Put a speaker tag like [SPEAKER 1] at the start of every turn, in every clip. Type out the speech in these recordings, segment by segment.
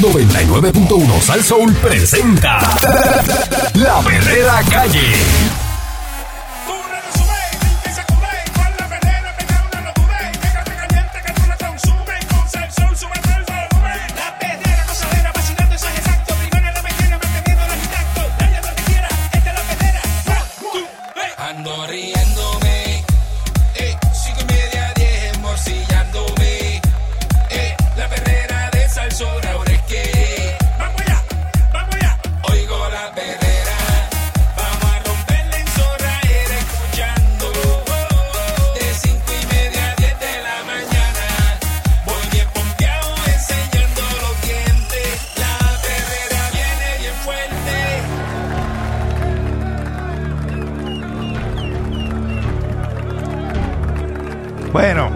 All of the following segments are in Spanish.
[SPEAKER 1] 99.1 Sal Soul presenta La Verdadera Calle.
[SPEAKER 2] Ando riéndome, eh, cinco y media, diez, morcillándome, eh, la perrera de Salsón, ahora es que, vamos allá, vamos allá, oigo la perrera, vamos a romperla en zorra, era escuchando, de cinco y media a diez de la mañana, voy bien pompeado enseñando los dientes, la perrera viene bien fuerte.
[SPEAKER 3] Bueno,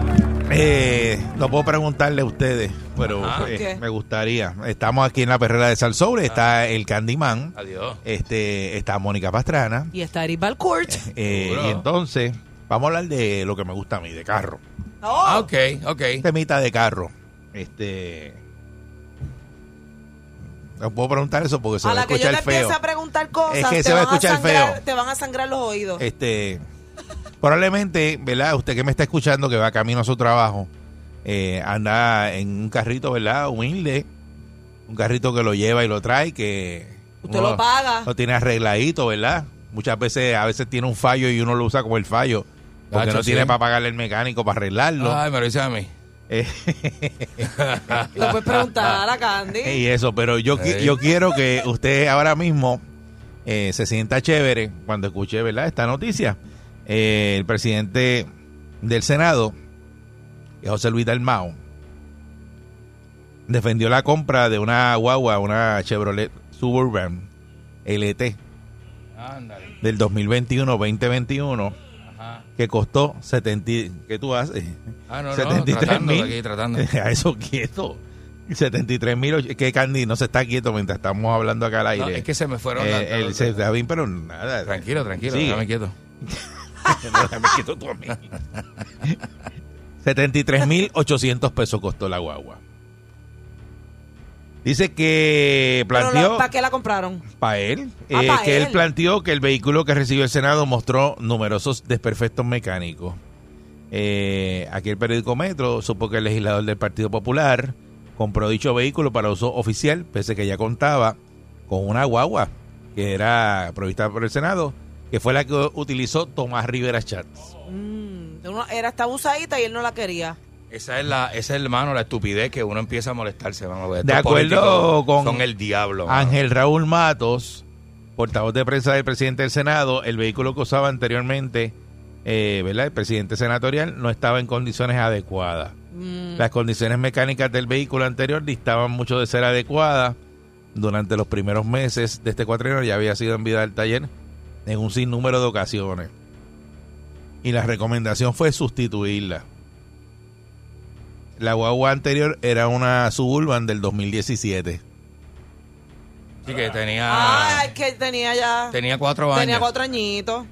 [SPEAKER 3] eh, no puedo preguntarle a ustedes, pero
[SPEAKER 2] Ajá.
[SPEAKER 3] eh,
[SPEAKER 4] ¿Qué?
[SPEAKER 3] me gustaría. Estamos aquí en la perrera de Salsobre, está el Candyman,
[SPEAKER 2] Ah. Adiós.
[SPEAKER 3] este, está Mónica Pastrana,
[SPEAKER 4] Y está Eric Balcourt.
[SPEAKER 3] eh,
[SPEAKER 2] Seguro.
[SPEAKER 3] y entonces vamos a hablar de lo que me gusta a mí, de carro.
[SPEAKER 4] Oh.
[SPEAKER 2] Ah, ok, ok.
[SPEAKER 3] Temita de carro. Este. No puedo preguntar eso porque se
[SPEAKER 4] a
[SPEAKER 3] va a
[SPEAKER 4] la que yo
[SPEAKER 3] escuchar
[SPEAKER 4] te
[SPEAKER 3] feo.
[SPEAKER 4] empiece a preguntar cosas,
[SPEAKER 3] Es que
[SPEAKER 4] te,
[SPEAKER 3] se va a
[SPEAKER 4] van
[SPEAKER 3] escuchar
[SPEAKER 4] sangrar,
[SPEAKER 3] feo.
[SPEAKER 4] te van a sangrar los oídos.
[SPEAKER 3] Este, probablemente, ¿verdad? Usted que me está escuchando, que va camino a su trabajo, eh, anda en un carrito, ¿verdad? Humilde. Un carrito que lo lleva y lo trae, que...
[SPEAKER 4] Usted
[SPEAKER 3] uno
[SPEAKER 4] lo paga.
[SPEAKER 3] Lo tiene arregladito, ¿verdad? Muchas veces, a veces tiene un fallo y uno lo usa como el fallo. Porque
[SPEAKER 2] Gacho,
[SPEAKER 3] no tiene
[SPEAKER 2] sí.
[SPEAKER 3] para pagarle el mecánico para arreglarlo.
[SPEAKER 2] Ay, me lo dice a mí.
[SPEAKER 3] Eh,
[SPEAKER 4] Lo puedes preguntar a Candy.
[SPEAKER 3] y eso, pero yo, qui-
[SPEAKER 2] Ey.
[SPEAKER 3] yo quiero que usted ahora mismo eh, se sienta chévere cuando escuche ¿verdad? esta noticia. Eh, el presidente del Senado, que es José Luis Dalmau, defendió la compra de una guagua, una Chevrolet Suburban LT
[SPEAKER 2] Ándale.
[SPEAKER 3] del 2021-2021
[SPEAKER 2] Ajá.
[SPEAKER 3] que costó 70... y- ¿Qué tú haces?
[SPEAKER 2] Ah, no, no,
[SPEAKER 3] 73
[SPEAKER 2] tratando
[SPEAKER 3] mil.
[SPEAKER 2] aquí, tratando.
[SPEAKER 3] A eso quieto. 73 mil... Que Candy no se está quieto mientras estamos hablando acá al aire.
[SPEAKER 2] No, es que se me fueron
[SPEAKER 3] Eh,
[SPEAKER 2] las-
[SPEAKER 3] el
[SPEAKER 2] las-
[SPEAKER 3] se- está bien, pero nada.
[SPEAKER 2] Tranquilo, tranquilo,
[SPEAKER 3] Sigue.
[SPEAKER 2] déjame quieto.
[SPEAKER 3] Me quito tú a mí. 73.800 pesos costó la guagua. Dice que
[SPEAKER 4] Pero
[SPEAKER 3] planteó
[SPEAKER 4] ¿Para qué la compraron?
[SPEAKER 3] para él,
[SPEAKER 4] Ah,
[SPEAKER 3] eh,
[SPEAKER 4] pa'
[SPEAKER 3] que él.
[SPEAKER 4] él.
[SPEAKER 3] planteó que el vehículo que recibió el Senado mostró numerosos desperfectos mecánicos. Eh, aquí el periódico Metro supo que el legislador del Partido Popular compró dicho vehículo para uso oficial, pese que ya contaba con una guagua que era provista por el Senado, que fue la que utilizó Tomás Rivera Chats.
[SPEAKER 4] Mm, uno- era estaba usadita y él no la quería.
[SPEAKER 2] Esa es la, esa es, hermano, la estupidez que uno empieza a molestarse, mano. porque
[SPEAKER 3] De
[SPEAKER 2] estos
[SPEAKER 3] acuerdo
[SPEAKER 2] políticos
[SPEAKER 3] con
[SPEAKER 2] Son el diablo. mano.
[SPEAKER 3] Ángel Raúl Matos, portavoz de prensa del presidente del Senado, el vehículo que usaba anteriormente, eh, ¿verdad? El presidente senatorial no estaba en condiciones adecuadas.
[SPEAKER 4] Mm,
[SPEAKER 3] Las condiciones mecánicas del vehículo anterior distaban mucho de ser adecuadas. Durante los primeros meses de este cuatrienio ya había sido enviada al taller en un sinnúmero de ocasiones. Y la recomendación fue sustituirla. La guagua anterior era una Suburban del 2017.
[SPEAKER 2] Así que tenía,
[SPEAKER 4] Ah, es que tenía ya.
[SPEAKER 2] tenía cuatro años.
[SPEAKER 4] Tenía cuatro añitos.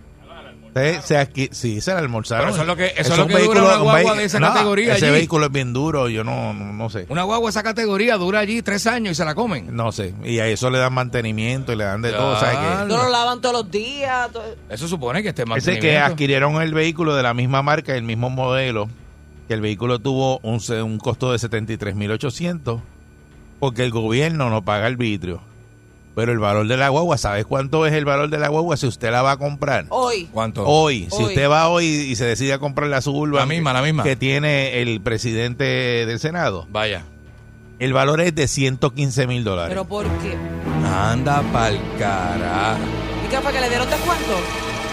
[SPEAKER 3] Se, se aquí, sí, se la almorzaron.
[SPEAKER 2] Pero eso es lo que- eso es
[SPEAKER 3] Esos
[SPEAKER 2] lo que dura
[SPEAKER 3] vehículos-
[SPEAKER 2] una
[SPEAKER 3] un
[SPEAKER 2] guagua
[SPEAKER 3] vehi-
[SPEAKER 2] de esa categoría
[SPEAKER 3] Ese
[SPEAKER 2] allí.
[SPEAKER 3] vehículo es bien duro, yo no, no, no sé.
[SPEAKER 2] Una guagua de esa categoría dura allí tres años y se la comen.
[SPEAKER 3] No sé. Y a eso le dan mantenimiento y le dan de todo. ¿sabes qué?
[SPEAKER 4] No lo lavan todos los días. to-
[SPEAKER 2] Eso supone que este esté más
[SPEAKER 3] Ese que adquirieron el vehículo de la misma marca, el mismo modelo, que el vehículo tuvo un, se- un costo de 73.800 porque el gobierno no paga el vitrio. Pero el valor de la guagua, ¿sabes cuánto es el valor de la guagua si usted la va a comprar?
[SPEAKER 4] Hoy.
[SPEAKER 2] ¿Cuánto?
[SPEAKER 3] Hoy, si
[SPEAKER 4] Hoy.
[SPEAKER 3] usted va hoy y se decide a comprar la Suburban
[SPEAKER 2] La misma, la misma.
[SPEAKER 3] que tiene el presidente del Senado,
[SPEAKER 2] Vaya.
[SPEAKER 3] el valor es de 115 mil dólares.
[SPEAKER 4] Pero ¿por qué?
[SPEAKER 2] Anda pa'l carajo.
[SPEAKER 4] ¿Y qué fue que le dieron descuento?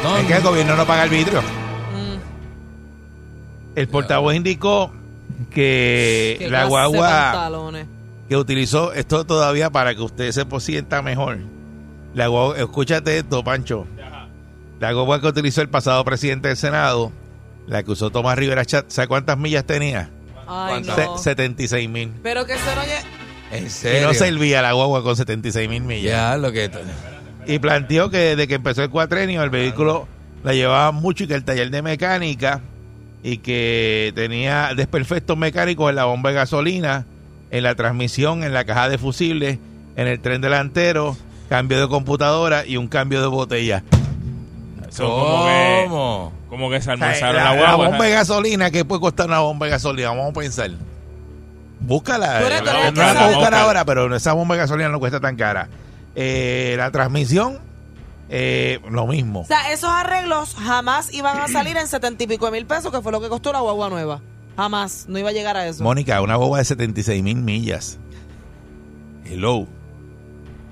[SPEAKER 2] No,
[SPEAKER 3] Es que el gobierno no paga el vitrio.
[SPEAKER 4] Mm,
[SPEAKER 3] El portavoz indicó que
[SPEAKER 4] qué clase
[SPEAKER 3] Eh, la
[SPEAKER 4] de
[SPEAKER 3] guagua
[SPEAKER 4] pantalones.
[SPEAKER 3] que utilizó, esto todavía para que usted se sienta mejor. La guagua, escúchate esto, Pancho. La guagua que utilizó el pasado presidente del Senado, la que usó Tomás Rivera Chat, ¿sabe cuántas millas tenía?
[SPEAKER 4] Ay,
[SPEAKER 2] ¿Cuánto?
[SPEAKER 4] no.
[SPEAKER 3] 76 mil.
[SPEAKER 4] Pero que eso no lle-
[SPEAKER 2] En
[SPEAKER 3] Y
[SPEAKER 2] serio.
[SPEAKER 3] no servía la guagua con 76 mil millas.
[SPEAKER 2] Ya, lo que.
[SPEAKER 3] Y planteó que desde que empezó el cuatrenio el vehículo la llevaba mucho y que el taller de mecánica y que tenía desperfectos mecánicos en la bomba de gasolina en la transmisión, en la caja de fusibles, en el tren delantero, cambio de computadora y un cambio de botella.
[SPEAKER 5] Eso como que-
[SPEAKER 3] ¿Cómo?
[SPEAKER 5] Como que se
[SPEAKER 3] O sea,
[SPEAKER 5] almorzaron
[SPEAKER 3] la,
[SPEAKER 5] la
[SPEAKER 3] la
[SPEAKER 5] guagua.
[SPEAKER 3] bomba de gasolina, que puede costar una bomba de gasolina? Vamos a pensar. Búscala.
[SPEAKER 4] Tú
[SPEAKER 3] eh,
[SPEAKER 4] eres- tú
[SPEAKER 3] la-
[SPEAKER 4] eres
[SPEAKER 3] no la
[SPEAKER 4] el que
[SPEAKER 3] puedo
[SPEAKER 5] sabe.
[SPEAKER 3] buscar ahora, pero esa bomba de gasolina no cuesta tan cara. Eh, la transmisión, eh, lo mismo.
[SPEAKER 4] O sea, esos arreglos jamás iban a salir en setenta y pico de mil pesos, que fue lo que costó la guagua nueva. Jamás, no iba a llegar a eso.
[SPEAKER 3] Mónica, una boba de 76 mil millas. Hello.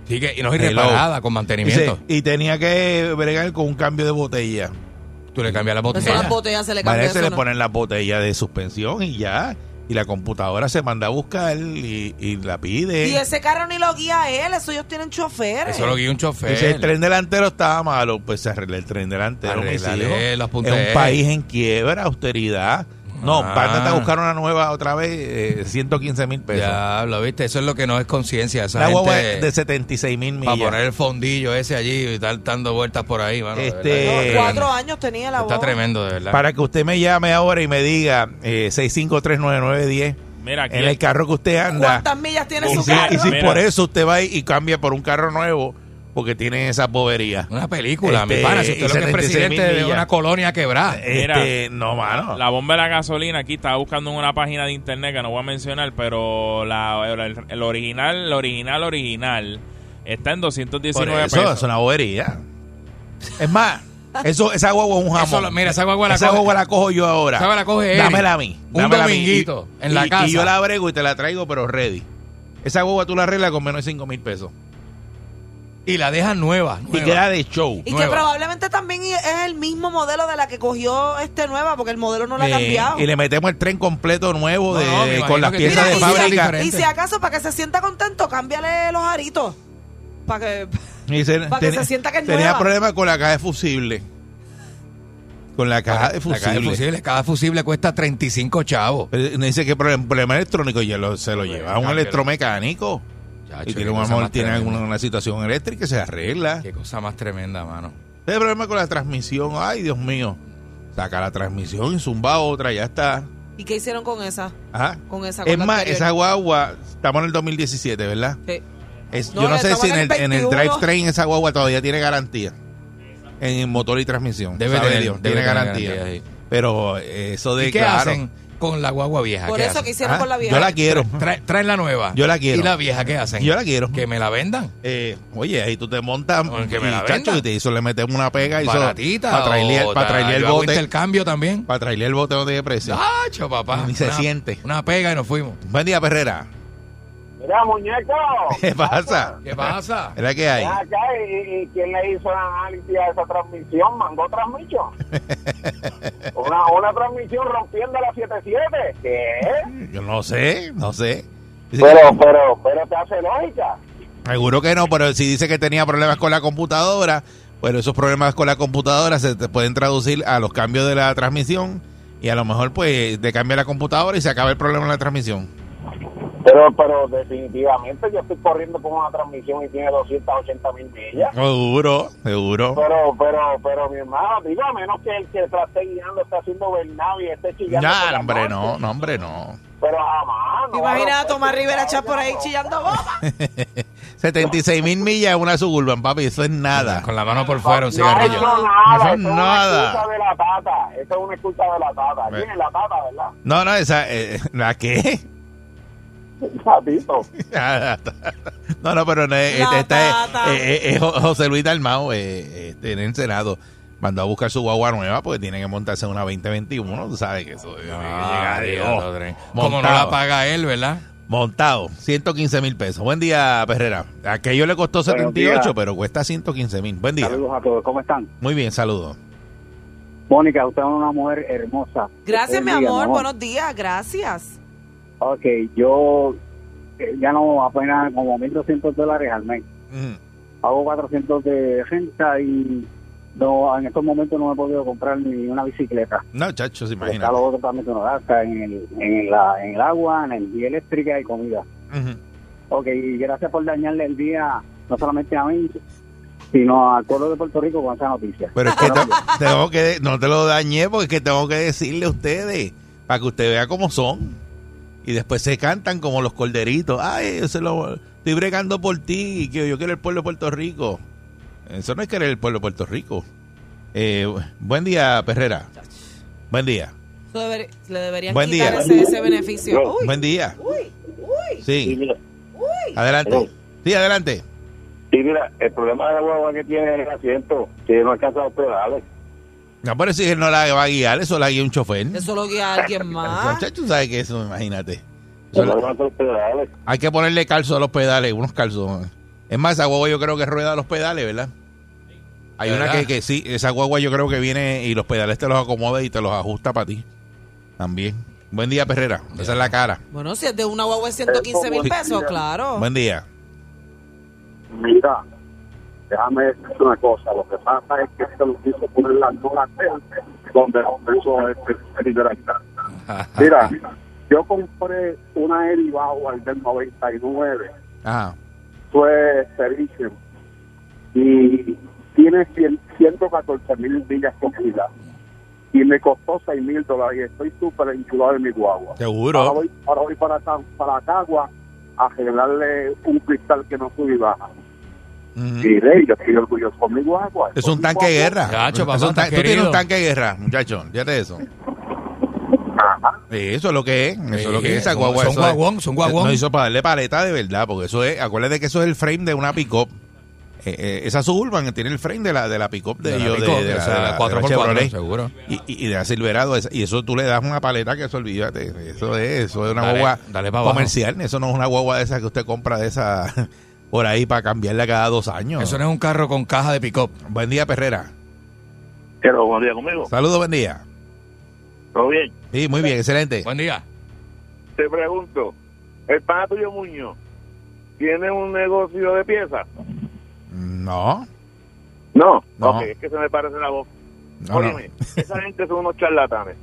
[SPEAKER 6] Sí, que- y no es
[SPEAKER 3] Hello.
[SPEAKER 6] reparada con mantenimiento.
[SPEAKER 3] Dice, y tenía que bregar con un cambio de botella.
[SPEAKER 6] Tú le cambias la
[SPEAKER 4] Eso
[SPEAKER 6] botella.
[SPEAKER 4] las botellas se le cambian.
[SPEAKER 3] Parece le ponen la botella de suspensión y ya. Y la computadora se manda a buscar y, y la pide.
[SPEAKER 4] Y ese carro ni lo guía él, eso ellos tienen choferes.
[SPEAKER 6] Eso lo guía un chofer.
[SPEAKER 3] Dice, el tren delantero estaba malo, pues se arregla el tren delantero. mis
[SPEAKER 6] Arréglale,
[SPEAKER 3] hijos.
[SPEAKER 6] lo apunté.
[SPEAKER 3] es un país en quiebra, austeridad. No,
[SPEAKER 6] Ah.
[SPEAKER 3] pártate a buscar una nueva otra vez, eh, 115 mil pesos.
[SPEAKER 6] Ya, lo viste, eso es lo que no es conciencia. Esa
[SPEAKER 3] la guagua
[SPEAKER 6] gente,
[SPEAKER 3] es de 76 mil
[SPEAKER 6] para
[SPEAKER 3] millas.
[SPEAKER 6] poner el fondillo ese allí y estar dando vueltas por ahí, mano, de
[SPEAKER 3] Este,
[SPEAKER 6] verdad.
[SPEAKER 4] No,
[SPEAKER 3] Eh,
[SPEAKER 4] cuatro años tenía la
[SPEAKER 6] Está
[SPEAKER 4] guagua.
[SPEAKER 6] tremendo, de verdad.
[SPEAKER 3] Para que usted me llame ahora y me diga eh, 6539910
[SPEAKER 5] Mira, aquí
[SPEAKER 3] en el carro que usted anda.
[SPEAKER 4] ¿Cuántas millas tiene
[SPEAKER 5] Y
[SPEAKER 3] Y
[SPEAKER 4] su
[SPEAKER 3] si,
[SPEAKER 4] carro?
[SPEAKER 3] y si
[SPEAKER 5] Mira.
[SPEAKER 3] por eso usted va y cambia por un carro nuevo, porque tiene esa bobería.
[SPEAKER 6] Una película, mi
[SPEAKER 3] Este,
[SPEAKER 6] pana. Si usted
[SPEAKER 3] y
[SPEAKER 6] lo que es
[SPEAKER 3] 76
[SPEAKER 6] presidente
[SPEAKER 3] mil
[SPEAKER 6] de
[SPEAKER 3] millas.
[SPEAKER 6] una colonia quebrada.
[SPEAKER 5] Mira.
[SPEAKER 3] Este, no, mano.
[SPEAKER 5] la bomba de la gasolina, aquí estaba buscando en una página de internet que no voy a mencionar, pero la, el, el original, el original, original, está en
[SPEAKER 3] Por
[SPEAKER 5] 219
[SPEAKER 3] eso, es
[SPEAKER 5] pesos.
[SPEAKER 3] una bobería. Es más, eso, esa guagua es un jamón.
[SPEAKER 6] Eso lo- mira, esa guagua la
[SPEAKER 3] Esa
[SPEAKER 6] coge-
[SPEAKER 3] guagua la cojo yo ahora.
[SPEAKER 6] Esa guagua la coge Eric.
[SPEAKER 3] Dámela a mí.
[SPEAKER 6] Un
[SPEAKER 3] dámela a mí.
[SPEAKER 6] dominguito
[SPEAKER 3] Y-
[SPEAKER 6] en la
[SPEAKER 3] y-
[SPEAKER 6] casa.
[SPEAKER 3] Y yo la abrego y te la traigo, pero ready. Esa guagua tú la arreglas con menos de 5 mil pesos.
[SPEAKER 6] Y la dejan nueva.
[SPEAKER 3] Y
[SPEAKER 6] nueva.
[SPEAKER 3] queda de show.
[SPEAKER 4] Y que
[SPEAKER 6] nueva.
[SPEAKER 4] probablemente también es el mismo modelo de la que cogió este nueva, porque el modelo no la ha
[SPEAKER 3] Eh,
[SPEAKER 4] cambiado.
[SPEAKER 3] y le metemos el tren completo nuevo
[SPEAKER 6] No,
[SPEAKER 3] de-
[SPEAKER 6] no, me imagino
[SPEAKER 3] con las
[SPEAKER 6] que
[SPEAKER 3] piezas
[SPEAKER 6] tiene
[SPEAKER 4] y
[SPEAKER 3] de
[SPEAKER 6] que ser
[SPEAKER 3] fábrica.
[SPEAKER 6] diferente.
[SPEAKER 4] si, y si acaso, para que se sienta contento, cámbiale los aritos. Para que...
[SPEAKER 3] Y se-
[SPEAKER 4] Para que
[SPEAKER 3] ten-
[SPEAKER 4] se sienta que es
[SPEAKER 3] Tenía
[SPEAKER 4] nueva.
[SPEAKER 3] problemas con la caja de fusible. Con la caja de
[SPEAKER 6] La caja de
[SPEAKER 3] fusible.
[SPEAKER 6] fusibles, Cada fusible cuesta 35 chavos. Pues,
[SPEAKER 3] Eh, Me dice que problema, problema electrónico y lo- se lo lleva a un
[SPEAKER 6] cámbialo.
[SPEAKER 3] electromecánico.
[SPEAKER 6] Chacho,
[SPEAKER 3] Y
[SPEAKER 6] qué
[SPEAKER 3] tiene, a lo
[SPEAKER 6] cosa
[SPEAKER 3] mejor
[SPEAKER 6] más
[SPEAKER 3] tiene
[SPEAKER 6] tremenda.
[SPEAKER 3] alguna una situación eléctrica y se arregla.
[SPEAKER 6] Qué cosa más tremenda, mano.
[SPEAKER 3] Tiene problema con la transmisión. Ay, Dios mío. Saca la transmisión y zumba otra, ya está.
[SPEAKER 4] ¿Y qué hicieron con esa?
[SPEAKER 3] Ajá.
[SPEAKER 4] Con esa
[SPEAKER 3] Es
[SPEAKER 4] con la
[SPEAKER 3] más,
[SPEAKER 4] anterior.
[SPEAKER 3] esa guagua, estamos en el 2017, ¿verdad?
[SPEAKER 4] Sí.
[SPEAKER 3] Es-
[SPEAKER 4] No,
[SPEAKER 3] yo no
[SPEAKER 4] le
[SPEAKER 3] sé si
[SPEAKER 4] toman
[SPEAKER 3] en
[SPEAKER 4] el
[SPEAKER 3] el, en el
[SPEAKER 4] 21.
[SPEAKER 3] drivetrain esa guagua todavía tiene garantía. En motor y transmisión.
[SPEAKER 6] Debe
[SPEAKER 3] Sabe
[SPEAKER 6] tener-
[SPEAKER 3] Dios,
[SPEAKER 6] debe
[SPEAKER 3] tiene
[SPEAKER 6] tener
[SPEAKER 3] garantía.
[SPEAKER 6] garantía, sí.
[SPEAKER 3] Pero eh, eso de
[SPEAKER 6] ¿Y qué
[SPEAKER 3] claro,
[SPEAKER 6] hacen con la guagua vieja?
[SPEAKER 4] Por
[SPEAKER 6] ¿Qué
[SPEAKER 4] eso
[SPEAKER 6] hacen?
[SPEAKER 4] que hicieron
[SPEAKER 3] ah,
[SPEAKER 4] con la vieja.
[SPEAKER 3] Yo la quiero.
[SPEAKER 6] Trae- traen la nueva.
[SPEAKER 3] Yo la quiero.
[SPEAKER 6] ¿Y la vieja qué hacen?
[SPEAKER 3] Yo la quiero.
[SPEAKER 6] Que me la vendan.
[SPEAKER 3] Eh, oye, ahí tú te montas
[SPEAKER 6] Bueno, que me
[SPEAKER 3] y,
[SPEAKER 6] Pues la
[SPEAKER 3] chacho,
[SPEAKER 6] venda.
[SPEAKER 3] y te hizo le metemos una pega y
[SPEAKER 6] Baratita.
[SPEAKER 3] para traerle,
[SPEAKER 6] o
[SPEAKER 3] pa' traerle
[SPEAKER 6] tal,
[SPEAKER 3] el
[SPEAKER 6] yo hago
[SPEAKER 3] bote,
[SPEAKER 6] intercambio también.
[SPEAKER 3] para traerle el bote no tiene precio.
[SPEAKER 6] Chacho, papá.
[SPEAKER 3] Ni se
[SPEAKER 6] Una-
[SPEAKER 3] siente.
[SPEAKER 6] Una pega y nos fuimos.
[SPEAKER 3] Buen día, Perrera.
[SPEAKER 7] Mira, muñeco.
[SPEAKER 3] ¿Qué pasa?
[SPEAKER 6] ¿Qué pasa?
[SPEAKER 3] ¿Era que hay?
[SPEAKER 7] Ven acá, ¿y, y quién le hizo el análisis a esa transmisión? ¿Mandó transmisión? una, una transmisión rompiendo la 77. ¿Qué?
[SPEAKER 3] Yo no sé, no sé. Dice que-
[SPEAKER 7] Pero, pero, pero te hace lógica.
[SPEAKER 3] seguro que no, pero si dice que tenía problemas con la computadora, bueno, esos problemas con la computadora se te pueden traducir a los cambios de la transmisión y a lo mejor pues te cambia la computadora y se acaba el problema en la transmisión.
[SPEAKER 7] Pero, pero definitivamente yo estoy corriendo con una transmisión y tiene 280 mil millas.
[SPEAKER 3] Seguro, Oh, seguro.
[SPEAKER 7] Pero, pero, pero, mi hermano, digo, a menos que el que la esté guiando está haciendo Bernabé y esté chillando. por
[SPEAKER 3] Ya,
[SPEAKER 7] la
[SPEAKER 3] hombre,
[SPEAKER 7] noche.
[SPEAKER 3] no, no, hombre, no.
[SPEAKER 7] Pero jamás.
[SPEAKER 4] ¿Te
[SPEAKER 7] no
[SPEAKER 4] imaginas
[SPEAKER 7] va
[SPEAKER 4] a Tomás
[SPEAKER 7] romper,
[SPEAKER 4] Rivera
[SPEAKER 7] no,
[SPEAKER 4] echar por ahí
[SPEAKER 7] no.
[SPEAKER 4] chillando boba?
[SPEAKER 3] 76 mil millas en una suburban, papi, eso es nada.
[SPEAKER 6] Con la mano por fuera, un cigarrillo.
[SPEAKER 7] No, no,
[SPEAKER 3] No
[SPEAKER 7] nada. eso Es una excusa
[SPEAKER 3] son nada.
[SPEAKER 7] de la tata. Eso es una excusa de la tata.
[SPEAKER 3] Bueno.
[SPEAKER 7] Tiene la tata, ¿verdad?
[SPEAKER 3] No, no, esa, eh, ¿la qué?
[SPEAKER 7] Tatito.
[SPEAKER 3] No, no, pero no es,
[SPEAKER 4] La
[SPEAKER 3] esta es-
[SPEAKER 4] tata.
[SPEAKER 3] eh, eh, es Jo- José Luis Dalmao eh, este, en el Senado. Mandó a buscar su guagua nueva porque tiene que montarse en una 2021. Tú sabes que eso eh, tiene que
[SPEAKER 6] Ah,
[SPEAKER 3] llegar,
[SPEAKER 6] Dios,
[SPEAKER 3] oh,
[SPEAKER 6] padre. Como no la
[SPEAKER 3] montado,
[SPEAKER 6] paga él, ¿verdad?
[SPEAKER 3] montado, 115 mil pesos. Buen día, Perrera. Aquello le costó
[SPEAKER 8] Buenos
[SPEAKER 3] 78,
[SPEAKER 8] días.
[SPEAKER 3] pero cuesta 115 mil. Buen día.
[SPEAKER 8] Saludos a todos, ¿cómo están?
[SPEAKER 3] Muy bien, saludos.
[SPEAKER 8] Mónica, usted es una mujer hermosa.
[SPEAKER 4] Gracias,
[SPEAKER 8] Buen
[SPEAKER 4] mi
[SPEAKER 8] día,
[SPEAKER 4] amor. Buenos días, gracias.
[SPEAKER 8] Ok, yo eh, gano apenas como 1.200 dólares al mes.
[SPEAKER 3] Mm.
[SPEAKER 8] Hago 400 de renta y no, en estos momentos no me he podido comprar ni una bicicleta.
[SPEAKER 3] No, chacho, se
[SPEAKER 8] Porque
[SPEAKER 3] imagina.
[SPEAKER 8] Está los otros también que uno gasta en el, en, la, en el agua, en el día eléctrica y comida.
[SPEAKER 3] Ujú.
[SPEAKER 8] Ok, y gracias por dañarle el día, no solamente a mí, sino al pueblo de Puerto Rico con esa noticia.
[SPEAKER 3] Pero es que
[SPEAKER 4] Ah,
[SPEAKER 3] te- tengo que, no te lo dañé porque es que tengo que decirle a ustedes para que usted vea cómo son. Y después se cantan como los corderitos. Ay, yo se lo, estoy bregando por ti, que yo quiero el pueblo de Puerto Rico. Eso no es querer el pueblo de Puerto Rico. Eh, buen día, Perrera. Buen día.
[SPEAKER 4] Eso deber- le deberían
[SPEAKER 3] Buen
[SPEAKER 4] quitar
[SPEAKER 3] día.
[SPEAKER 4] ese, ese beneficio. Uy,
[SPEAKER 3] Buen día.
[SPEAKER 4] uy, uy,
[SPEAKER 7] Sí,
[SPEAKER 3] Sí,
[SPEAKER 7] mira,
[SPEAKER 4] uy.
[SPEAKER 3] adelante.
[SPEAKER 7] Hello.
[SPEAKER 3] Sí, adelante.
[SPEAKER 7] sí, mira, el problema de la guagua que tiene es el asiento, que no alcanza los pedales.
[SPEAKER 3] No, pero si él no la va a guiar, eso la guía un chofer.
[SPEAKER 4] Eso lo guía a alguien más.
[SPEAKER 3] Muchacho, tú sabes que eso, imagínate. Eso
[SPEAKER 7] No
[SPEAKER 3] la-
[SPEAKER 7] alcanza los pedales.
[SPEAKER 3] hay que ponerle calzo a los pedales, unos calzones. Es más, esa guagua yo creo que rueda los pedales, ¿verdad? Hay una
[SPEAKER 6] ¿Verdad?
[SPEAKER 3] que, que sí, esa guagua yo creo que viene y los pedales te los acomoda y te los ajusta para ti. También. Buen día, Perrera. Esa es la cara.
[SPEAKER 4] Bueno, si es de una guagua de 115 mil pesos, claro.
[SPEAKER 3] Buen día.
[SPEAKER 8] Mira, déjame decirte una cosa. Lo que pasa es que se lo quiso poner la zona donde empezó este liberalizar. Mira, yo compré una Eribao al del 99,
[SPEAKER 3] Ajá.
[SPEAKER 8] fue servicio
[SPEAKER 7] Mm,
[SPEAKER 8] y tiene 100 114 mil millas cumplidas. Y me costó 6 mil dólares y estoy súper enchulado de mi guagua. Ahora
[SPEAKER 3] Seguro.
[SPEAKER 8] Ah, voy, ahora voy para, San- para Cagua a arreglarle un cristal que no sube y baja.
[SPEAKER 3] Ujú.
[SPEAKER 8] Y de yo estoy orgulloso con mi guagua.
[SPEAKER 3] Mm. Es un tanque de guerra.
[SPEAKER 6] Chacho, papá,
[SPEAKER 3] Es un tanque-
[SPEAKER 6] está
[SPEAKER 3] tú tienes un
[SPEAKER 6] querido.
[SPEAKER 3] tanque de guerra, muchacho. Fíjate eso. Eh, Eso es lo que es. Eso es lo que es esa
[SPEAKER 6] son-
[SPEAKER 3] guagua.
[SPEAKER 6] son
[SPEAKER 3] eso es-
[SPEAKER 6] guaguón, son guaguón.
[SPEAKER 3] No hizo para darle paleta de verdad, porque eso es. Acuérdate que eso es el frame de una pick-up. Eh, eh, esa Suburban tiene el frame de la, de la pick-up de,
[SPEAKER 6] De la
[SPEAKER 3] ellos, de-
[SPEAKER 6] pick-up,
[SPEAKER 3] de la-
[SPEAKER 6] o sea,
[SPEAKER 3] de la-
[SPEAKER 6] la
[SPEAKER 3] de la
[SPEAKER 6] 4x4,
[SPEAKER 3] Chevrolet.
[SPEAKER 6] seguro.
[SPEAKER 3] Y, y- y de la Silverado. esa- Y eso tú le das una paleta que eso olvídate. Eso es, eso es una
[SPEAKER 6] Dale,
[SPEAKER 3] guagua
[SPEAKER 6] dale pa' abajo.
[SPEAKER 3] comercial. Eso no es una guagua de esa que usted compra de esa por ahí para cambiarla cada dos años.
[SPEAKER 6] Eso no es un carro con caja de pick-up.
[SPEAKER 3] Buen día, Perrera.
[SPEAKER 7] Pero buen día conmigo.
[SPEAKER 3] Saludos, buen día.
[SPEAKER 7] Todo bien.
[SPEAKER 3] Sí, muy bien, excelente.
[SPEAKER 6] Buen día.
[SPEAKER 7] Te pregunto, el pana tuyo Muñoz tiene un negocio de piezas.
[SPEAKER 3] No,
[SPEAKER 7] No,
[SPEAKER 3] No.
[SPEAKER 7] Ok, es que se me parece la voz.
[SPEAKER 3] no, no.
[SPEAKER 7] Óyeme, esa gente son unos charlatanes.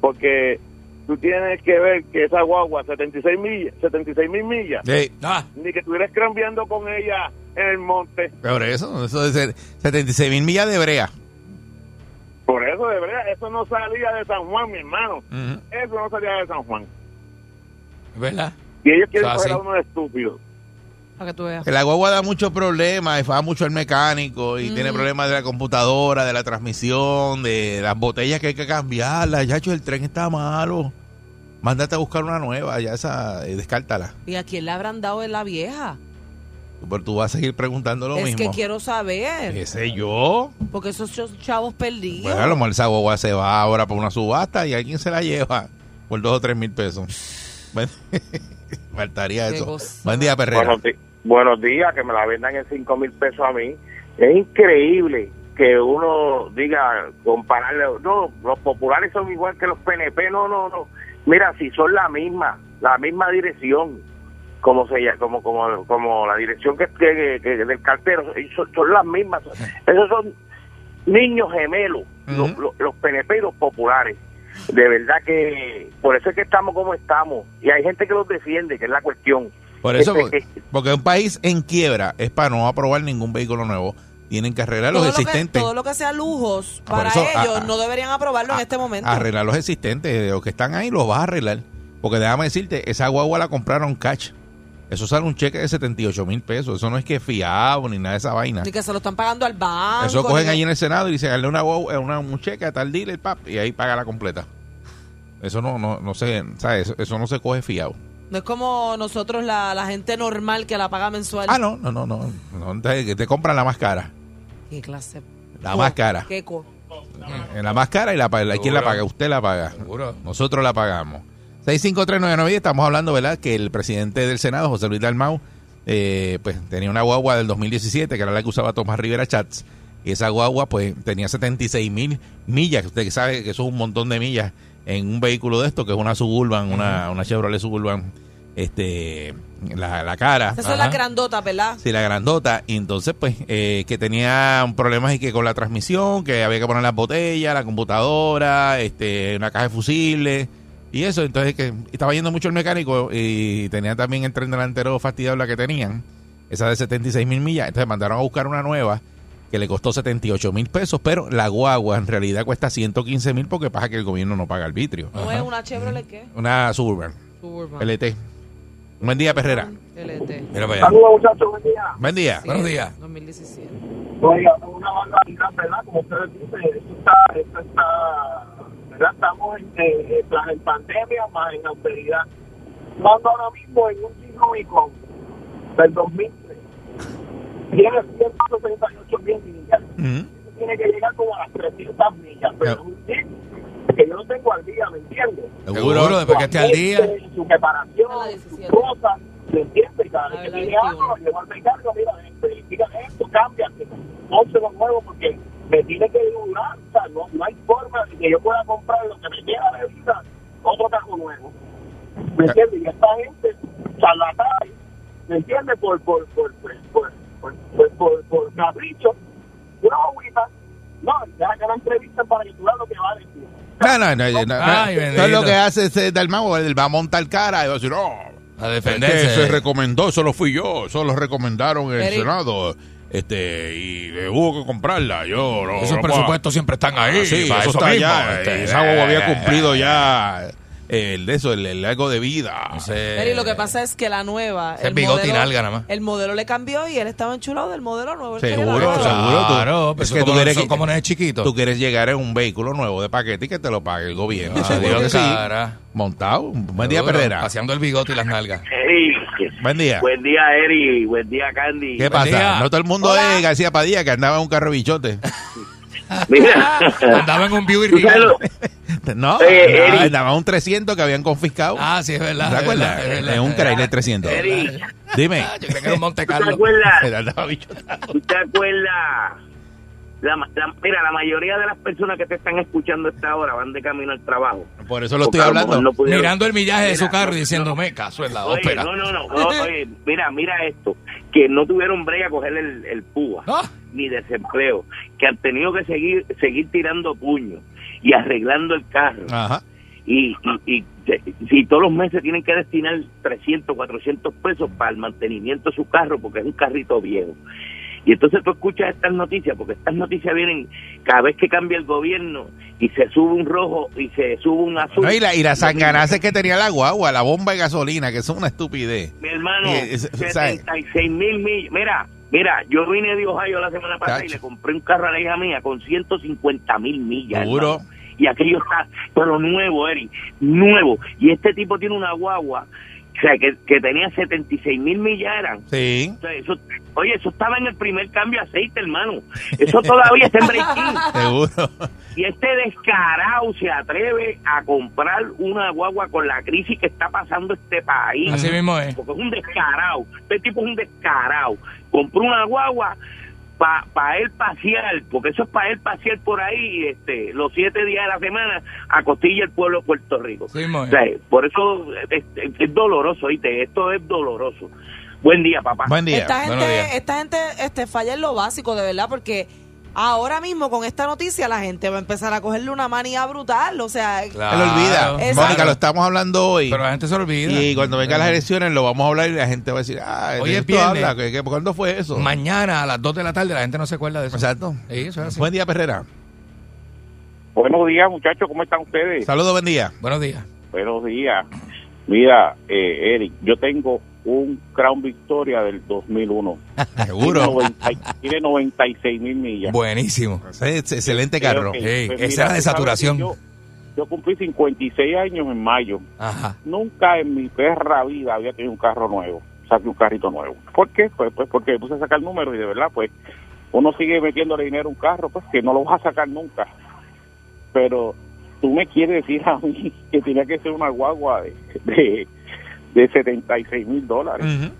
[SPEAKER 7] Porque tú tienes que ver que esa guagua, 76 millas, 76 mil millas,
[SPEAKER 3] Sí,
[SPEAKER 6] Ah,
[SPEAKER 7] ni que estuvieras cambiando con ella en el monte.
[SPEAKER 3] pero eso, eso es el 76 mil millas de brea.
[SPEAKER 7] Por eso, de verdad, eso no salía de San Juan, mi hermano. Eso no salía de San Juan.
[SPEAKER 6] ¿verdad?
[SPEAKER 7] Y ellos quieren
[SPEAKER 6] O sea,
[SPEAKER 7] coger a
[SPEAKER 6] sí.
[SPEAKER 7] uno de estúpido.
[SPEAKER 4] Para que tú veas.
[SPEAKER 3] Que La guagua da muchos problemas, y va mucho el mecánico
[SPEAKER 4] Mm.
[SPEAKER 3] y tiene problemas de la computadora, de la transmisión, de las botellas que hay que cambiarlas. Ya, el tren está malo. Mándate a buscar una nueva, ya esa, eh, descártala.
[SPEAKER 4] ¿Y a quién le habrán dado en la vieja?
[SPEAKER 3] Pero tú vas a seguir preguntando lo
[SPEAKER 4] es
[SPEAKER 3] mismo.
[SPEAKER 4] que quiero saber.
[SPEAKER 3] ¿Qué sé yo?
[SPEAKER 4] Porque esos ch- chavos perdidos.
[SPEAKER 3] Bueno, a lo mejor esa guagua se va ahora por una subasta y alguien se la lleva por dos o tres mil pesos. Bueno, Faltaría
[SPEAKER 4] Qué
[SPEAKER 3] eso.
[SPEAKER 4] cosa.
[SPEAKER 3] Buen día, Perrera.
[SPEAKER 7] Buenos, di- buenos días, que me la vendan en 5 mil pesos a mí. Es increíble que uno diga, compararle, no, los populares son igual que los PNP, no, no, no. Mira, si son la misma, la misma dirección, como se llama, como, como, como la dirección que, que- que- del cartero, son, son las mismas. Esos son niños gemelos, los-
[SPEAKER 3] Ujú.
[SPEAKER 7] los, los PNP y los populares. De verdad que por eso es que estamos como estamos. Y hay gente que los defiende, que es la cuestión.
[SPEAKER 3] Por eso,
[SPEAKER 7] Este,
[SPEAKER 3] porque,
[SPEAKER 7] que-
[SPEAKER 3] porque un país en quiebra es para no aprobar ningún vehículo nuevo. Tienen que arreglar los
[SPEAKER 4] todo, lo que,
[SPEAKER 3] existentes. Ah,
[SPEAKER 4] todo lo que sea lujos
[SPEAKER 3] Por
[SPEAKER 4] para
[SPEAKER 3] eso, ah, a-
[SPEAKER 4] ellos
[SPEAKER 3] a-
[SPEAKER 4] no deberían aprobarlo en
[SPEAKER 3] A-
[SPEAKER 4] este momento.
[SPEAKER 3] Arreglar los existentes. eh, Los que están ahí los vas a arreglar. Porque déjame decirte, esa guagua la compraron cash. Eso sale un cheque de 78 mil pesos. Eso no es que es fiado ni nada de esa vaina.
[SPEAKER 4] Ni que se lo están pagando al banco.
[SPEAKER 3] Eso cogen
[SPEAKER 4] ni-
[SPEAKER 3] allí en el Senado y dicen, dale una, guagua- una, un cheque a tal dealer, pap, y ahí paga la completa. Eso no, no, no se, ¿sabes? Eso, eso no se coge fiado.
[SPEAKER 4] No es como nosotros, la, la gente normal que la paga mensual.
[SPEAKER 3] Ah, no, no, no, no. no te, te compran la más cara.
[SPEAKER 4] ¿Qué clase?
[SPEAKER 3] La
[SPEAKER 4] co-
[SPEAKER 3] más cara.
[SPEAKER 4] ¿Qué co-
[SPEAKER 3] En la más cara y la, pa- la ¿quién la
[SPEAKER 6] Seguro.
[SPEAKER 3] paga? Usted la paga.
[SPEAKER 6] Seguro.
[SPEAKER 3] Nosotros la pagamos. 65399, estamos hablando, ¿verdad? Que el presidente del Senado, José Luis Dalmau, eh, pues tenía una guagua del 2017, que era la que usaba Tomás Rivera Chats. Y esa guagua, pues, tenía 76 mil millas, que usted sabe que eso es un montón de millas en un vehículo de esto, que es una Suburban, una, una Chevrolet Suburban, este, la, la cara.
[SPEAKER 4] Esas son las
[SPEAKER 6] Ajá.
[SPEAKER 4] grandotas, ¿verdad?
[SPEAKER 3] Sí, la grandota. Y entonces, pues, eh, que tenía un problema y que con la transmisión, que había que poner las botellas, la computadora, este, una caja de fusibles y eso. Entonces, que estaba yendo mucho el mecánico y tenía también el tren delantero fastidiado la que tenían, esa de 76 mil millas. Entonces, mandaron a buscar una nueva que le costó 78 mil pesos, pero la guagua en realidad cuesta 115 mil porque pasa que el gobierno no paga arbitrio.
[SPEAKER 4] No es una Chevrolet, ¿qué?
[SPEAKER 3] Una Suburban,
[SPEAKER 4] Suburban.
[SPEAKER 3] LT. Buen día, Perrera.
[SPEAKER 4] LT.
[SPEAKER 6] Mira para allá.
[SPEAKER 9] Saludos, muchachos, buen día.
[SPEAKER 3] Buen día.
[SPEAKER 6] Buenos días.
[SPEAKER 4] 2017.
[SPEAKER 9] Oiga, una barbaridad, ¿verdad? Como ustedes dicen, esto está, esto está, ¿verdad? Estamos en, eh, eh, plan en pandemia más en austeridad. Yo ando ahora mismo en un Jeep Rubicon del 2003. Tiene 168 mil millas.
[SPEAKER 6] Mm.
[SPEAKER 3] Ujú.
[SPEAKER 9] Tiene que llegar como a las 300 millas, pero es un Jeep que yo no tengo al día, ¿me entiendes?
[SPEAKER 6] Seguro, después que esté al día.
[SPEAKER 9] Su preparación,
[SPEAKER 4] A la
[SPEAKER 9] sus
[SPEAKER 4] 17.
[SPEAKER 9] cosas, ¿me entiendes? Cada
[SPEAKER 4] A
[SPEAKER 9] vez que
[SPEAKER 4] la
[SPEAKER 9] tiene algo,
[SPEAKER 4] 21.
[SPEAKER 9] llevo al mecánico, mira, este, mira esto, cámbiate, ponte lo nuevo porque me tiene que durar, o sea, no, no hay forma de que yo pueda comprar lo que me queda de vida, otro cajo nuevo. ¿Me
[SPEAKER 3] Ah.
[SPEAKER 9] entiendes? Y esta gente, charlatán, ¿me entiendes? Por, por, por, por, por, por, por, por, por capricho, una agüita, no, deja que la entrevisten para que tú veas lo que va a decir.
[SPEAKER 3] No, no, no. no, no.
[SPEAKER 6] Ay,
[SPEAKER 3] Eso es lo
[SPEAKER 6] bendito.
[SPEAKER 3] que hace ese Dalmau. Él va a montar cara y va a decir, no.
[SPEAKER 6] A
[SPEAKER 3] Es que se
[SPEAKER 6] defenderse.
[SPEAKER 3] recomendó, eso lo fui yo, eso lo recomendaron en el
[SPEAKER 4] Eric.
[SPEAKER 3] Senado. Este, y eh, hubo que comprarla. Yo no,
[SPEAKER 6] Esos
[SPEAKER 3] no
[SPEAKER 6] presupuestos siempre están
[SPEAKER 3] puedo-
[SPEAKER 6] ahí.
[SPEAKER 3] Ah, sí,
[SPEAKER 6] para
[SPEAKER 3] eso
[SPEAKER 6] eso
[SPEAKER 3] está
[SPEAKER 6] mismo,
[SPEAKER 3] ya.
[SPEAKER 6] este.
[SPEAKER 3] eh, esa guagua había cumplido ya eh, el de eso, el, el algo de vida.
[SPEAKER 6] No sé.
[SPEAKER 4] Eri, lo que pasa es que la nueva.
[SPEAKER 6] Ese bigote y nalga nada más.
[SPEAKER 4] El modelo le cambió y él estaba enchulado del modelo nuevo. él quería la
[SPEAKER 3] Seguro,
[SPEAKER 4] nueva.
[SPEAKER 3] seguro.
[SPEAKER 6] Claro, pero eso como no- eso como no es chiquito.
[SPEAKER 3] Tú quieres llegar en un vehículo nuevo de paquete y que te lo pague el gobierno. Seguro que
[SPEAKER 6] Adiós,
[SPEAKER 3] sí.
[SPEAKER 6] cara.
[SPEAKER 3] Montado. Buen día,
[SPEAKER 6] Seguro,
[SPEAKER 3] Perrera.
[SPEAKER 6] Paseando el bigote y las nalgas.
[SPEAKER 7] Eric,
[SPEAKER 3] Buen día.
[SPEAKER 7] buen día, Eric, buen día, Candy.
[SPEAKER 3] ¿Qué
[SPEAKER 6] Buen
[SPEAKER 3] pasa?
[SPEAKER 6] día.
[SPEAKER 3] No todo el mundo es García Padilla que andaba en un carro bichote.
[SPEAKER 7] Mira,
[SPEAKER 6] Andaba en un view y
[SPEAKER 7] tú sabes lo-
[SPEAKER 3] No,
[SPEAKER 7] Oye,
[SPEAKER 3] andaba,
[SPEAKER 7] Eric.
[SPEAKER 3] andaba un 300 que habían confiscado.
[SPEAKER 6] Ah, sí, es verdad.
[SPEAKER 3] ¿Te
[SPEAKER 6] es
[SPEAKER 3] acuerdas?
[SPEAKER 6] verdad, es verdad,
[SPEAKER 3] Es un
[SPEAKER 6] es verdad.
[SPEAKER 3] trailer 300.
[SPEAKER 7] Eric,
[SPEAKER 3] Dime.
[SPEAKER 6] Ah, Yo creo que era un Monte
[SPEAKER 7] ¿tú te
[SPEAKER 6] Carlo.
[SPEAKER 7] acuerdas?
[SPEAKER 3] Era- andaba bichotado.
[SPEAKER 7] ¿Tú te acuerdas? La, ma- la- mira, la mayoría de las personas que te están escuchando a esta hora van de camino al trabajo.
[SPEAKER 3] Por eso lo
[SPEAKER 7] Porque
[SPEAKER 3] estoy
[SPEAKER 7] a mejor
[SPEAKER 3] hablando.
[SPEAKER 7] no pudieron-
[SPEAKER 6] Mirando el millaje de su
[SPEAKER 7] Mira,
[SPEAKER 6] carro y
[SPEAKER 7] no,
[SPEAKER 6] diciéndome, caso en la
[SPEAKER 7] Oye,
[SPEAKER 6] ópera.
[SPEAKER 7] no, no, no. no, Oye, mira, mira esto. Que no tuvieron brega a coger el, el púa,
[SPEAKER 6] Ah.
[SPEAKER 7] ni desempleo. Que han tenido que seguir seguir tirando puños y arreglando el carro.
[SPEAKER 3] Ajá.
[SPEAKER 7] Y, y, y se- si todos los meses tienen que destinar 300, 400 pesos para el mantenimiento de su carro, porque es un carrito viejo. Y entonces tú escuchas estas noticias, porque estas noticias vienen cada vez que cambia el gobierno y se sube un rojo y se sube un azul.
[SPEAKER 3] No, y la, y las sanganaces que tenía la guagua, la bomba de gasolina, que son una estupidez.
[SPEAKER 7] Mi hermano,
[SPEAKER 3] Y es- es-
[SPEAKER 7] 76 mil millas. Mira, mira, yo vine de Ohio la semana pasada y
[SPEAKER 3] Chacho.
[SPEAKER 7] le compré un carro a la hija mía con 150 mil millas.
[SPEAKER 3] Seguro.
[SPEAKER 7] hermano. Y aquello está, pero nuevo, Eri, nuevo. Y este tipo tiene una guagua, o sea, que, que tenía 76 mil millas eran.
[SPEAKER 3] Sí.
[SPEAKER 7] O sea, eso- oye, eso estaba en el primer cambio de aceite, hermano. Eso todavía está en breaking.
[SPEAKER 3] Seguro.
[SPEAKER 7] Y este descarado se atreve a comprar una guagua con la crisis que está pasando este país.
[SPEAKER 6] Así mismo es.
[SPEAKER 7] Porque es un descarado. Este tipo es un descarado. Compró una guagua para pa él pasear, porque eso es para él pasear por ahí este, los siete días de la semana a costilla el pueblo de Puerto Rico.
[SPEAKER 6] Sí, mismo
[SPEAKER 7] O
[SPEAKER 6] es.
[SPEAKER 7] sea, por eso es, es- es doloroso, ¿oíste? Esto es doloroso. Buen día, papá.
[SPEAKER 3] Buen
[SPEAKER 4] Esta
[SPEAKER 3] día.
[SPEAKER 6] Buenos días.
[SPEAKER 4] gente, esta gente este, falla en lo básico, de verdad, porque ahora mismo con esta noticia la gente va a empezar a cogerle una manía brutal. O sea,
[SPEAKER 3] Se lo olvida.
[SPEAKER 4] Exacto.
[SPEAKER 3] Mónica, lo estamos hablando hoy.
[SPEAKER 6] Pero la gente se olvida. Eh.
[SPEAKER 3] Y cuando vengan las elecciones lo vamos a hablar y la gente va a decir, ah,
[SPEAKER 6] Hoy es
[SPEAKER 3] esto
[SPEAKER 6] viernes.
[SPEAKER 3] habla, ¿qué- qué- ¿Cuándo fue eso?
[SPEAKER 6] Mañana a las 2 de la tarde la gente no se acuerda de eso.
[SPEAKER 3] Exacto.
[SPEAKER 6] Sí, eso es así.
[SPEAKER 3] Buen día, Perrera.
[SPEAKER 8] Buenos días, muchachos, ¿cómo están ustedes?
[SPEAKER 3] Saludos, buen día.
[SPEAKER 6] Buenos días.
[SPEAKER 8] Buenos días. Mira, eh, Eric, yo tengo un Crown Victoria del 2001.
[SPEAKER 3] Seguro.
[SPEAKER 8] Tiene, 90 tiene 96 mil millas.
[SPEAKER 6] Buenísimo.
[SPEAKER 3] Ese es excelente carro.
[SPEAKER 8] Ok,
[SPEAKER 6] Ey,
[SPEAKER 7] pues
[SPEAKER 6] esa era de
[SPEAKER 8] tú sabes
[SPEAKER 6] saturación.
[SPEAKER 8] que Yo, yo cumplí 56 años en mayo.
[SPEAKER 6] Ajá.
[SPEAKER 8] Nunca en mi perra vida había tenido un carro nuevo. Saqué un carrito nuevo. ¿Por qué? Pues, pues porque me puse a sacar números y de verdad, pues, uno sigue metiéndole dinero a un carro, pues que no lo vas a sacar nunca. Pero tú me quieres decir a mí que tenía que ser una guagua de, de, de 76 mil dólares,
[SPEAKER 3] Ujú.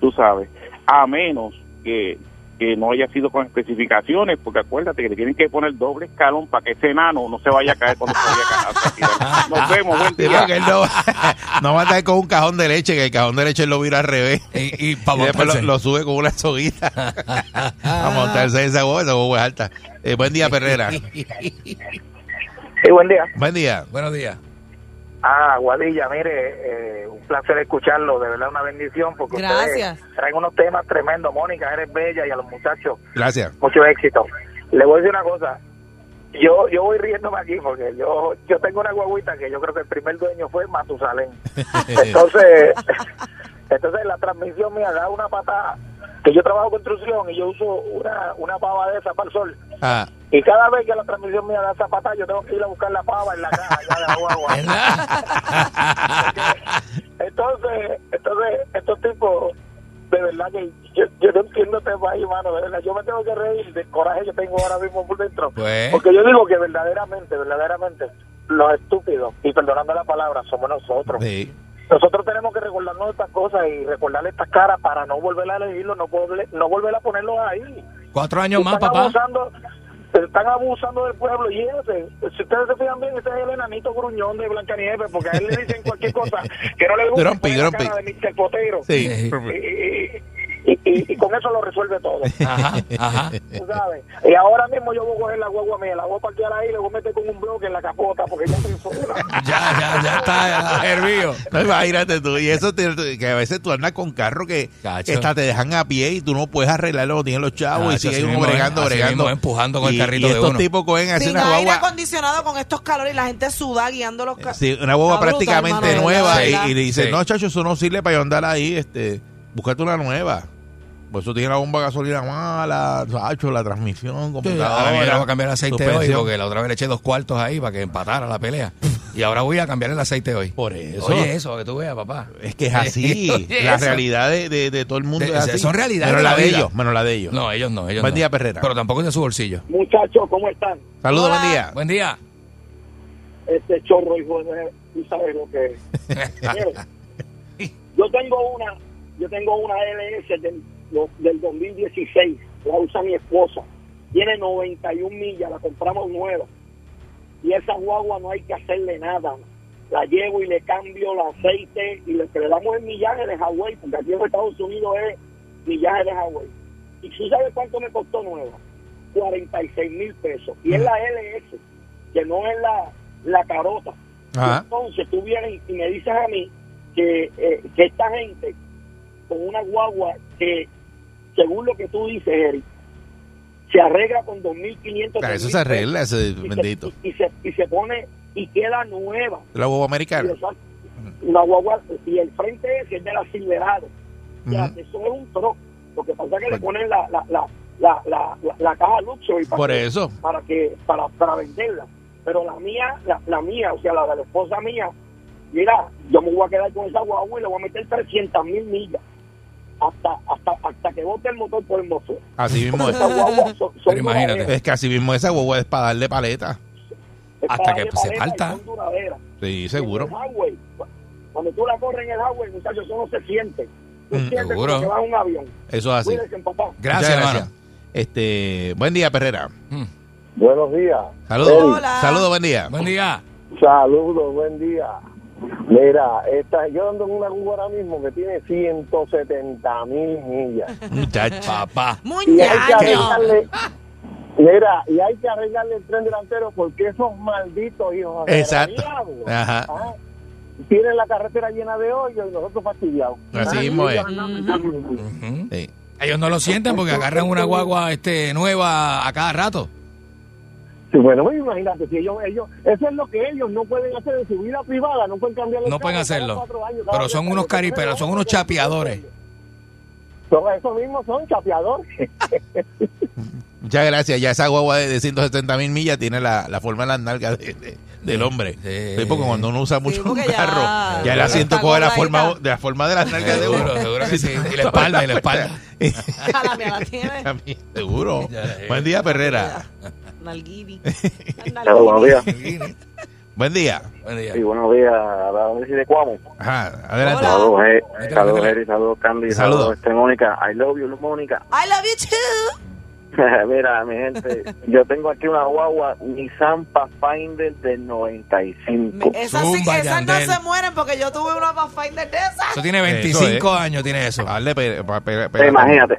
[SPEAKER 8] tú sabes. A menos que, que no haya sido con especificaciones, porque acuérdate que le tienen que poner doble escalón para que ese enano no se vaya a caer cuando se vaya a caer. Nos vemos, buen
[SPEAKER 3] Sí,
[SPEAKER 8] día.
[SPEAKER 3] porque él no, va- no va a estar con un cajón de leche, que el cajón de leche él lo vira al revés.
[SPEAKER 6] Y, y
[SPEAKER 3] Y
[SPEAKER 6] para
[SPEAKER 3] después lo, lo sube con una soguita. a montarse esa huevo, esa huevo es alta. Eh, buen día, Perrera.
[SPEAKER 7] Sí, buen día.
[SPEAKER 3] buen día.
[SPEAKER 6] Buenos días.
[SPEAKER 9] Ah, Guadilla, mire, eh, un placer escucharlo, de verdad una bendición, porque
[SPEAKER 4] Gracias.
[SPEAKER 9] ustedes traen unos temas tremendos. Mónica, eres bella y a los muchachos,
[SPEAKER 3] Gracias.
[SPEAKER 9] mucho éxito. Le voy a decir una cosa, yo yo voy riéndome aquí, porque yo yo tengo una guaguita que yo creo que el primer dueño fue Matusalén. Entonces, entonces la transmisión mía da una patada, que yo trabajo construcción y yo uso una, una pava de esa para el sol.
[SPEAKER 3] Ah,
[SPEAKER 9] Y cada vez que la transmisión mía da esa patada, yo tengo que ir a buscar la pava en la caja ya de la guagua. Entonces, entonces, estos tipos, de verdad que yo, yo no entiendo este país, mano, de verdad. Yo me tengo que reír del coraje que tengo ahora mismo por dentro.
[SPEAKER 6] Pues.
[SPEAKER 9] Porque yo digo que verdaderamente, verdaderamente, los estúpidos, y perdonando la palabra, somos nosotros.
[SPEAKER 3] sí.
[SPEAKER 9] Nosotros tenemos que recordarnos estas cosas y recordarle estas caras para no volver a elegirlo, no volver, no volver a ponerlos ahí.
[SPEAKER 6] Cuatro años más,
[SPEAKER 9] Están
[SPEAKER 6] papá.
[SPEAKER 9] abusando- están abusando del pueblo y ese, si ustedes se fijan bien, ese es el enanito gruñón de Blancanieves, porque a él le dicen cualquier cosa que no le gusta.
[SPEAKER 3] Grumpy,
[SPEAKER 9] pone la
[SPEAKER 3] grumpy.
[SPEAKER 9] cara de Mr. Potero.
[SPEAKER 3] Sí.
[SPEAKER 9] Y, y- y- y- y con eso lo resuelve todo.
[SPEAKER 6] Ajá, ajá.
[SPEAKER 3] Eh,
[SPEAKER 9] tú sabes. Y ahora mismo yo voy a coger la guagua mía, la voy a parquear ahí, le voy a meter con un bloque en la capota, porque ya estoy sola.
[SPEAKER 6] Ya, ya, ya
[SPEAKER 3] Ah.
[SPEAKER 6] está hervido.
[SPEAKER 3] No, imagínate tú, y eso te- que a veces tú andas con carro que
[SPEAKER 6] Cacho.
[SPEAKER 3] hasta te dejan a pie y tú no puedes arreglarlo, no tienen los chavos
[SPEAKER 6] Cacho,
[SPEAKER 3] y sigue
[SPEAKER 6] así
[SPEAKER 3] uno
[SPEAKER 6] mismo es,
[SPEAKER 3] bregando,
[SPEAKER 6] así
[SPEAKER 3] bregando.
[SPEAKER 6] mismo es, empujando con el
[SPEAKER 3] Y-
[SPEAKER 6] carrito
[SPEAKER 3] y
[SPEAKER 6] de
[SPEAKER 3] estos
[SPEAKER 6] uno.
[SPEAKER 3] tipos cogen así
[SPEAKER 4] Sin
[SPEAKER 3] una
[SPEAKER 4] aire
[SPEAKER 3] guagua,
[SPEAKER 4] acondicionado con estos calores y la gente suda guiando los carros.
[SPEAKER 3] sí, una guagua
[SPEAKER 4] Está brutal,
[SPEAKER 3] prácticamente
[SPEAKER 4] mano, de
[SPEAKER 3] nueva
[SPEAKER 4] verdad,
[SPEAKER 3] y,
[SPEAKER 4] de verdad.
[SPEAKER 3] y le dicen,
[SPEAKER 6] Sí.
[SPEAKER 3] no chacho, eso no sirve para yo andar ahí, este, búscate una nueva. Por eso tiene la bomba de gasolina mala, chacho, la transmisión, computadora.
[SPEAKER 6] Ahora mira, voy a cambiar el aceite hoy
[SPEAKER 3] suspensión.
[SPEAKER 6] porque la otra vez le eché dos cuartos ahí para que empatara la pelea. Y ahora voy a cambiar el aceite hoy.
[SPEAKER 3] Por eso.
[SPEAKER 6] Oye, eso, para que tú veas, papá.
[SPEAKER 3] Es que es así.
[SPEAKER 6] Oye,
[SPEAKER 3] la
[SPEAKER 6] eso.
[SPEAKER 3] realidad de, de- de todo el mundo
[SPEAKER 6] De-
[SPEAKER 3] es así.
[SPEAKER 6] son realidades
[SPEAKER 3] Menos
[SPEAKER 6] de
[SPEAKER 3] la
[SPEAKER 6] la
[SPEAKER 3] de
[SPEAKER 6] vida.
[SPEAKER 3] ellos. Menos la de ellos.
[SPEAKER 6] No, ellos no, ellos
[SPEAKER 3] Buen
[SPEAKER 6] no.
[SPEAKER 3] día, Perrera.
[SPEAKER 6] Pero tampoco es de su bolsillo.
[SPEAKER 9] Muchachos, ¿cómo están?
[SPEAKER 3] Saludos,
[SPEAKER 4] Hola.
[SPEAKER 3] buen día.
[SPEAKER 6] Buen día.
[SPEAKER 9] Este chorro, hijo de... Tú sabes lo que es. Mire, yo tengo una, yo tengo una LS del, lo- del 2016, la usa mi esposa. Tiene 91 millas, la compramos nueva. Y esa guagua no hay que hacerle nada. La llevo y le cambio el aceite y le, que le damos el millaje de Hawái, porque aquí en los Estados Unidos es millaje de Hawái. ¿Y tú sabes cuánto me costó nueva? 46 mil pesos. Y es la LS, que no es la, la carota.
[SPEAKER 3] Ajá.
[SPEAKER 9] Entonces tú vienes y me dices a mí que, eh, que esta gente con una guagua que, según lo que tú dices, Eric, se arregla con 2.500
[SPEAKER 3] Claro, eso
[SPEAKER 9] 3.000
[SPEAKER 3] se arregla,
[SPEAKER 9] pesos
[SPEAKER 3] ese
[SPEAKER 9] y se-
[SPEAKER 3] bendito.
[SPEAKER 9] Y, y se, y se pone y queda nueva.
[SPEAKER 3] La boba
[SPEAKER 9] Y
[SPEAKER 3] americana.
[SPEAKER 9] esa- la guagua, y el frente ese es de la Silverado. O sea,
[SPEAKER 3] Ujú.
[SPEAKER 9] eso es un tro. Lo que pasa es que le ponen la, la, la, la, la, la- la caja luxury para
[SPEAKER 3] Por
[SPEAKER 9] que-
[SPEAKER 3] eso.
[SPEAKER 9] para que para, para venderla. Pero la mía, la, la mía, o sea, la de la esposa mía, mira, yo me voy a quedar con esa guagua y le voy a meter 300 mil millas hasta, hasta, hasta que bote el motor por el motor.
[SPEAKER 3] Así mismo es.
[SPEAKER 9] Esa guagua son, son
[SPEAKER 6] Pero imagínate.
[SPEAKER 9] duraderas.
[SPEAKER 3] Es que así mismo esa guagua es para darle paleta.
[SPEAKER 9] Es
[SPEAKER 6] Hasta
[SPEAKER 9] para
[SPEAKER 6] que
[SPEAKER 9] darle
[SPEAKER 6] se
[SPEAKER 9] pareja y
[SPEAKER 6] falta.
[SPEAKER 9] son duraderas.
[SPEAKER 3] Sí,
[SPEAKER 9] En
[SPEAKER 3] seguro.
[SPEAKER 9] el highway, cu- Cuando tú la corres en el highway, muchachos, eso no se siente. Tú
[SPEAKER 3] Mm,
[SPEAKER 9] sientes como
[SPEAKER 6] seguro.
[SPEAKER 9] que vas en un avión.
[SPEAKER 3] Eso es así.
[SPEAKER 9] Cuídense, papá.
[SPEAKER 6] Gracias,
[SPEAKER 3] Muchas
[SPEAKER 6] hermano.
[SPEAKER 3] Este, buen día, Perrera.
[SPEAKER 6] Mm.
[SPEAKER 8] Buenos días.
[SPEAKER 3] Saludos.
[SPEAKER 4] Hola.
[SPEAKER 3] Saludos, buen día.
[SPEAKER 6] Buen día.
[SPEAKER 8] Saludos, buen día. Mira, esta, yo ando en una Cuba ahora mismo que tiene 170 mil millas.
[SPEAKER 3] Muchacho.
[SPEAKER 6] Papá.
[SPEAKER 8] Y hay que
[SPEAKER 4] Muñaño.
[SPEAKER 8] arreglarle, mira, y hay que arreglarle el tren delantero porque esos malditos hijos de la
[SPEAKER 3] Exacto.
[SPEAKER 8] diablo,
[SPEAKER 3] Ajá.
[SPEAKER 8] ah, tienen la carretera llena de hoyos y nosotros fastidiados.
[SPEAKER 3] Así mismo es.
[SPEAKER 6] Ujú.
[SPEAKER 3] Sí.
[SPEAKER 6] Ellos no lo sienten porque agarran una guagua este, nueva a cada rato.
[SPEAKER 8] Sí, Bueno, pues, imagínate, si ellos, ellos, eso es lo que ellos no pueden hacer en su vida privada, no pueden cambiar el
[SPEAKER 6] No
[SPEAKER 8] carro
[SPEAKER 6] pueden
[SPEAKER 8] cada
[SPEAKER 6] hacerlo.
[SPEAKER 8] cuatro años, cada
[SPEAKER 6] Pero
[SPEAKER 8] diez
[SPEAKER 6] son
[SPEAKER 8] años,
[SPEAKER 6] unos
[SPEAKER 8] cada
[SPEAKER 6] cari,
[SPEAKER 8] tres
[SPEAKER 6] pero
[SPEAKER 8] años,
[SPEAKER 6] son unos
[SPEAKER 8] cada diez
[SPEAKER 6] chapeadores.
[SPEAKER 8] años. Son esos mismos, son chapeadores.
[SPEAKER 3] Muchas gracias. Ya esa guagua de, de 170 mil millas tiene la, la forma de las nalgas de- de- del hombre.
[SPEAKER 6] Sí.
[SPEAKER 3] Sí, porque cuando uno usa mucho un
[SPEAKER 4] porque ya-
[SPEAKER 3] carro, ya, el
[SPEAKER 6] Seguro.
[SPEAKER 3] asiento
[SPEAKER 4] Está
[SPEAKER 3] coge la
[SPEAKER 4] gordadita.
[SPEAKER 3] forma de la forma de las nalgas de uno.
[SPEAKER 6] Seguro, seguro que sí. Y la espalda, y la espalda.
[SPEAKER 4] la mía la tiene.
[SPEAKER 3] Seguro.
[SPEAKER 6] Ya, ya.
[SPEAKER 3] Buen día, Perrera.
[SPEAKER 4] Nalguini.
[SPEAKER 9] Buenos días.
[SPEAKER 3] Buen día.
[SPEAKER 6] Buen día.
[SPEAKER 9] Sí, buenos días. La Universidad de Cuamo.
[SPEAKER 3] Ajá, adelante.
[SPEAKER 4] Hola.
[SPEAKER 9] Saludos, eh,
[SPEAKER 6] Métele,
[SPEAKER 9] saludos,
[SPEAKER 6] métele.
[SPEAKER 9] Eri, saludos, Candy,
[SPEAKER 3] Saludos.
[SPEAKER 9] saludos, este, Mónica. I love you, Mónica.
[SPEAKER 4] I love you too.
[SPEAKER 9] Mira, mi gente, yo tengo aquí una guagua Nissan Pathfinder del 95.
[SPEAKER 4] Me- Esas, sí-
[SPEAKER 6] Zumba,
[SPEAKER 4] esas no
[SPEAKER 6] Yandel.
[SPEAKER 4] se mueren porque yo tuve una Pathfinder de esas.
[SPEAKER 6] Eso tiene 25 años, tiene eso.
[SPEAKER 3] Dale, pe- pa- pe-
[SPEAKER 9] Pero
[SPEAKER 3] pe-
[SPEAKER 9] imagínate,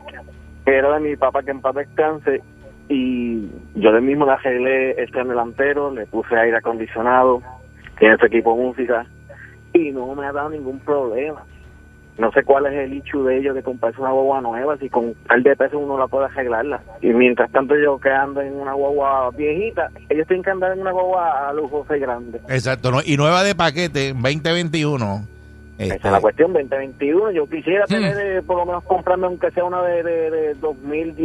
[SPEAKER 9] era de mi papá que en paz descanse y yo de este mismo le arreglé el tren delantero, le puse aire acondicionado, tiene su equipo de música,
[SPEAKER 8] y no me ha dado ningún problema. No sé cuál es el issue de ellos de comprarse una guagua nueva, si con un par de pesos uno la puede arreglarla. Y mientras tanto yo que ando en una guagua viejita, ellos tienen que andar en una guagua lujosa y grande.
[SPEAKER 3] Exacto, no- y nueva de paquete en Este, 2021.
[SPEAKER 8] Esa es la cuestión, 2021. Yo
[SPEAKER 3] Hmm.
[SPEAKER 8] quisiera tener, eh, por lo menos, comprarme aunque sea una de, de- de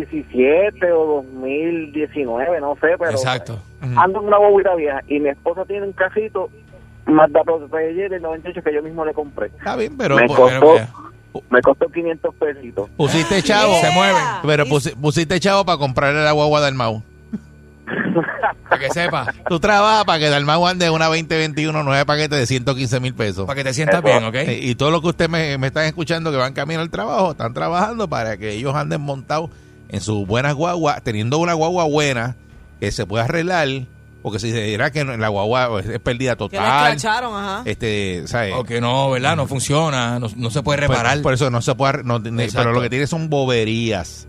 [SPEAKER 8] 2017 o 2019, no sé, pero.
[SPEAKER 7] Exacto.
[SPEAKER 8] Ando en una bobita vieja y mi esposa tiene un cajito Mazda Protege del 98 que yo mismo le compré.
[SPEAKER 3] Está bien, pero- pues,
[SPEAKER 8] Me
[SPEAKER 3] pero-
[SPEAKER 8] costó, me costó 500 pesitos.
[SPEAKER 3] Pusiste chavo.
[SPEAKER 8] Se
[SPEAKER 3] mueve. Pero pusi- pusiste chavo para comprarle la guagua del Mau.
[SPEAKER 7] Para que sepa.
[SPEAKER 3] Tú trabajas para que Dalmau ande una 2021 nueve paquetes de 115 mil pesos. Para
[SPEAKER 7] que te sientas bien, ¿ok?
[SPEAKER 3] Y, y todo lo que ustedes me, me están escuchando que van camino al trabajo, están trabajando para que ellos anden montados en sus buenas guaguas, teniendo una guagua buena que se pueda arreglar, porque si se dirá que no- la guagua es pérdida
[SPEAKER 4] Que la
[SPEAKER 3] total.
[SPEAKER 4] escracharon, ¿ah? ajá.
[SPEAKER 6] Eh,
[SPEAKER 3] Este, ¿sabes?
[SPEAKER 7] O que no, ¿verdad? No funciona, no, no se puede reparar.
[SPEAKER 3] Pues, Por, por eso no se puede. arre- no- ne-
[SPEAKER 7] Exacto.
[SPEAKER 3] pero lo que tiene son boberías.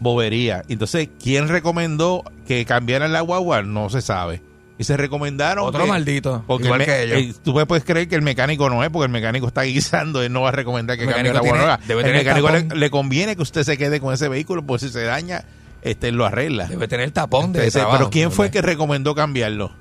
[SPEAKER 3] Boberías. Entonces, ¿quién recomendó que cambiaran la guagua? No se sabe. Y se recomendaron.
[SPEAKER 7] Otro
[SPEAKER 3] que-
[SPEAKER 7] maldito,
[SPEAKER 3] Porque
[SPEAKER 7] igual
[SPEAKER 3] el me-
[SPEAKER 7] que ellos.
[SPEAKER 3] el- tú me puedes creer que el mecánico no es, porque el mecánico está guisando. Él no va a recomendar que
[SPEAKER 7] El
[SPEAKER 3] cambie la
[SPEAKER 7] mecánico tiene-
[SPEAKER 3] guagua. nueva.
[SPEAKER 7] debe
[SPEAKER 3] el
[SPEAKER 7] tener
[SPEAKER 3] mecánico le,
[SPEAKER 7] tapón.
[SPEAKER 3] le conviene que usted se quede con ese vehículo, porque si se daña, este él lo arregla.
[SPEAKER 7] Debe tener el tapón de
[SPEAKER 3] Entonces,
[SPEAKER 7] trabajo.
[SPEAKER 3] pero ¿quién fue que recomendó cambiarlo?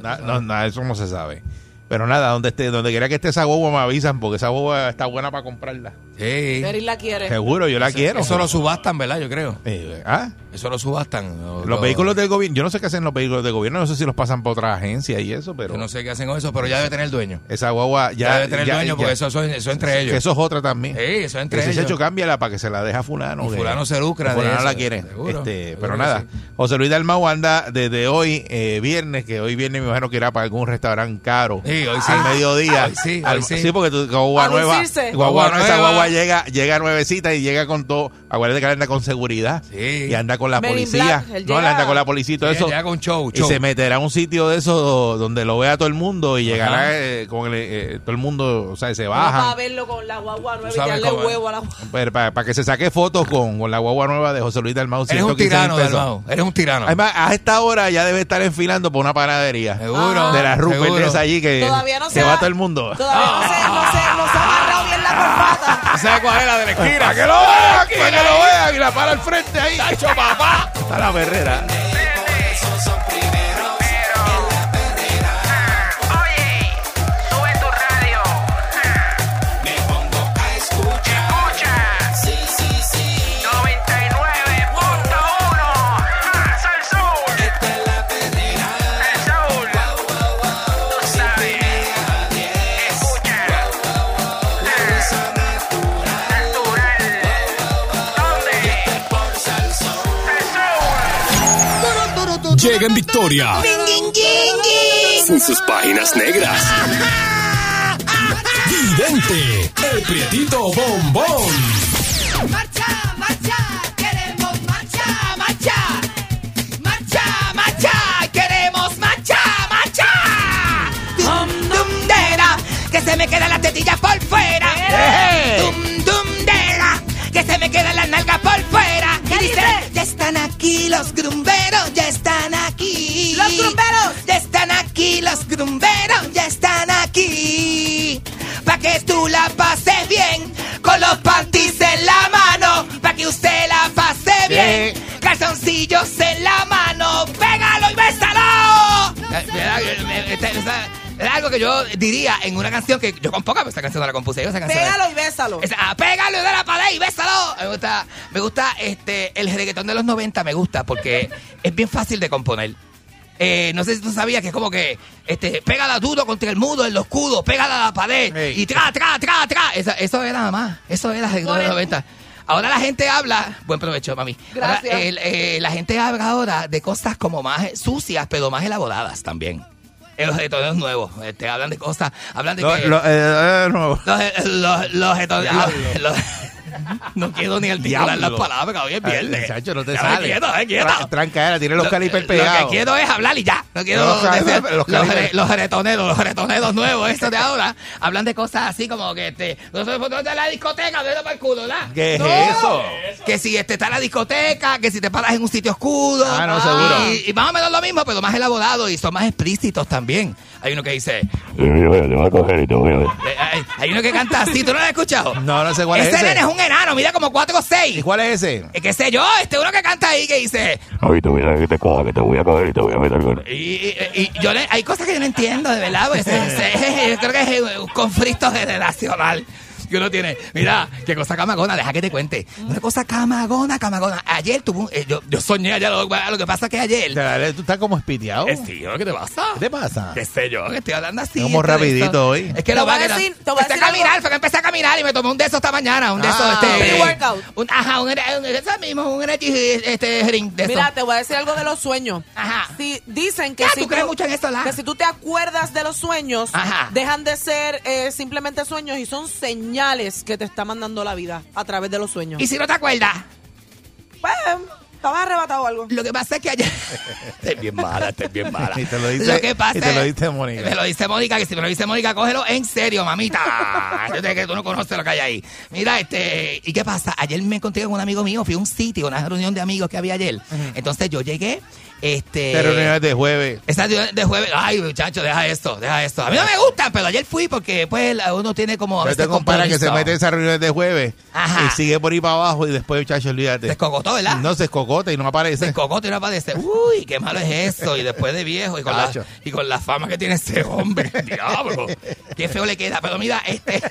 [SPEAKER 3] Na- no, nada, eso no se sabe. Pero nada, donde esté, donde quiera que esté esa guagua me avisan, porque esa guagua está buena para comprarla.
[SPEAKER 7] Sí.
[SPEAKER 4] Deris la quiere.
[SPEAKER 3] Seguro, yo la
[SPEAKER 7] Eso-
[SPEAKER 3] quiero.
[SPEAKER 7] Eso lo subastan, ¿verdad? Yo creo.
[SPEAKER 3] Eh, ¿ah?
[SPEAKER 7] Eso lo subastan. O-
[SPEAKER 3] Los
[SPEAKER 7] o-
[SPEAKER 3] vehículos del gobierno, yo no sé qué hacen los vehículos del gobierno, no sé si los pasan por otra agencia y eso, pero
[SPEAKER 7] Yo no sé qué hacen con eso, pero ya debe tener dueño.
[SPEAKER 3] esa guagua ya,
[SPEAKER 7] Ya, debe tener
[SPEAKER 3] ya-
[SPEAKER 7] dueño
[SPEAKER 3] ya-
[SPEAKER 7] porque eso, eso, eso entre
[SPEAKER 3] que
[SPEAKER 7] ellos.
[SPEAKER 3] eso es otra también.
[SPEAKER 7] Sí, eso entre
[SPEAKER 3] Ese
[SPEAKER 7] ellos.
[SPEAKER 3] hecho cámbiala para que se la deje a fulano.
[SPEAKER 7] Y
[SPEAKER 3] que-
[SPEAKER 7] fulano se lucra
[SPEAKER 3] que fulano
[SPEAKER 7] de
[SPEAKER 3] la
[SPEAKER 7] eso,
[SPEAKER 3] quiere.
[SPEAKER 7] seguro,
[SPEAKER 3] Este,
[SPEAKER 7] seguro
[SPEAKER 3] pero
[SPEAKER 7] que
[SPEAKER 3] nada,
[SPEAKER 7] sí.
[SPEAKER 3] José Luis Dalmau anda desde hoy, eh, viernes, que hoy viernes me imagino que irá para algún restaurante caro.
[SPEAKER 7] Sí, hoy sí.
[SPEAKER 3] Al mediodía.
[SPEAKER 7] Hoy sí, hoy
[SPEAKER 3] Al-
[SPEAKER 7] sí.
[SPEAKER 3] porque tu guagua
[SPEAKER 4] A
[SPEAKER 3] nueva,
[SPEAKER 4] lucirse.
[SPEAKER 3] guagua
[SPEAKER 7] Guagua
[SPEAKER 3] nueva, esa
[SPEAKER 7] nueva.
[SPEAKER 3] guagua llega, llega nuevecita y llega con todo. Acuérdate que anda con seguridad.
[SPEAKER 7] Sí.
[SPEAKER 3] Y anda con la
[SPEAKER 4] Men in
[SPEAKER 3] policía.
[SPEAKER 4] Black, él
[SPEAKER 3] no,
[SPEAKER 4] llega-
[SPEAKER 3] le anda con la policía y todo
[SPEAKER 7] Sí,
[SPEAKER 3] eso.
[SPEAKER 7] ya con show,
[SPEAKER 3] Y
[SPEAKER 7] show.
[SPEAKER 3] se meterá a un sitio de eso donde lo vea todo el mundo y llegará
[SPEAKER 7] Ajá.
[SPEAKER 3] eh, con el, eh, todo el mundo, o sea, se
[SPEAKER 4] Uno va a
[SPEAKER 3] baja.
[SPEAKER 4] verlo con la guagua nueva y
[SPEAKER 7] sabes
[SPEAKER 4] darle
[SPEAKER 7] cómo es.
[SPEAKER 4] huevo a la guagua.
[SPEAKER 3] Para, para que se saque fotos con, con la guagua nueva de José Luis Dalmau.
[SPEAKER 7] Eres un
[SPEAKER 3] 115 mil
[SPEAKER 7] tirano,
[SPEAKER 3] pesos.
[SPEAKER 7] Dalmau. Eres un tirano.
[SPEAKER 3] Además, a esta hora ya debe estar enfilando por una panadería.
[SPEAKER 7] Seguro.
[SPEAKER 3] De la Rupert
[SPEAKER 7] seguro.
[SPEAKER 3] de esa allí que,
[SPEAKER 4] Todavía no
[SPEAKER 3] que
[SPEAKER 4] se
[SPEAKER 3] va
[SPEAKER 4] ha-
[SPEAKER 3] todo el mundo.
[SPEAKER 4] Todavía no se, no se, no se ha amarrado bien la corbata.
[SPEAKER 7] Esa cuajera de la esquina.
[SPEAKER 3] ¡Para que lo vea! ¡Para que lo vea! Y la para al frente ahí. ¡Tacho, papá! Está la perrera.
[SPEAKER 2] Oye, sube tu radio. Me pongo a escuchar. Escucha. Sí, sí, sí. 99.1. Sal Soul. Esta es la perrera. El Soul. Tú sabes. Escucha. Ah. Natural. ¿Dónde? Por Sal
[SPEAKER 1] Llega en victoria. Con sus páginas negras. Vidente, el prietito bombón.
[SPEAKER 2] Marcha, marcha, queremos marcha, marcha. Marcha, marcha, queremos marcha, marcha. Dum dum dera, que se me quedan las tetillas por fuera. Dum dum dera, que se me quedan las nalgas por fuera. Y dice, ya están aquí los grumberos, ya están aquí. Los grumberos, ya están aquí los grumberos, ya están aquí. Pa' que tú la pases bien, con los panties en la mano, pa' que usted la pase bien. Calzoncillos en la mano, pégalo y bésalo.
[SPEAKER 6] Eh, ¿verdad? Eh, eh, este, esa- Es algo que yo diría en una canción que yo con poca, pero esa canción no la compuse yo, esa canción.
[SPEAKER 4] Pégalo y bésalo.
[SPEAKER 6] Esa- ah, pégalo y dale la pared y bésalo. Me gusta, me gusta este, el reggaetón de los 90, me gusta porque es bien fácil de componer. Eh, no sé si tú sabías que es como que este, pégala duro contra el muro, en los escudos, pégala a la pared
[SPEAKER 3] Ey.
[SPEAKER 6] y tra, tra, tra, tra. Esa- eso era nada más, eso era el reggaetón de los 90. Ahora la gente habla, buen provecho, mami. Ahora,
[SPEAKER 4] Gracias.
[SPEAKER 6] el- eh, la gente habla ahora de cosas como más sucias, pero más elaboradas también. En los reggaetones nuevos, este, hablan de cosas, hablan de
[SPEAKER 3] Lo-
[SPEAKER 6] que-
[SPEAKER 3] lo- eh, eh, no.
[SPEAKER 6] los, los, los, los- los- no quiero ni articular
[SPEAKER 3] Diablo.
[SPEAKER 6] las palabras, hoy es
[SPEAKER 3] Ay,
[SPEAKER 6] viernes.
[SPEAKER 3] chacho, no te
[SPEAKER 6] Ya me
[SPEAKER 3] sale.
[SPEAKER 6] quieto, me quieto.
[SPEAKER 3] Tra- tranca era, tiene los
[SPEAKER 6] Lo-
[SPEAKER 3] calipers
[SPEAKER 6] Lo
[SPEAKER 3] pegados.
[SPEAKER 6] que quiero es hablar y ya. No quiero
[SPEAKER 3] Los cal-
[SPEAKER 6] decir-
[SPEAKER 3] los
[SPEAKER 6] los,
[SPEAKER 3] calipers.
[SPEAKER 6] re- los retoneros, los retoneros nuevos, estos de ahora, este, hablan de cosas así como que este, nosotros de la discoteca, de para el culo, ¿verdad?
[SPEAKER 3] ¿Qué es
[SPEAKER 6] No.
[SPEAKER 3] eso?
[SPEAKER 6] que si este, está en la discoteca, que si te paras en un sitio oscuro.
[SPEAKER 3] Ah, no, seguro.
[SPEAKER 6] Y, y más o menos lo mismo, pero más elaborado y son más explícitos también. Hay uno que dice,
[SPEAKER 8] te voy a coger y te voy a ver.
[SPEAKER 6] eh, hay, hay uno que canta así, ¿tú no lo has escuchado?
[SPEAKER 3] No, no sé cuál es
[SPEAKER 6] ese
[SPEAKER 3] ese.
[SPEAKER 6] nene es un enano, mira como 4 o 6. ¿Y
[SPEAKER 3] cuál es ese?
[SPEAKER 6] ¿Qué sé yo? Este uno que canta ahí que dice,
[SPEAKER 8] Ay, te voy a que te coja, que te voy a coger y te voy a meter con...
[SPEAKER 6] Y, y- y yo le- hay cosas que yo no entiendo, de verdad. porque se- se- yo creo que es un conflicto generacional que uno tiene. Mira, qué cosa camagona, deja que te cuente. Una cosa camagona, camagona. Ayer tuvo un- eh, yo, yo soñé allá, lo, lo que pasa que ayer...
[SPEAKER 3] Tú estás como espiteado.
[SPEAKER 6] Eh, sí, ¿qué te pasa?
[SPEAKER 3] ¿Qué te pasa?
[SPEAKER 6] Qué sé yo, que estoy hablando así.
[SPEAKER 3] Estamos
[SPEAKER 6] esto,
[SPEAKER 3] rapidito
[SPEAKER 6] esto.
[SPEAKER 3] hoy.
[SPEAKER 6] Es que
[SPEAKER 4] Te
[SPEAKER 6] lo
[SPEAKER 4] voy
[SPEAKER 6] va
[SPEAKER 4] a
[SPEAKER 6] a quedar.
[SPEAKER 4] decir- te voy a
[SPEAKER 6] Empecé
[SPEAKER 4] decir
[SPEAKER 6] a
[SPEAKER 4] algo.
[SPEAKER 6] caminar, fue que empecé a caminar y me tomé un de esos esta mañana. Un de esos,
[SPEAKER 4] Ah,
[SPEAKER 6] este.
[SPEAKER 4] un pre-workout.
[SPEAKER 6] un- Ajá, un, un- esa mismo, un energy este, drink de esos.
[SPEAKER 4] Mira, te voy a decir algo de los sueños. Si dicen que
[SPEAKER 6] Ah,
[SPEAKER 4] si
[SPEAKER 6] tú crees mucho en eso, Lara.
[SPEAKER 4] que si tú te acuerdas de los sueños,
[SPEAKER 6] Ajá.
[SPEAKER 4] dejan de ser eh, simplemente sueños y son señales que te está mandando la vida a través de los sueños.
[SPEAKER 6] ¿Y si no te acuerdas?
[SPEAKER 4] Pues, estabas arrebatado o algo.
[SPEAKER 6] Lo que pasa es que ayer Estás bien mala, estás bien mala.
[SPEAKER 3] Y te lo dice,
[SPEAKER 6] Lo que pasa
[SPEAKER 3] y te lo
[SPEAKER 6] es-
[SPEAKER 3] dice Mónica.
[SPEAKER 6] Me lo dice Mónica, que si me lo dice Mónica, cógelo en serio, mamita. Yo sé que tú no conoces lo que hay ahí. Mira, este, ¿y qué pasa? Ayer me encontré con un amigo mío, fui a un sitio, una reunión de amigos que había ayer. Entonces yo llegué, este...
[SPEAKER 3] Pero reuniones de jueves.
[SPEAKER 6] Esa de, de jueves, ay muchacho, deja esto, deja esto. A mí no me gustan, pero ayer fui porque pues la- uno tiene como... a
[SPEAKER 3] No te
[SPEAKER 6] veces
[SPEAKER 3] comparas que se
[SPEAKER 6] compromiso.
[SPEAKER 3] mete en esas reuniones de jueves y sigue por ahí para abajo y después, muchachos, olvídate. Se
[SPEAKER 6] cocotó, ¿verdad?
[SPEAKER 3] No, se escocota y no aparece. Se
[SPEAKER 6] escocota y no aparece. Uy, qué malo es eso. Y después de viejo y con, la,
[SPEAKER 3] Cacho.
[SPEAKER 6] y con la fama que tiene ese hombre. Diablo. Qué feo le queda. Pero mira, este.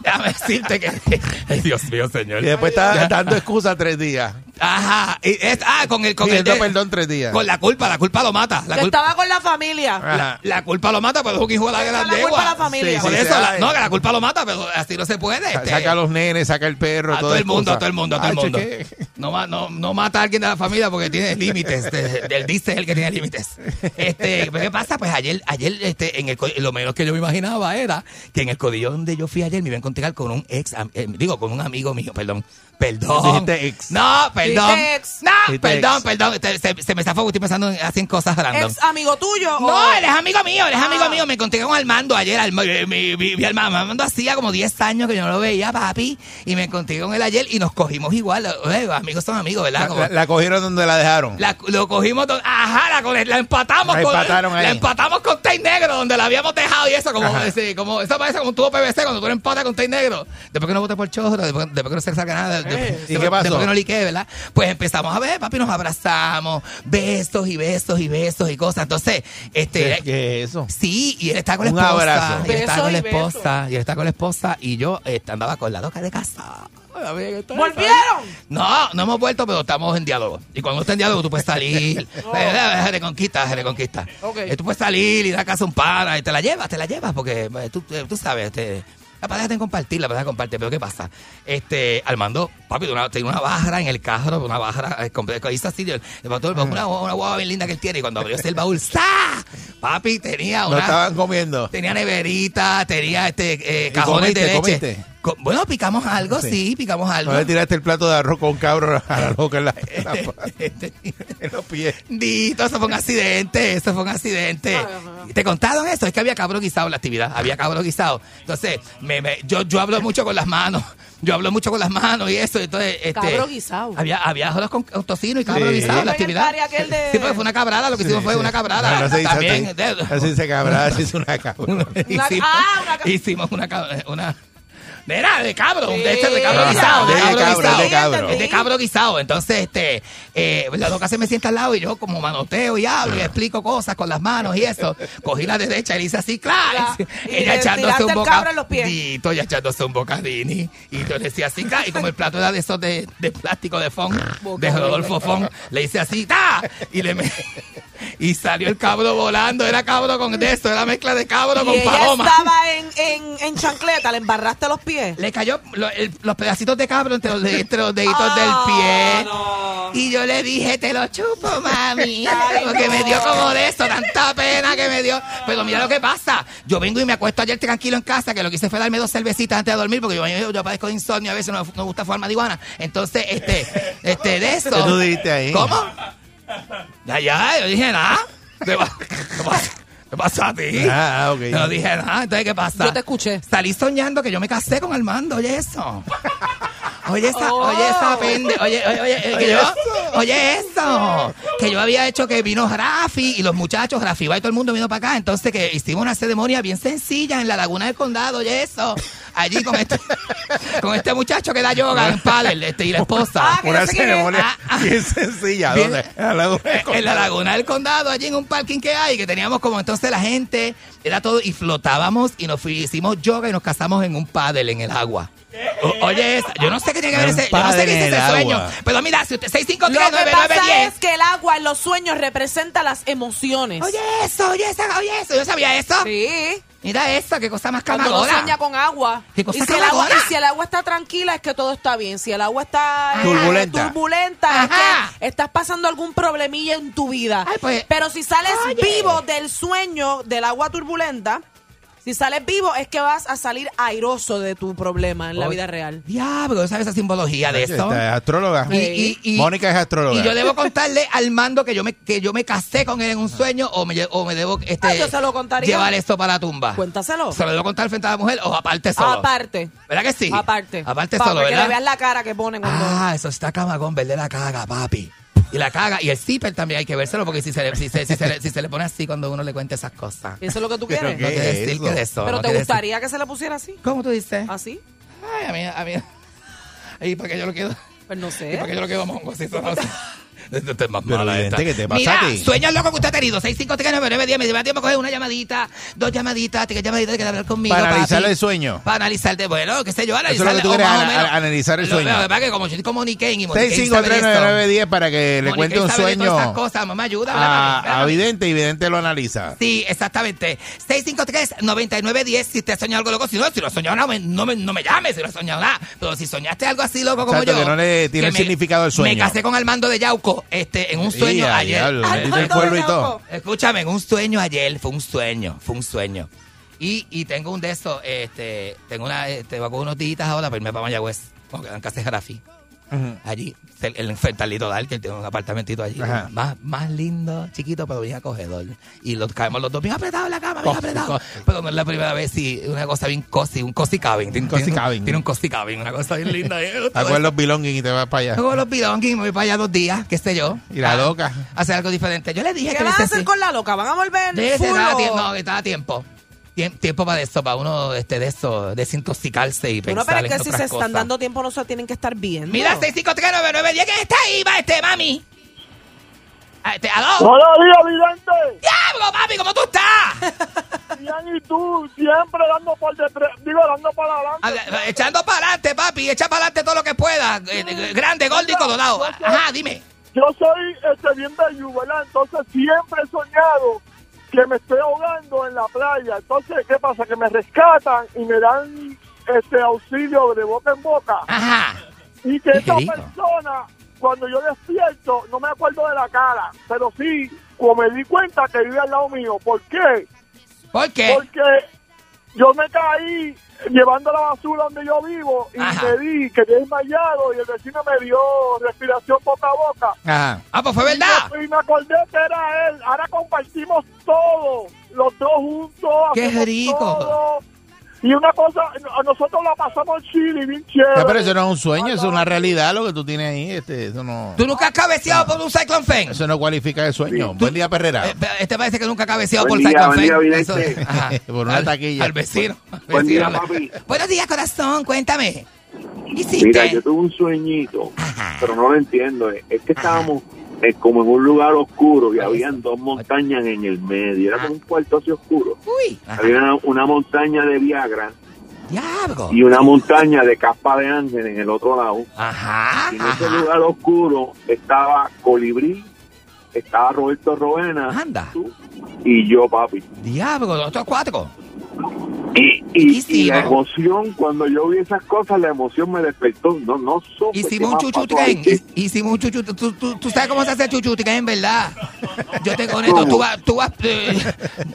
[SPEAKER 6] Déjame decirte que. Ay, Dios mío, señor.
[SPEAKER 3] Y después está dando excusa tres días.
[SPEAKER 6] Ajá. y es- ah, con el. Con el
[SPEAKER 3] Pidiendo
[SPEAKER 6] de-
[SPEAKER 3] perdón tres días.
[SPEAKER 6] Con la culpa, la culpa lo mata. La
[SPEAKER 4] que
[SPEAKER 6] culpa.
[SPEAKER 4] estaba con la familia.
[SPEAKER 6] La, la culpa lo mata, pero es un hijo de la
[SPEAKER 4] Esa es la
[SPEAKER 6] gran
[SPEAKER 4] culpa
[SPEAKER 6] yegua.
[SPEAKER 4] de la familia. Sí,
[SPEAKER 6] Por
[SPEAKER 3] sí,
[SPEAKER 6] eso,
[SPEAKER 3] se
[SPEAKER 6] la-
[SPEAKER 3] da-
[SPEAKER 6] no, que la culpa lo mata, pero así no se puede.
[SPEAKER 3] Sa-
[SPEAKER 6] este.
[SPEAKER 3] Saca a los nenes, saca el perro,
[SPEAKER 6] A todo el mundo,
[SPEAKER 3] excusa.
[SPEAKER 6] a todo el mundo, a todo el
[SPEAKER 3] Ay,
[SPEAKER 6] mundo.
[SPEAKER 3] Ah, cheque.
[SPEAKER 6] No, ma- no, no mata a alguien de la familia porque tiene límites. de- Del dice es el que tiene límites. Este, pero ¿Qué pasa? Pues ayer, ayer este, en el, co- lo menos que yo me imaginaba era que en el codillo donde yo fui ayer me iba a encontrar con un ex, am- eh, digo, con un amigo mío, perdón. Perdón.
[SPEAKER 3] Dijiste ex.
[SPEAKER 6] No, perdón.
[SPEAKER 4] Dijiste ex.
[SPEAKER 6] No,
[SPEAKER 4] Dijiste
[SPEAKER 6] perdón,
[SPEAKER 4] ex.
[SPEAKER 6] perdón. Este, Se, se me zafó, estoy pensando en, así en cosas random.
[SPEAKER 4] ¿Ex amigo tuyo? o-
[SPEAKER 6] No, él es amigo mío, él es amigo
[SPEAKER 4] Ah.
[SPEAKER 6] mío. Me encontré con Armando ayer. Arma- eh, Mi, mi- mi hermano Armando hacía como 10 años que yo no lo veía, papi. Y me encontré con él ayer y nos cogimos igual. Eh, amigos son amigos, ¿verdad?
[SPEAKER 3] La,
[SPEAKER 6] Como-
[SPEAKER 3] la- la cogieron donde la dejaron.
[SPEAKER 6] la- lo cogimos, do- ajá, la, co- la empatamos
[SPEAKER 3] La
[SPEAKER 6] con
[SPEAKER 3] empataron ahí.
[SPEAKER 6] la empatamos con Tay Negro, donde la habíamos dejado y eso, como,
[SPEAKER 3] Ajá.
[SPEAKER 6] ese, como eso parece como un tubo PVC cuando tú lo empatas con Tay Negro. Después que no voté por chorro, después, después que no se saca nada, de- de-
[SPEAKER 3] ¿y qué pasó?
[SPEAKER 6] después que no liqué, ¿verdad? Pues empezamos a ver, papi, nos abrazamos, besos y besos y besos y cosas. Entonces, este,
[SPEAKER 3] ¿Qué, qué es eso?
[SPEAKER 6] Sí, y él está con la
[SPEAKER 3] Un
[SPEAKER 6] esposa.
[SPEAKER 3] abrazo.
[SPEAKER 6] Y él está
[SPEAKER 4] Beso
[SPEAKER 6] con la
[SPEAKER 4] y beso.
[SPEAKER 6] esposa. Y él está con la esposa. Y yo eh, andaba con la loca de casa.
[SPEAKER 4] ¿Volvieron?
[SPEAKER 6] No, no hemos vuelto, pero estamos en diálogo. Y cuando está en diálogo, tú puedes salir. Se reconquista, se reconquista.
[SPEAKER 4] Ok.
[SPEAKER 6] Eh, Tú puedes salir y dar casa a un pana y te la llevas, te la llevas, porque eh, tú, eh, tú sabes, te, la pareja en compartir, la pareja en compartir. Pero ¿qué pasa? Este, Armando, papi, una, tenía una barra en el carro, una barra, eh, comple- hizo así, el- el-
[SPEAKER 3] Ah.
[SPEAKER 6] una, una guagua bien linda que él tiene. Y cuando abrió ese el baúl, ¡sa! Papi, tenía
[SPEAKER 3] No
[SPEAKER 6] una...
[SPEAKER 3] estaban comiendo.
[SPEAKER 6] Tenía neverita, tenía este eh,
[SPEAKER 3] ¿Y
[SPEAKER 6] cajones de
[SPEAKER 3] comiste,
[SPEAKER 6] leche.
[SPEAKER 3] comiste?
[SPEAKER 6] Co- bueno, picamos algo,
[SPEAKER 3] Sí.
[SPEAKER 6] sí, picamos algo. Eh,
[SPEAKER 3] No le tiraste el plato de arroz con cabro a la loca en, la- en la- en los pies.
[SPEAKER 6] Dito, eso fue un accidente, eso fue un accidente. ¿Te contaron eso? Es que había cabro guisado en la actividad, había cabro guisado. Entonces, me- me- yo, yo hablo mucho con las manos, yo hablo mucho con las manos y eso. Entonces, este,
[SPEAKER 4] Cabro guisado.
[SPEAKER 6] Había, había arroz con, con tocino y cabro
[SPEAKER 3] Sí.
[SPEAKER 6] guisado en la
[SPEAKER 4] Fue en el
[SPEAKER 6] actividad.
[SPEAKER 4] party aquel de-
[SPEAKER 6] Sí, porque fue una cabrada, lo que hicimos fue una cabrada.
[SPEAKER 3] No, no se dice
[SPEAKER 6] También, eh,
[SPEAKER 3] así.
[SPEAKER 6] de-
[SPEAKER 3] No se dice cabrada, se dice una cabra.
[SPEAKER 4] Una-
[SPEAKER 6] hicimos,
[SPEAKER 4] ah, una ca-
[SPEAKER 6] hicimos una cab- una Mira, de cabro,
[SPEAKER 4] Sí.
[SPEAKER 6] de este de cabro
[SPEAKER 4] Ajá,
[SPEAKER 6] guisado, de
[SPEAKER 4] de
[SPEAKER 6] cabro
[SPEAKER 3] cabro,
[SPEAKER 6] guisado.
[SPEAKER 3] de cabro.
[SPEAKER 6] Es de cabro guisado. Entonces, este, eh, la loca se me sienta al lado y yo como manoteo y hablo y explico cosas con las manos y eso. Cogí la derecha y le hice así, claro.
[SPEAKER 4] Y
[SPEAKER 6] Ella
[SPEAKER 4] le
[SPEAKER 6] echándose
[SPEAKER 4] tiraste
[SPEAKER 6] un
[SPEAKER 4] el
[SPEAKER 6] bocado.
[SPEAKER 4] cabro en los pies.
[SPEAKER 6] Dito, ella echándose un bocadini. Y yo le decía así, claro. Y como el plato era de esos de, de plástico de Fon, de Rodolfo Fon, le hice así, ¡ta! Y le me- y salió el cabro volando, era cabro con de eso, era mezcla de cabro
[SPEAKER 4] Y
[SPEAKER 6] con
[SPEAKER 4] ella
[SPEAKER 6] paloma.
[SPEAKER 4] estaba en, en, en chancleta, le embarraste los pies.
[SPEAKER 6] Le cayó lo- el- los pedacitos de cabro entre los, de- entre los deditos
[SPEAKER 4] Ah,
[SPEAKER 6] del pie. Y yo le dije, te lo chupo, mami. Porque me dio como de eso, tanta pena que me dio. Pero mira lo que pasa. Yo vengo y me acuesto ayer tranquilo en casa, que lo que hice fue darme dos cervecitas antes de dormir, porque yo, yo, yo padezco de insomnio, a veces no, no me gusta fumar marihuana. Entonces, este, este, de eso.
[SPEAKER 3] ¿Qué tú dijiste ahí?
[SPEAKER 6] ¿Cómo? Ya, ya, yo dije nada. ¿Qué pa- qué pasa- qué pasó a ti?
[SPEAKER 3] Ah, ok.
[SPEAKER 6] Yo no dije nada, entonces ¿qué pasa?
[SPEAKER 4] Yo te escuché.
[SPEAKER 6] Salí soñando que yo me casé con Armando, oye eso. Oye esa, oye esa pende, oye, oye, oye, eh, que
[SPEAKER 9] Oye
[SPEAKER 6] yo-
[SPEAKER 9] eso.
[SPEAKER 6] oye eso, que yo había hecho que vino Rafi y los muchachos, Rafi va y todo el mundo vino para acá, entonces que hicimos una ceremonia bien sencilla en la Laguna del Condado, oye eso, allí con este, con este muchacho que da yoga en pádel, este, y la esposa.
[SPEAKER 3] Una
[SPEAKER 6] Ah,
[SPEAKER 3] ceremonia bien sencilla. ¿Dónde? En la Laguna del
[SPEAKER 6] Eh, en la
[SPEAKER 3] Condado.
[SPEAKER 6] Laguna del Condado, allí en un parking que hay, que teníamos como entonces la gente, era todo, y flotábamos y nos fui- hicimos yoga y nos casamos en un pádel en el agua. O- oye, esa- yo no sé qué tiene que ver
[SPEAKER 3] Un
[SPEAKER 6] ese, yo no sé
[SPEAKER 3] pádel
[SPEAKER 6] qué es
[SPEAKER 3] en
[SPEAKER 6] ese
[SPEAKER 3] el
[SPEAKER 6] sueño.
[SPEAKER 3] agua.
[SPEAKER 6] Ah. Pero mira, si usted
[SPEAKER 4] Lo que pasa
[SPEAKER 6] 6539910.
[SPEAKER 4] es que el agua en los sueños representa las emociones.
[SPEAKER 6] Oye eso, oye eso, oye eso, yo sabía eso.
[SPEAKER 4] Sí.
[SPEAKER 6] Mira eso, qué cosa más
[SPEAKER 4] Cuando uno
[SPEAKER 6] camadora.
[SPEAKER 4] sueña con agua.
[SPEAKER 6] Qué cosa
[SPEAKER 4] y, si el agua
[SPEAKER 6] camadora.
[SPEAKER 4] y si el agua está tranquila es que todo está bien. Si el agua está eh,
[SPEAKER 3] Turbulenta.
[SPEAKER 4] turbulenta, es que estás pasando algún problemilla en tu vida.
[SPEAKER 6] pues,
[SPEAKER 4] Pero si sales vivo del sueño del agua turbulenta, si sales vivo es que vas a salir airoso de tu problema en la
[SPEAKER 6] Oye,
[SPEAKER 4] vida real.
[SPEAKER 6] Diablo, ¿sabes esa simbología de
[SPEAKER 3] Esta
[SPEAKER 6] eso?
[SPEAKER 3] es astróloga.
[SPEAKER 6] Y- y- y-
[SPEAKER 3] Ah. Mónica es astróloga.
[SPEAKER 6] Y yo debo contarle al mando que yo me que yo me casé con él en un sueño o me, lle- o me debo este,
[SPEAKER 4] Ah, yo se lo contaría.
[SPEAKER 6] llevar esto para la tumba.
[SPEAKER 4] Cuéntaselo.
[SPEAKER 6] ¿Se lo debo contar frente a la mujer o aparte solo?
[SPEAKER 4] Aparte.
[SPEAKER 6] ¿Verdad que sí?
[SPEAKER 4] Aparte.
[SPEAKER 6] Aparte
[SPEAKER 4] Pa-
[SPEAKER 6] solo,
[SPEAKER 4] para Que
[SPEAKER 6] ¿verdad?
[SPEAKER 4] le veas la cara que ponen cuando...
[SPEAKER 6] Ah, eso está camagón, verle la caga, papi. Y la caga. Y el zipper también hay que vérselo porque si se le, si se, si se le, si se le pone así cuando uno le cuenta esas cosas.
[SPEAKER 4] ¿Eso es lo que tú quieres?
[SPEAKER 6] No quiere decir que de eso.
[SPEAKER 4] Pero
[SPEAKER 6] no
[SPEAKER 4] te
[SPEAKER 6] quiere decir-
[SPEAKER 4] gustaría que se la pusiera así. ¿Ah,
[SPEAKER 6] ¿Cómo tú dices?
[SPEAKER 4] ¿Así?
[SPEAKER 6] Ay, a mí, a mí. ¿Y para qué yo lo quedo?
[SPEAKER 4] Pues no sé.
[SPEAKER 6] ¿Y para qué yo lo quedo mongo? Si eso no- Esto es más
[SPEAKER 3] Pero
[SPEAKER 6] mala
[SPEAKER 3] evidente
[SPEAKER 6] esta.
[SPEAKER 3] que te pasa
[SPEAKER 6] Mira,
[SPEAKER 3] a ti.
[SPEAKER 6] sueños locos que usted ha tenido. 6539910. Me lleva tiempo a coger una llamadita, dos llamaditas, tres llamaditas, que hablar conmigo.
[SPEAKER 3] Para analizar
[SPEAKER 6] papi.
[SPEAKER 3] el sueño.
[SPEAKER 6] Para analizarte, bueno, qué sé yo,
[SPEAKER 3] Eso es lo que
[SPEAKER 6] analizarle.
[SPEAKER 3] tú
[SPEAKER 6] o
[SPEAKER 3] quieres,
[SPEAKER 6] más o
[SPEAKER 3] ana-
[SPEAKER 6] menos.
[SPEAKER 3] analizar el
[SPEAKER 6] Lo-
[SPEAKER 3] sueño.
[SPEAKER 6] Lo que pasa es que como yo estoy como Niken y Moniquén sabe de esto.
[SPEAKER 3] 6539910 para que le
[SPEAKER 6] Moniquén
[SPEAKER 3] cuente un
[SPEAKER 6] sabe de todas esas
[SPEAKER 3] sueño Ah,
[SPEAKER 6] cosas. Mamá, ayuda.
[SPEAKER 3] a, a Vidente y Vidente lo analiza.
[SPEAKER 6] Sí, exactamente. 653-9910. Si te has soñado algo loco, si no, si lo has soñado, no me, no me, no me llames si lo has soñado nada. Pero si soñaste algo así loco como
[SPEAKER 3] Exacto,
[SPEAKER 6] yo.
[SPEAKER 3] que no le tiene
[SPEAKER 6] que
[SPEAKER 3] el significado al sueño.
[SPEAKER 6] Me casé con Armando de Yauco este, en un
[SPEAKER 3] Sí,
[SPEAKER 6] sueño
[SPEAKER 3] ya,
[SPEAKER 6] ayer.
[SPEAKER 3] diablo, le dice el
[SPEAKER 6] Armando
[SPEAKER 3] pueblo y
[SPEAKER 6] de
[SPEAKER 3] todo.
[SPEAKER 6] Yauco. Escúchame, en un sueño ayer fue un sueño, fue un sueño. Y, y tengo un de esos, este, tengo una, este, voy a coger unos días ahora para irme para Mayagüez, como quedan casi Jarafi. Allí, el, el frente al Lido Dal, que tiene un apartamentito allí,
[SPEAKER 3] Ajá.
[SPEAKER 6] más, más lindo, chiquito, pero bien acogedor. Y los caemos los dos bien apretados en la cama, bien apretados. Pero no es la primera vez, sí, una cosa bien cozy, un cozy cabin. Tiene,
[SPEAKER 3] cozy
[SPEAKER 6] tiene un-
[SPEAKER 3] cabin.
[SPEAKER 6] Tiene un cozy cabin, una cosa bien linda. eh, todo
[SPEAKER 3] Acuerdas los belongings y te vas para allá.
[SPEAKER 6] Luego los bidonguis, me voy para allá dos días, qué sé yo.
[SPEAKER 3] Y la
[SPEAKER 6] a-
[SPEAKER 3] loca.
[SPEAKER 6] a Hacer algo diferente. Yo le dije
[SPEAKER 4] ¿Qué
[SPEAKER 6] que
[SPEAKER 4] vas a hacer
[SPEAKER 6] necesi-
[SPEAKER 4] con la loca? ¿Van a volver?
[SPEAKER 6] Debe ser,
[SPEAKER 4] full
[SPEAKER 6] estaba
[SPEAKER 4] o-
[SPEAKER 6] tiempo, no, que estaba tiempo. Tiem- tiempo para eso, para uno este, de eso, desintoxicarse y
[SPEAKER 4] Bueno,
[SPEAKER 6] pensar
[SPEAKER 4] pero es
[SPEAKER 6] en
[SPEAKER 4] que si
[SPEAKER 6] otras
[SPEAKER 4] se
[SPEAKER 6] cosas.
[SPEAKER 4] están dando tiempo, no se tienen que estar viendo.
[SPEAKER 6] Mira, 6539910, ¿quién está ahí? Va este, mami. Ah, Este, ¡Aló!
[SPEAKER 9] Buenos días, vidente.
[SPEAKER 6] ¡Diablo, papi! ¿Cómo tú estás?
[SPEAKER 9] Bien, y tú, siempre dando por detrás, digo, dando para adelante.
[SPEAKER 6] Ah, ah, Echando para adelante, papi. Echa para adelante todo lo que pueda. Eh,
[SPEAKER 9] Ah,
[SPEAKER 6] eh, grande, gordo y colorado. Ajá, dime.
[SPEAKER 9] Yo soy este, bien bello, ¿verdad? Entonces siempre he soñado que me estoy ahogando en la playa. Entonces, ¿qué pasa? Que me rescatan y me dan este auxilio de boca en boca.
[SPEAKER 6] Ah,
[SPEAKER 9] Y que
[SPEAKER 6] Qué
[SPEAKER 9] esa
[SPEAKER 6] rico.
[SPEAKER 9] persona, cuando yo despierto, no me acuerdo de la cara, pero sí, como me di cuenta que vive al lado mío. ¿Por qué?
[SPEAKER 6] ¿Por qué?
[SPEAKER 9] Porque yo me caí llevando la basura donde yo vivo y me di que desmayado y el vecino me dio respiración boca a boca.
[SPEAKER 3] Ajá.
[SPEAKER 6] Ah, pues fue verdad.
[SPEAKER 9] Y me acordé que era él. Ahora compartimos todo, los dos juntos.
[SPEAKER 6] Qué
[SPEAKER 9] hacemos
[SPEAKER 6] rico.
[SPEAKER 9] todo. Y una cosa, a nosotros la pasamos chile, bien chévere.
[SPEAKER 3] Ya, pero eso no es un sueño, eso es una realidad lo que tú tienes ahí. Este, eso no,
[SPEAKER 6] ¿Tú nunca has cabeceado por un Cyclone Fen?
[SPEAKER 3] eso no cualifica de sueño. Buen día, Perrera.
[SPEAKER 6] Este parece que nunca ha cabeceado
[SPEAKER 3] Buen
[SPEAKER 6] por
[SPEAKER 3] día,
[SPEAKER 6] Cyclone
[SPEAKER 3] buen
[SPEAKER 6] Fen.
[SPEAKER 3] día, Vidente.
[SPEAKER 6] Eso es. Ajá.
[SPEAKER 3] Por una
[SPEAKER 6] Al-
[SPEAKER 3] taquilla.
[SPEAKER 6] Al vecino. al
[SPEAKER 8] Buen
[SPEAKER 6] vecino.
[SPEAKER 8] día, papi.
[SPEAKER 6] Buenos días, corazón. Cuéntame. ¿Qué hiciste?
[SPEAKER 8] Mira, yo tuve un sueñito, pero no lo entiendo. eh. Es que estábamos eh, como en un lugar oscuro y habían dos montañas en el medio. Era como un cuarto así oscuro.
[SPEAKER 6] Uy.
[SPEAKER 8] Había una, una montaña de Viagra
[SPEAKER 6] Diablo.
[SPEAKER 8] y una montaña de Caspa de Ángel en el otro lado.
[SPEAKER 6] Ajá.
[SPEAKER 8] Y en ese lugar oscuro estaba Colibrí, estaba Roberto Roena
[SPEAKER 6] Anda.
[SPEAKER 8] y yo, papi.
[SPEAKER 6] Diablo, nosotros cuatro.
[SPEAKER 8] Y, y, y
[SPEAKER 6] Hicimos.
[SPEAKER 8] la emoción, cuando yo vi esas cosas, la emoción me despertó. No, no supe.
[SPEAKER 6] Hicimos un
[SPEAKER 8] qué más
[SPEAKER 6] chuchu
[SPEAKER 8] pasó ahí.
[SPEAKER 6] tren. hi- Hicimos un chuchu. Tú, tú, tú sabes cómo se hace el chuchu tren, ¿verdad? Yo te conecto. Tú vas, tú, vas, eh,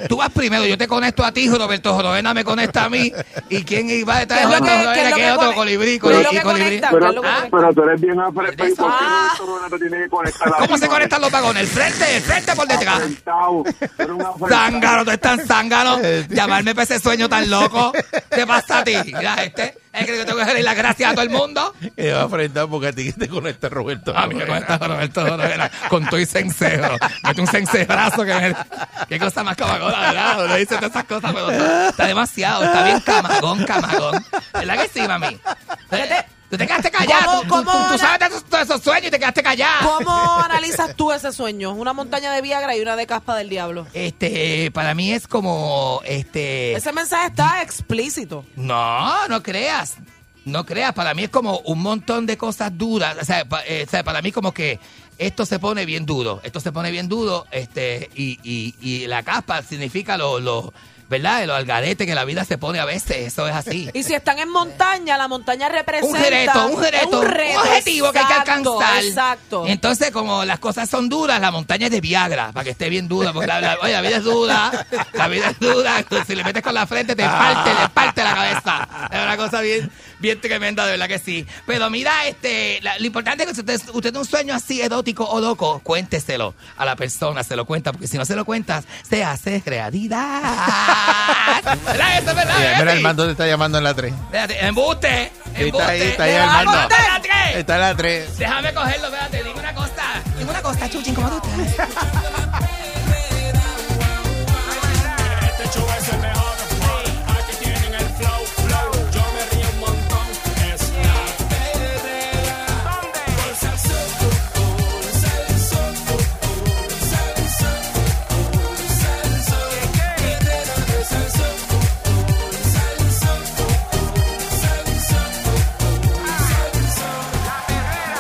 [SPEAKER 6] tú vas primero. Yo te conecto a ti, Roberto Jorovena me conecta a mí. ¿Y quién iba a estar
[SPEAKER 8] ¿Qué es lo
[SPEAKER 6] Roberto
[SPEAKER 8] que- qué es
[SPEAKER 6] Jorovena?
[SPEAKER 8] lo
[SPEAKER 6] Que
[SPEAKER 8] que
[SPEAKER 6] es otro
[SPEAKER 8] pone-
[SPEAKER 6] colibrí.
[SPEAKER 8] Pero-
[SPEAKER 6] colibrí, colibrí.
[SPEAKER 8] Pero, pero tú eres bien afrentado y por qué Roberto Rueda te tiene que conectar ¿eh? a
[SPEAKER 6] Ah. ¿Cómo se conectan los vagones? El frente, el frente por detrás.
[SPEAKER 8] Eh,
[SPEAKER 6] Zángano, tú estás tan zángano. Llamarme para ese sueño tan loco. ¿Qué pasa a ti? Mira, este. ¿Es que yo tengo que darle las gracias a todo el mundo?
[SPEAKER 3] Que va a enfrentar porque a ti que te conecta Roberto.
[SPEAKER 6] A mí me conecta Roberto Dolera con todo y cencerro. Mete un cencerrazo que me... Qué cosa más camagona, ¿verdad? No dice todas esas cosas, pero está- está demasiado. Está bien camagón, camagón. ¿Verdad que sí, mami? Eh, Tú te quedaste callado.
[SPEAKER 4] ¿Cómo-
[SPEAKER 6] Tú- tú-
[SPEAKER 4] cómo
[SPEAKER 6] tú
[SPEAKER 4] la-
[SPEAKER 6] sabes de esos- todos esos sueños y te quedaste callado.
[SPEAKER 4] ¿Cómo analizas tú ese sueño? Una montaña de Viagra y una de caspa del diablo.
[SPEAKER 6] Este, para mí es como, este...
[SPEAKER 4] Ese mensaje está explícito.
[SPEAKER 6] No, no creas. No creas. Para mí es como un montón de cosas duras. O sea, pa- eh, o sea, para mí como que esto se pone bien duro. Esto se pone bien duro. Este, y, y- y la capa significa lo, lo, ¿verdad? Lo algarete que la vida se pone a veces. Eso es así.
[SPEAKER 4] Y si están en montaña, la montaña representa
[SPEAKER 6] Un reto, un
[SPEAKER 4] es
[SPEAKER 6] reto, un
[SPEAKER 4] reto,
[SPEAKER 6] objetivo que hay que
[SPEAKER 4] exacto,
[SPEAKER 6] alcanzar.
[SPEAKER 4] Exacto.
[SPEAKER 6] Y entonces, como las cosas son duras, la montaña es de Viagra, para que esté bien dura, porque la, la- oye, la vida es dura, la vida es dura, si le metes con la frente
[SPEAKER 3] Ah.
[SPEAKER 6] te parte, te parte la cabeza. Es una cosa bien, bien tremenda, de verdad que sí. Pero mira, este, la- lo importante es que si usted, usted tiene un sueño así erótico o loco, cuénteselo a la persona, se lo cuenta, porque si no se lo cuentas, se hace realidad. ¿Verdad? Eso
[SPEAKER 3] Mira,
[SPEAKER 6] es verdad, ¿verdad?
[SPEAKER 3] mira, Armando te está llamando en la 3.
[SPEAKER 6] Espérate, embuste, embuste.
[SPEAKER 3] Está ahí, está ahí
[SPEAKER 6] Déjame
[SPEAKER 3] Armando.
[SPEAKER 6] coger la tres.
[SPEAKER 3] Está en la 3.
[SPEAKER 6] Déjame cogerlo, espérate, dime una cosa. Dime una cosa, Chuchin, ¿cómo tú estás?
[SPEAKER 2] Este show es el mejor. Aquí tienen el flow, flow. Yo me río un montón. Es la perrera. ¿Dónde? Por salsa, por salsa, por salsa, por salsa. Perrera de salsa, por salsa, por salsa, por salsa. La perrera.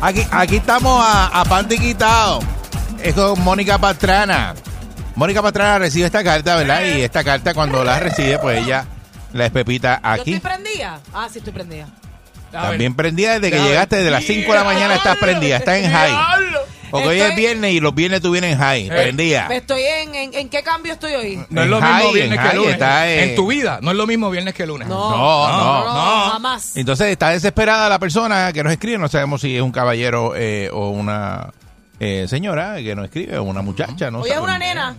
[SPEAKER 3] Aquí, aquí estamos a, a Panty Quitado. Es con Mónica Pastrana. Mónica Pastrana recibe esta carta, ¿verdad? Y esta carta cuando la recibe, pues ella la espepita
[SPEAKER 4] ¿Yo
[SPEAKER 3] aquí.
[SPEAKER 4] estoy prendida? Ah, sí, estoy prendida.
[SPEAKER 3] También prendida desde que llegaste, desde las 5 de la mañana estás prendida, estás en high. Porque hoy es
[SPEAKER 4] Estoy- Eh.
[SPEAKER 3] viernes y los viernes tú vienes en high, prendida.
[SPEAKER 4] Me Estoy en, en, ¿en qué cambio estoy hoy?
[SPEAKER 3] No es lo mismo viernes que lunes.
[SPEAKER 10] En tu vida, no es lo mismo viernes que lunes.
[SPEAKER 4] No,
[SPEAKER 3] eh. No, no,
[SPEAKER 4] no, jamás.
[SPEAKER 3] Entonces está desesperada la persona que nos escribe, no sabemos si es un caballero eh, o una eh, señora que nos escribe, o una muchacha, no
[SPEAKER 4] hoy
[SPEAKER 3] sé.
[SPEAKER 4] es una nena.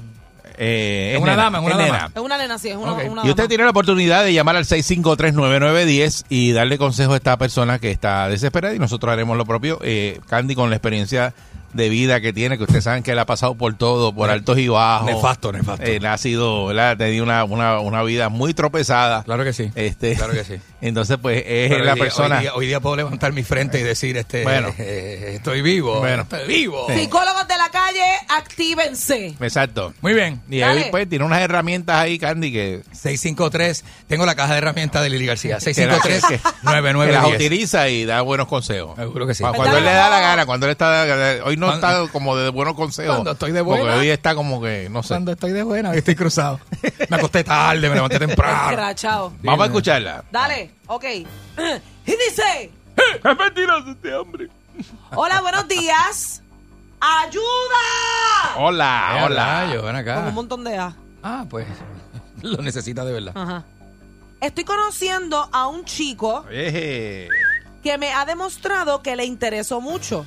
[SPEAKER 3] Eh,
[SPEAKER 10] Es una
[SPEAKER 3] nena,
[SPEAKER 10] dama, es una dama.
[SPEAKER 4] Es una nena, sí, es una, una
[SPEAKER 3] Y usted
[SPEAKER 4] dama.
[SPEAKER 3] tiene la oportunidad de llamar al 6539910 y darle consejo a esta persona que está desesperada y nosotros haremos lo propio. Eh, Candy con la experiencia de vida que tiene, que ustedes saben que él ha pasado por todo, por altos y bajos.
[SPEAKER 10] Nefasto, nefasto.
[SPEAKER 3] Él ha sido, ¿verdad? Ha tenido una, una, una vida muy tropezada. Claro
[SPEAKER 10] que sí.
[SPEAKER 3] Este,
[SPEAKER 10] Claro que sí.
[SPEAKER 3] Entonces, pues, es
[SPEAKER 10] Pero hoy
[SPEAKER 3] la
[SPEAKER 10] día-
[SPEAKER 3] persona...
[SPEAKER 10] Hoy día, hoy día puedo levantar mi frente y decir, este,
[SPEAKER 3] Bueno.
[SPEAKER 10] eh, estoy vivo.
[SPEAKER 3] Bueno.
[SPEAKER 10] Estoy vivo.
[SPEAKER 4] Psicólogos de la calle, actívense.
[SPEAKER 3] Exacto.
[SPEAKER 10] Muy bien.
[SPEAKER 3] Y ahí, pues, tiene unas herramientas ahí, Candy, que...
[SPEAKER 10] 653, tengo la caja de herramientas de Lili García.
[SPEAKER 3] que las- que-
[SPEAKER 10] 653
[SPEAKER 3] que las
[SPEAKER 10] 9910
[SPEAKER 3] utiliza y da buenos consejos.
[SPEAKER 10] Seguro que sí.
[SPEAKER 3] Cu-
[SPEAKER 4] Pues
[SPEAKER 3] Cuando él le da la gana, cuando él está. Hoy no está como de buenos consejos.
[SPEAKER 10] Cuando estoy de buena.
[SPEAKER 3] Porque hoy está como que, no sé. Eh.
[SPEAKER 10] Cuando estoy de buena, hoy estoy cruzado. Me acosté tarde, me levanté temprano.
[SPEAKER 4] Crachao.
[SPEAKER 3] Vamos a escucharla.
[SPEAKER 4] Dale, ok. Y dice,
[SPEAKER 11] Es mentiroso este hombre.
[SPEAKER 4] hola, buenos días. ¡Ayuda!
[SPEAKER 3] Hola,
[SPEAKER 10] Eh,
[SPEAKER 3] hola.
[SPEAKER 10] rayo, ven
[SPEAKER 4] Con un
[SPEAKER 10] acá.
[SPEAKER 4] montón de A.
[SPEAKER 10] Ah, pues. Lo necesita de verdad.
[SPEAKER 4] Ajá. Estoy conociendo a un chico
[SPEAKER 3] Eh, Eje.
[SPEAKER 4] que me ha demostrado que le interesó mucho.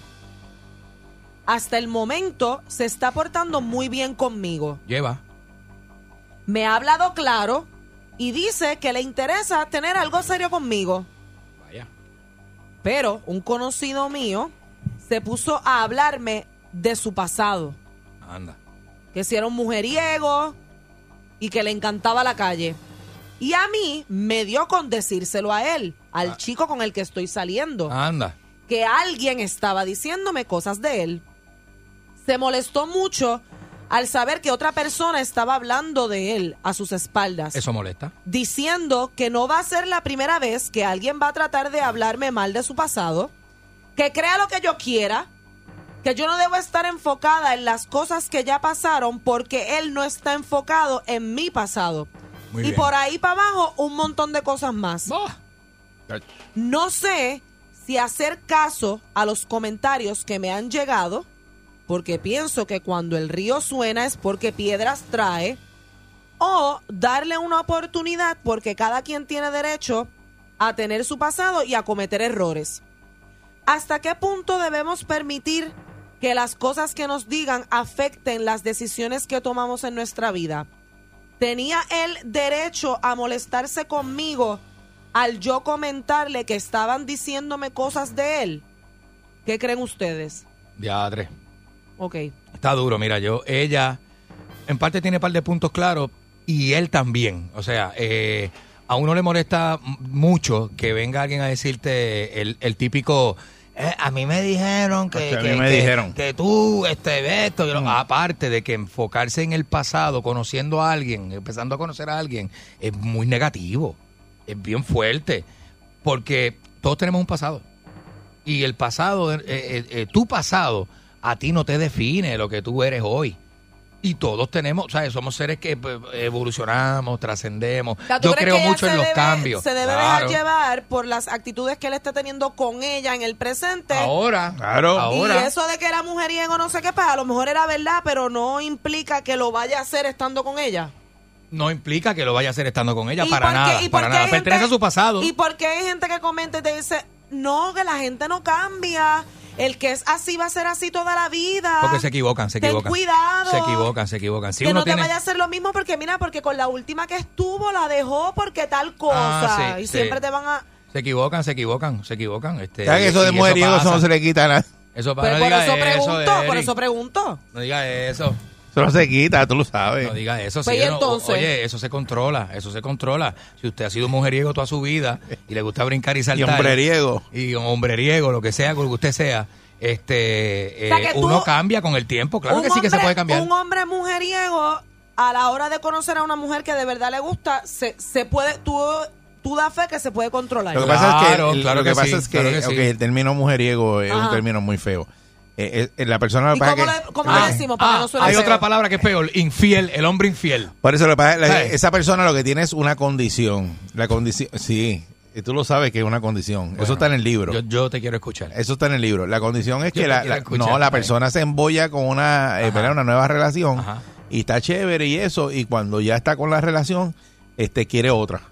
[SPEAKER 4] Hasta el momento se está portando muy bien conmigo.
[SPEAKER 10] Lleva.
[SPEAKER 4] Me ha hablado claro y dice que le interesa tener algo serio conmigo.
[SPEAKER 10] Vaya.
[SPEAKER 4] Pero un conocido mío se puso a hablarme de su pasado.
[SPEAKER 10] Anda.
[SPEAKER 4] que si era un mujeriego y que le encantaba la calle. Y a mí me dio con decírselo a él, al chico con el que estoy
[SPEAKER 6] Ah.
[SPEAKER 4] saliendo,
[SPEAKER 10] Anda.
[SPEAKER 4] que alguien estaba diciéndome cosas de él. Se molestó mucho al saber que otra persona estaba hablando de él a sus espaldas,
[SPEAKER 10] Eso molesta.
[SPEAKER 4] diciendo que no va a ser la primera vez que alguien va a tratar de hablarme mal de su pasado, que crea lo que yo quiera, que yo no debo estar enfocada en las cosas que ya pasaron porque él no está enfocado en mi pasado.
[SPEAKER 2] Muy
[SPEAKER 4] y
[SPEAKER 2] bien.
[SPEAKER 4] por ahí para abajo un montón de cosas más. No sé si hacer caso a los comentarios que me han llegado porque pienso que cuando el río suena es porque piedras trae o darle una oportunidad porque cada quien tiene derecho a tener su pasado y a cometer errores. ¿Hasta qué punto debemos permitir que las cosas que nos digan afecten las decisiones que tomamos en nuestra vida? ¿Tenía él derecho a molestarse conmigo al yo comentarle que estaban diciéndome cosas de él? ¿Qué creen ustedes?
[SPEAKER 6] Ya, tres.
[SPEAKER 4] Ok.
[SPEAKER 6] Está duro, mira, yo, ella en parte tiene un par de puntos claros y él también. O sea, eh, a uno le molesta m- mucho que venga alguien a decirte el, el típico, eh, a mí me dijeron que...
[SPEAKER 12] Este, a
[SPEAKER 6] que-
[SPEAKER 12] mí me
[SPEAKER 6] que-
[SPEAKER 12] dijeron. Mm.
[SPEAKER 6] Que tú, este, esto, yo no- aparte de que enfocarse en el pasado, conociendo a alguien, empezando a conocer a alguien, es muy negativo, es bien fuerte, porque todos tenemos un pasado y el pasado, eh, eh, eh, tu pasado, a ti no te define lo que tú eres hoy. Y todos tenemos, o sea, somos seres que eh, evolucionamos, trascendemos.
[SPEAKER 4] O sea, ¿tú
[SPEAKER 6] Yo
[SPEAKER 4] crees
[SPEAKER 6] creo
[SPEAKER 4] que ella
[SPEAKER 6] mucho
[SPEAKER 4] se
[SPEAKER 6] en los
[SPEAKER 4] debe-
[SPEAKER 6] cambios.
[SPEAKER 4] Se debe
[SPEAKER 6] Claro.
[SPEAKER 4] dejar llevar por las actitudes que él está teniendo con ella en el presente.
[SPEAKER 6] Ahora,
[SPEAKER 3] Claro.
[SPEAKER 4] Y eso de que era mujeriego, no sé qué, pues a lo mejor era verdad, pero no implica que lo vaya a hacer estando con ella.
[SPEAKER 6] no implica que lo vaya a hacer estando con ella,
[SPEAKER 4] ¿Y
[SPEAKER 6] para
[SPEAKER 4] por qué-
[SPEAKER 6] nada,
[SPEAKER 4] y por
[SPEAKER 6] para
[SPEAKER 4] qué
[SPEAKER 6] nada.
[SPEAKER 4] hay gente-
[SPEAKER 6] Pertenece a su pasado.
[SPEAKER 4] Pues, ¿Y por qué hay gente que comenta y te dice, no, que la gente no cambia? El que es así va a ser así toda la vida.
[SPEAKER 6] Porque se equivocan, se
[SPEAKER 4] Ten
[SPEAKER 6] equivocan.
[SPEAKER 4] cuidado.
[SPEAKER 6] Se equivocan, se equivocan. Si
[SPEAKER 4] que
[SPEAKER 6] uno
[SPEAKER 4] no
[SPEAKER 6] tiene...
[SPEAKER 4] te vaya a hacer lo mismo porque mira, porque con la última que estuvo la dejó porque tal cosa.
[SPEAKER 6] Ah, sí,
[SPEAKER 4] y
[SPEAKER 6] sí.
[SPEAKER 4] siempre te van a...
[SPEAKER 6] Se equivocan, se equivocan, se equivocan. Este,
[SPEAKER 3] Ya que eso
[SPEAKER 6] y
[SPEAKER 3] de mujeriego eso
[SPEAKER 6] pasa.
[SPEAKER 3] no se le quita nada.
[SPEAKER 6] Eso pa-
[SPEAKER 4] Pues
[SPEAKER 6] no
[SPEAKER 4] por
[SPEAKER 6] diga
[SPEAKER 4] eso
[SPEAKER 6] eso,
[SPEAKER 4] pregunto, por
[SPEAKER 6] Eric.
[SPEAKER 4] eso pregunto.
[SPEAKER 6] No diga eso.
[SPEAKER 3] Eso no se quita, tú lo sabes.
[SPEAKER 6] No diga eso.
[SPEAKER 4] Pues,
[SPEAKER 6] sí,
[SPEAKER 4] ¿y
[SPEAKER 6] no, o-
[SPEAKER 4] entonces?
[SPEAKER 6] oye, eso se controla, eso se controla. Si usted ha sido mujeriego toda su vida y le gusta brincar y saltar.
[SPEAKER 3] hombreriego.
[SPEAKER 6] Y hombreriego, lo que sea, lo que usted sea. Este,
[SPEAKER 4] O sea,
[SPEAKER 6] eh,
[SPEAKER 4] que tú-
[SPEAKER 6] uno cambia con el tiempo. Claro
[SPEAKER 4] Un
[SPEAKER 6] que sí que se
[SPEAKER 4] hombre-
[SPEAKER 6] puede cambiar.
[SPEAKER 4] Un hombre mujeriego, a la hora de conocer a una mujer que de verdad le gusta, se, se puede, tú, tú da fe que se puede controlar.
[SPEAKER 3] Lo que pasa es
[SPEAKER 6] Claro,
[SPEAKER 3] que,
[SPEAKER 6] claro
[SPEAKER 3] lo que
[SPEAKER 6] que
[SPEAKER 3] pasa
[SPEAKER 6] sí,
[SPEAKER 3] es que,
[SPEAKER 6] claro que sí.
[SPEAKER 3] ok, el término mujeriego es un
[SPEAKER 4] Ajá.
[SPEAKER 3] término muy feo. Eh, eh, la persona lo que
[SPEAKER 4] ¿Y
[SPEAKER 3] pasa
[SPEAKER 4] cómo,
[SPEAKER 3] es que-
[SPEAKER 4] le- cómo le decimos? Para que no suene
[SPEAKER 6] Ah, Hay
[SPEAKER 4] feo.
[SPEAKER 6] otra palabra que es peor, infiel, el hombre infiel.
[SPEAKER 3] Por eso lo que pasa es que la-
[SPEAKER 6] Sí.
[SPEAKER 3] esa persona lo que tiene es una condición. La condición, sí, y tú lo sabes que es una condición. eso está en el libro.
[SPEAKER 6] Yo, yo te quiero escuchar.
[SPEAKER 3] Eso está en el libro. La condición es
[SPEAKER 6] Yo
[SPEAKER 3] que
[SPEAKER 6] te
[SPEAKER 3] la,
[SPEAKER 6] quiero
[SPEAKER 3] la-
[SPEAKER 6] escuchar,
[SPEAKER 3] no, la
[SPEAKER 6] Mike.
[SPEAKER 3] persona se embolla con una, eh, ¿verdad? una nueva relación y está chévere y eso, y cuando ya está con la relación, este quiere otra.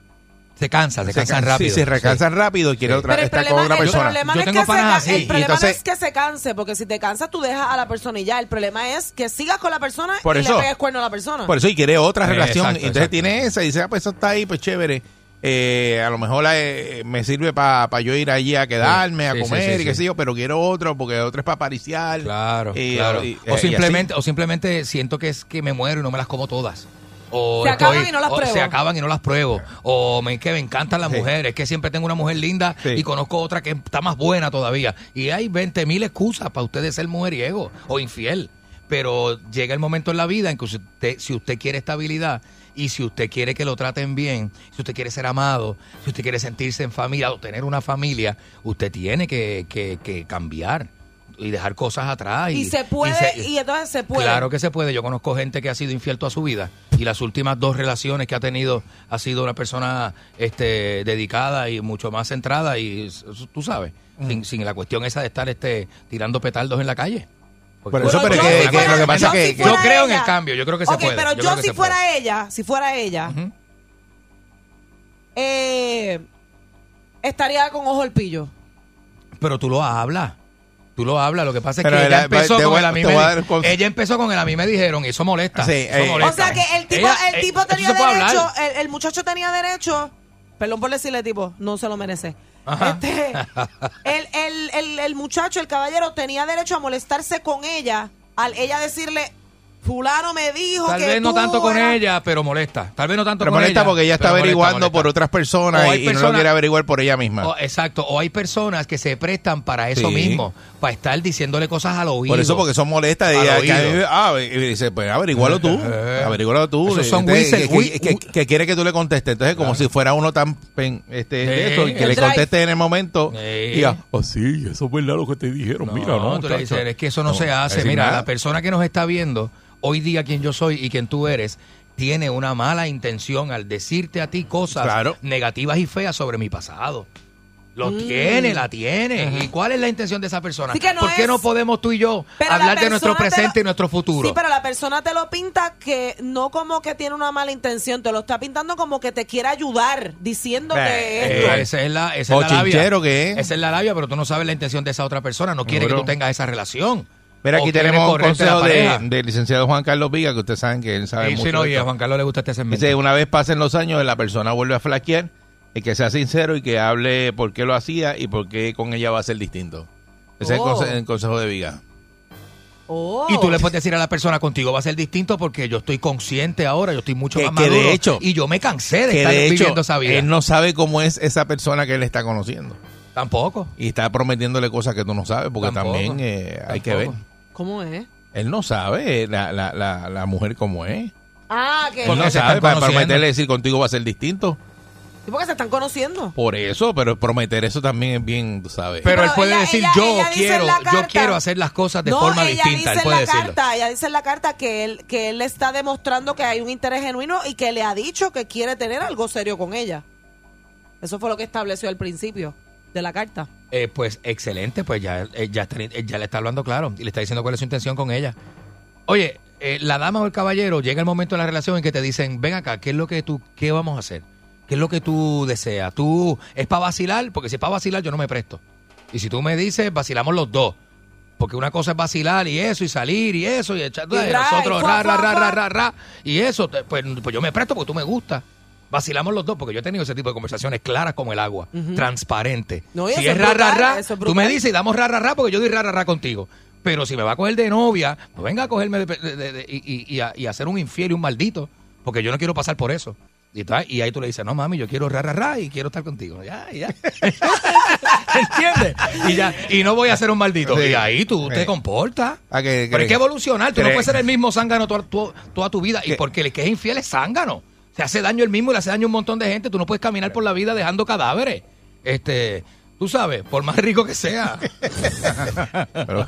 [SPEAKER 6] Se cansa, se, cansan
[SPEAKER 3] ca-
[SPEAKER 6] rápido.
[SPEAKER 3] Sí, se recansan rápido y quiere otra,
[SPEAKER 4] Pero el
[SPEAKER 3] está
[SPEAKER 4] problema,
[SPEAKER 3] con otra
[SPEAKER 4] el
[SPEAKER 3] persona.
[SPEAKER 4] problema no es que se ca- el problema no
[SPEAKER 3] entonces,
[SPEAKER 4] es que se canse, porque si te cansas tú dejas a la persona y ya. El problema es que sigas con la persona
[SPEAKER 3] Por
[SPEAKER 4] y
[SPEAKER 3] eso.
[SPEAKER 4] le pegues cuerno a la persona.
[SPEAKER 3] Por eso, y quiere otra
[SPEAKER 6] Eh,
[SPEAKER 3] relación.
[SPEAKER 6] exacto,
[SPEAKER 3] entonces
[SPEAKER 6] exacto.
[SPEAKER 3] tiene esa y dice, ah, pues eso está ahí, pues chévere. Eh, a lo mejor eh, me sirve para yo ir allí a quedarme,
[SPEAKER 6] Sí,
[SPEAKER 3] a
[SPEAKER 6] sí,
[SPEAKER 3] comer
[SPEAKER 6] sí, sí,
[SPEAKER 3] y qué
[SPEAKER 6] sí.
[SPEAKER 3] sé yo, pero quiero otro porque otro es para pariciar.
[SPEAKER 6] Claro,
[SPEAKER 3] Eh,
[SPEAKER 6] claro.
[SPEAKER 3] y- eh,
[SPEAKER 6] o
[SPEAKER 3] y
[SPEAKER 6] simplemente, o simplemente siento que es que me muero y no me las como todas. O
[SPEAKER 4] Se acaban y no las
[SPEAKER 6] o
[SPEAKER 4] pruebo.
[SPEAKER 6] Se acaban y no las pruebo. O me, que me encantan las mujeres, que siempre tengo una mujer linda y conozco otra que está más buena todavía. Y hay 20 mil excusas para usted de ser mujeriego o infiel. Pero llega el momento en la vida en que si usted, si usted quiere estabilidad y si usted quiere que lo traten bien, si usted quiere ser amado, si usted quiere sentirse en familia o tener una familia, usted tiene que, que- que cambiar y dejar cosas atrás.
[SPEAKER 4] y, se puede, y,
[SPEAKER 6] se-
[SPEAKER 4] entonces se puede.
[SPEAKER 6] Claro que se puede. Yo conozco gente que ha sido infiel toda su vida y las últimas dos relaciones que ha tenido ha sido una persona este, dedicada y mucho más centrada y s- tú sabes, sin, sin la cuestión esa de estar este, tirando petardos en la calle.
[SPEAKER 3] Por eso, pero que- que lo que pasa
[SPEAKER 6] yo
[SPEAKER 3] es que-
[SPEAKER 6] si
[SPEAKER 3] que-
[SPEAKER 6] fuera
[SPEAKER 3] yo
[SPEAKER 6] creo en
[SPEAKER 4] ella-
[SPEAKER 6] el cambio, yo creo que se
[SPEAKER 4] Ok,
[SPEAKER 6] puede.
[SPEAKER 4] pero yo,
[SPEAKER 6] creo que
[SPEAKER 4] si
[SPEAKER 6] se
[SPEAKER 4] fuera ella, si fuera ella, eh, estaría con ojo al pillo.
[SPEAKER 6] puede. Pero tú lo hablas. Tú lo hablas, lo que pasa es
[SPEAKER 3] Pero
[SPEAKER 6] que ella
[SPEAKER 3] la-
[SPEAKER 6] empezó,
[SPEAKER 3] te
[SPEAKER 6] con
[SPEAKER 3] voy-
[SPEAKER 6] el a mí
[SPEAKER 3] te
[SPEAKER 6] me
[SPEAKER 3] voy a
[SPEAKER 6] di-
[SPEAKER 3] dar un conse-
[SPEAKER 6] ella empezó con el a mí me dijeron y eso molesta.
[SPEAKER 3] Sí,
[SPEAKER 6] eso
[SPEAKER 3] eh,
[SPEAKER 4] O
[SPEAKER 6] molesta.
[SPEAKER 4] sea que el tipo,
[SPEAKER 6] Ella-
[SPEAKER 4] el
[SPEAKER 6] eh,
[SPEAKER 4] tipo
[SPEAKER 6] eso se
[SPEAKER 4] tenía
[SPEAKER 6] puede hablar.
[SPEAKER 4] derecho, el, el muchacho tenía derecho, perdón por decirle tipo, no se lo merece. Este, el, el, el, el muchacho, el caballero, tenía derecho a molestarse con ella al ella decirle, fulano me dijo
[SPEAKER 6] Tal
[SPEAKER 4] que
[SPEAKER 6] vez no
[SPEAKER 4] tú
[SPEAKER 6] tanto con
[SPEAKER 4] eras-".
[SPEAKER 6] ella, pero molesta. Tal vez no tanto
[SPEAKER 3] Pero
[SPEAKER 6] con
[SPEAKER 3] molesta
[SPEAKER 6] ella.
[SPEAKER 3] porque ella está
[SPEAKER 6] pero molesta,
[SPEAKER 3] averiguando
[SPEAKER 6] molesta.
[SPEAKER 3] por otras personas
[SPEAKER 6] O
[SPEAKER 3] y,
[SPEAKER 6] hay
[SPEAKER 3] y no lo
[SPEAKER 6] personas-
[SPEAKER 3] quiere averiguar por ella misma.
[SPEAKER 6] O- exacto. O hay personas que se prestan para eso
[SPEAKER 3] Sí.
[SPEAKER 6] mismo, para estar diciéndole cosas al oído.
[SPEAKER 3] por eso, porque son molestas.
[SPEAKER 6] Al
[SPEAKER 3] De, que a mí
[SPEAKER 6] oído.
[SPEAKER 3] me- ah, y dice, pues averígualo tú. averígualo tú.
[SPEAKER 6] Esos son
[SPEAKER 3] Entonces,
[SPEAKER 6] whistle,
[SPEAKER 3] que-
[SPEAKER 6] whi-
[SPEAKER 3] que, que- que quiere que tú le contestes. Entonces, como si fuera uno tan pen- este, de
[SPEAKER 6] Sí.
[SPEAKER 3] esto, y que
[SPEAKER 6] El
[SPEAKER 3] le
[SPEAKER 6] drive.
[SPEAKER 3] contestes en el momento.
[SPEAKER 6] Sí.
[SPEAKER 3] Y diga, oh, sí, eso es verdad lo que te dijeron. Mira, no.
[SPEAKER 6] Eh. tú le
[SPEAKER 3] muchacho".
[SPEAKER 6] dices, es que eso no, se hace.
[SPEAKER 3] decir
[SPEAKER 6] Mira,
[SPEAKER 3] nada.
[SPEAKER 6] la persona que nos está viendo, hoy día quien yo soy y quien tú eres, tiene una mala intención al decirte a ti cosas
[SPEAKER 3] Claro.
[SPEAKER 6] negativas y feas sobre mi pasado. Lo tiene,
[SPEAKER 3] Mm.
[SPEAKER 6] la tiene. ¿Y cuál es la intención de esa persona?
[SPEAKER 4] Sí que no
[SPEAKER 6] ¿Por qué
[SPEAKER 4] es-
[SPEAKER 6] no podemos tú y yo
[SPEAKER 4] Pero la
[SPEAKER 6] hablar de nuestro
[SPEAKER 4] persona te lo-
[SPEAKER 6] presente y nuestro futuro?
[SPEAKER 4] Sí, pero la persona te lo pinta que no como que tiene una mala intención, te lo está pintando como que te quiere ayudar, diciéndote
[SPEAKER 6] Eh,
[SPEAKER 4] esto.
[SPEAKER 6] esa es la, esa
[SPEAKER 3] O
[SPEAKER 6] es la labia.
[SPEAKER 3] chinchero que es.
[SPEAKER 6] Esa es la labia, pero tú no sabes la intención de esa otra persona. No quiere
[SPEAKER 3] Seguro.
[SPEAKER 6] que tú tengas esa relación.
[SPEAKER 3] Mira,
[SPEAKER 6] O
[SPEAKER 3] aquí
[SPEAKER 6] quiere
[SPEAKER 3] tenemos un
[SPEAKER 6] correrte
[SPEAKER 3] consejo
[SPEAKER 6] la
[SPEAKER 3] de,
[SPEAKER 6] pareja.
[SPEAKER 3] del licenciado Juan Carlos Viga, que ustedes saben que él sabe
[SPEAKER 6] Y
[SPEAKER 3] mucho.
[SPEAKER 6] si no,
[SPEAKER 3] de
[SPEAKER 6] y
[SPEAKER 3] esto.
[SPEAKER 6] a Juan Carlos le gusta este segmento.
[SPEAKER 3] Dice, una vez pasen los años, la persona vuelve a flaquear, el que sea sincero y que hable por qué lo hacía y por qué con ella va a ser distinto. Ese es el,
[SPEAKER 6] Oh.
[SPEAKER 3] conse- el consejo de Viga.
[SPEAKER 6] Y tú le puedes decir a la persona, contigo va a ser distinto porque yo estoy consciente ahora, yo estoy mucho
[SPEAKER 3] Que-
[SPEAKER 6] más
[SPEAKER 3] que de
[SPEAKER 6] maduro.
[SPEAKER 3] hecho-
[SPEAKER 6] y yo me cansé de
[SPEAKER 3] Que
[SPEAKER 6] estar
[SPEAKER 3] de hecho,
[SPEAKER 6] viviendo esa vida.
[SPEAKER 3] él no sabe cómo es esa persona que él está conociendo.
[SPEAKER 6] Tampoco.
[SPEAKER 3] Y está prometiéndole cosas que tú no sabes, porque
[SPEAKER 6] Tampoco.
[SPEAKER 3] también eh, hay que ver.
[SPEAKER 6] Tampoco.
[SPEAKER 4] ¿Cómo es?
[SPEAKER 3] Él no sabe eh, la, la, la, la mujer cómo es.
[SPEAKER 4] Ah, que
[SPEAKER 3] Él no
[SPEAKER 6] se están
[SPEAKER 3] sabe, para
[SPEAKER 6] conociendo.
[SPEAKER 3] prometerle decir contigo va a ser distinto.
[SPEAKER 4] ¿Y por qué se están conociendo?
[SPEAKER 3] Por eso, pero prometer eso también es bien, tú sabes.
[SPEAKER 6] Pero él puede
[SPEAKER 4] ella-
[SPEAKER 6] decir,
[SPEAKER 4] ella-
[SPEAKER 6] yo
[SPEAKER 4] ella dice en
[SPEAKER 6] quiero,
[SPEAKER 4] la
[SPEAKER 6] yo
[SPEAKER 4] carta-
[SPEAKER 6] quiero hacer las cosas de
[SPEAKER 4] no,
[SPEAKER 6] forma
[SPEAKER 4] ella
[SPEAKER 6] distinta.
[SPEAKER 4] dice en
[SPEAKER 6] Él
[SPEAKER 4] la
[SPEAKER 6] puede decirlo.
[SPEAKER 4] carta, ella dice en la carta que él, que él le está demostrando que hay un interés genuino y que le ha dicho que quiere tener algo serio con ella. Eso fue lo que estableció al principio de la carta.
[SPEAKER 6] Eh, pues excelente, pues ya, eh, ya, está- eh, ya le está hablando claro y le está diciendo cuál es su intención con ella. Oye, eh, la dama o el caballero, llega el momento de la relación en que te dicen, ven acá, ¿qué es lo que tú, qué vamos a hacer? ¿Qué es lo que tú deseas? ¿Tú es para vacilar? Porque si es para vacilar yo no me presto. Y si tú me dices, vacilamos los dos. Porque una cosa es vacilar y eso, y salir y eso, y echar,
[SPEAKER 7] Y ra, y
[SPEAKER 6] nosotros,
[SPEAKER 7] fua, fua,
[SPEAKER 6] ra, ra, ra,
[SPEAKER 7] fua.
[SPEAKER 6] ra, ra, ra, y eso, te- pues, pues yo me presto porque tú me gustas. Vacilamos los dos, porque yo he tenido ese tipo de conversaciones claras como el agua,
[SPEAKER 7] Ujú.
[SPEAKER 6] transparente.
[SPEAKER 7] No, y
[SPEAKER 6] si
[SPEAKER 7] eso
[SPEAKER 6] es
[SPEAKER 7] es
[SPEAKER 6] ra, ra,
[SPEAKER 7] brutal,
[SPEAKER 6] ra,
[SPEAKER 7] eso es
[SPEAKER 6] tú me
[SPEAKER 7] brutal.
[SPEAKER 6] dices y damos ra, ra, ra, porque yo doy ra, ra, ra contigo. Pero si me va a coger de novia, pues venga a cogerme de- de- de- de- y, y, y a, y a ser un infiel y un maldito, porque yo no quiero pasar por eso. Y, tal, y ahí tú le dices, no mami, yo quiero ra, ra, ra y quiero estar contigo. Ya, ya. ¿Entiendes? Y ya, y no voy a ser un maldito. Y ahí tú te comportas.
[SPEAKER 3] Ah, que-
[SPEAKER 6] Pero hay que evolucionar. Tú no
[SPEAKER 3] Cree-
[SPEAKER 6] puedes ser el mismo zángano toda, tu- toda tu vida. Y porque el que es infiel es zángano. Se hace daño el mismo y le hace daño a un montón de gente. Tú no puedes caminar por la vida dejando cadáveres. Este, tú sabes, por más rico que sea.
[SPEAKER 3] Pero-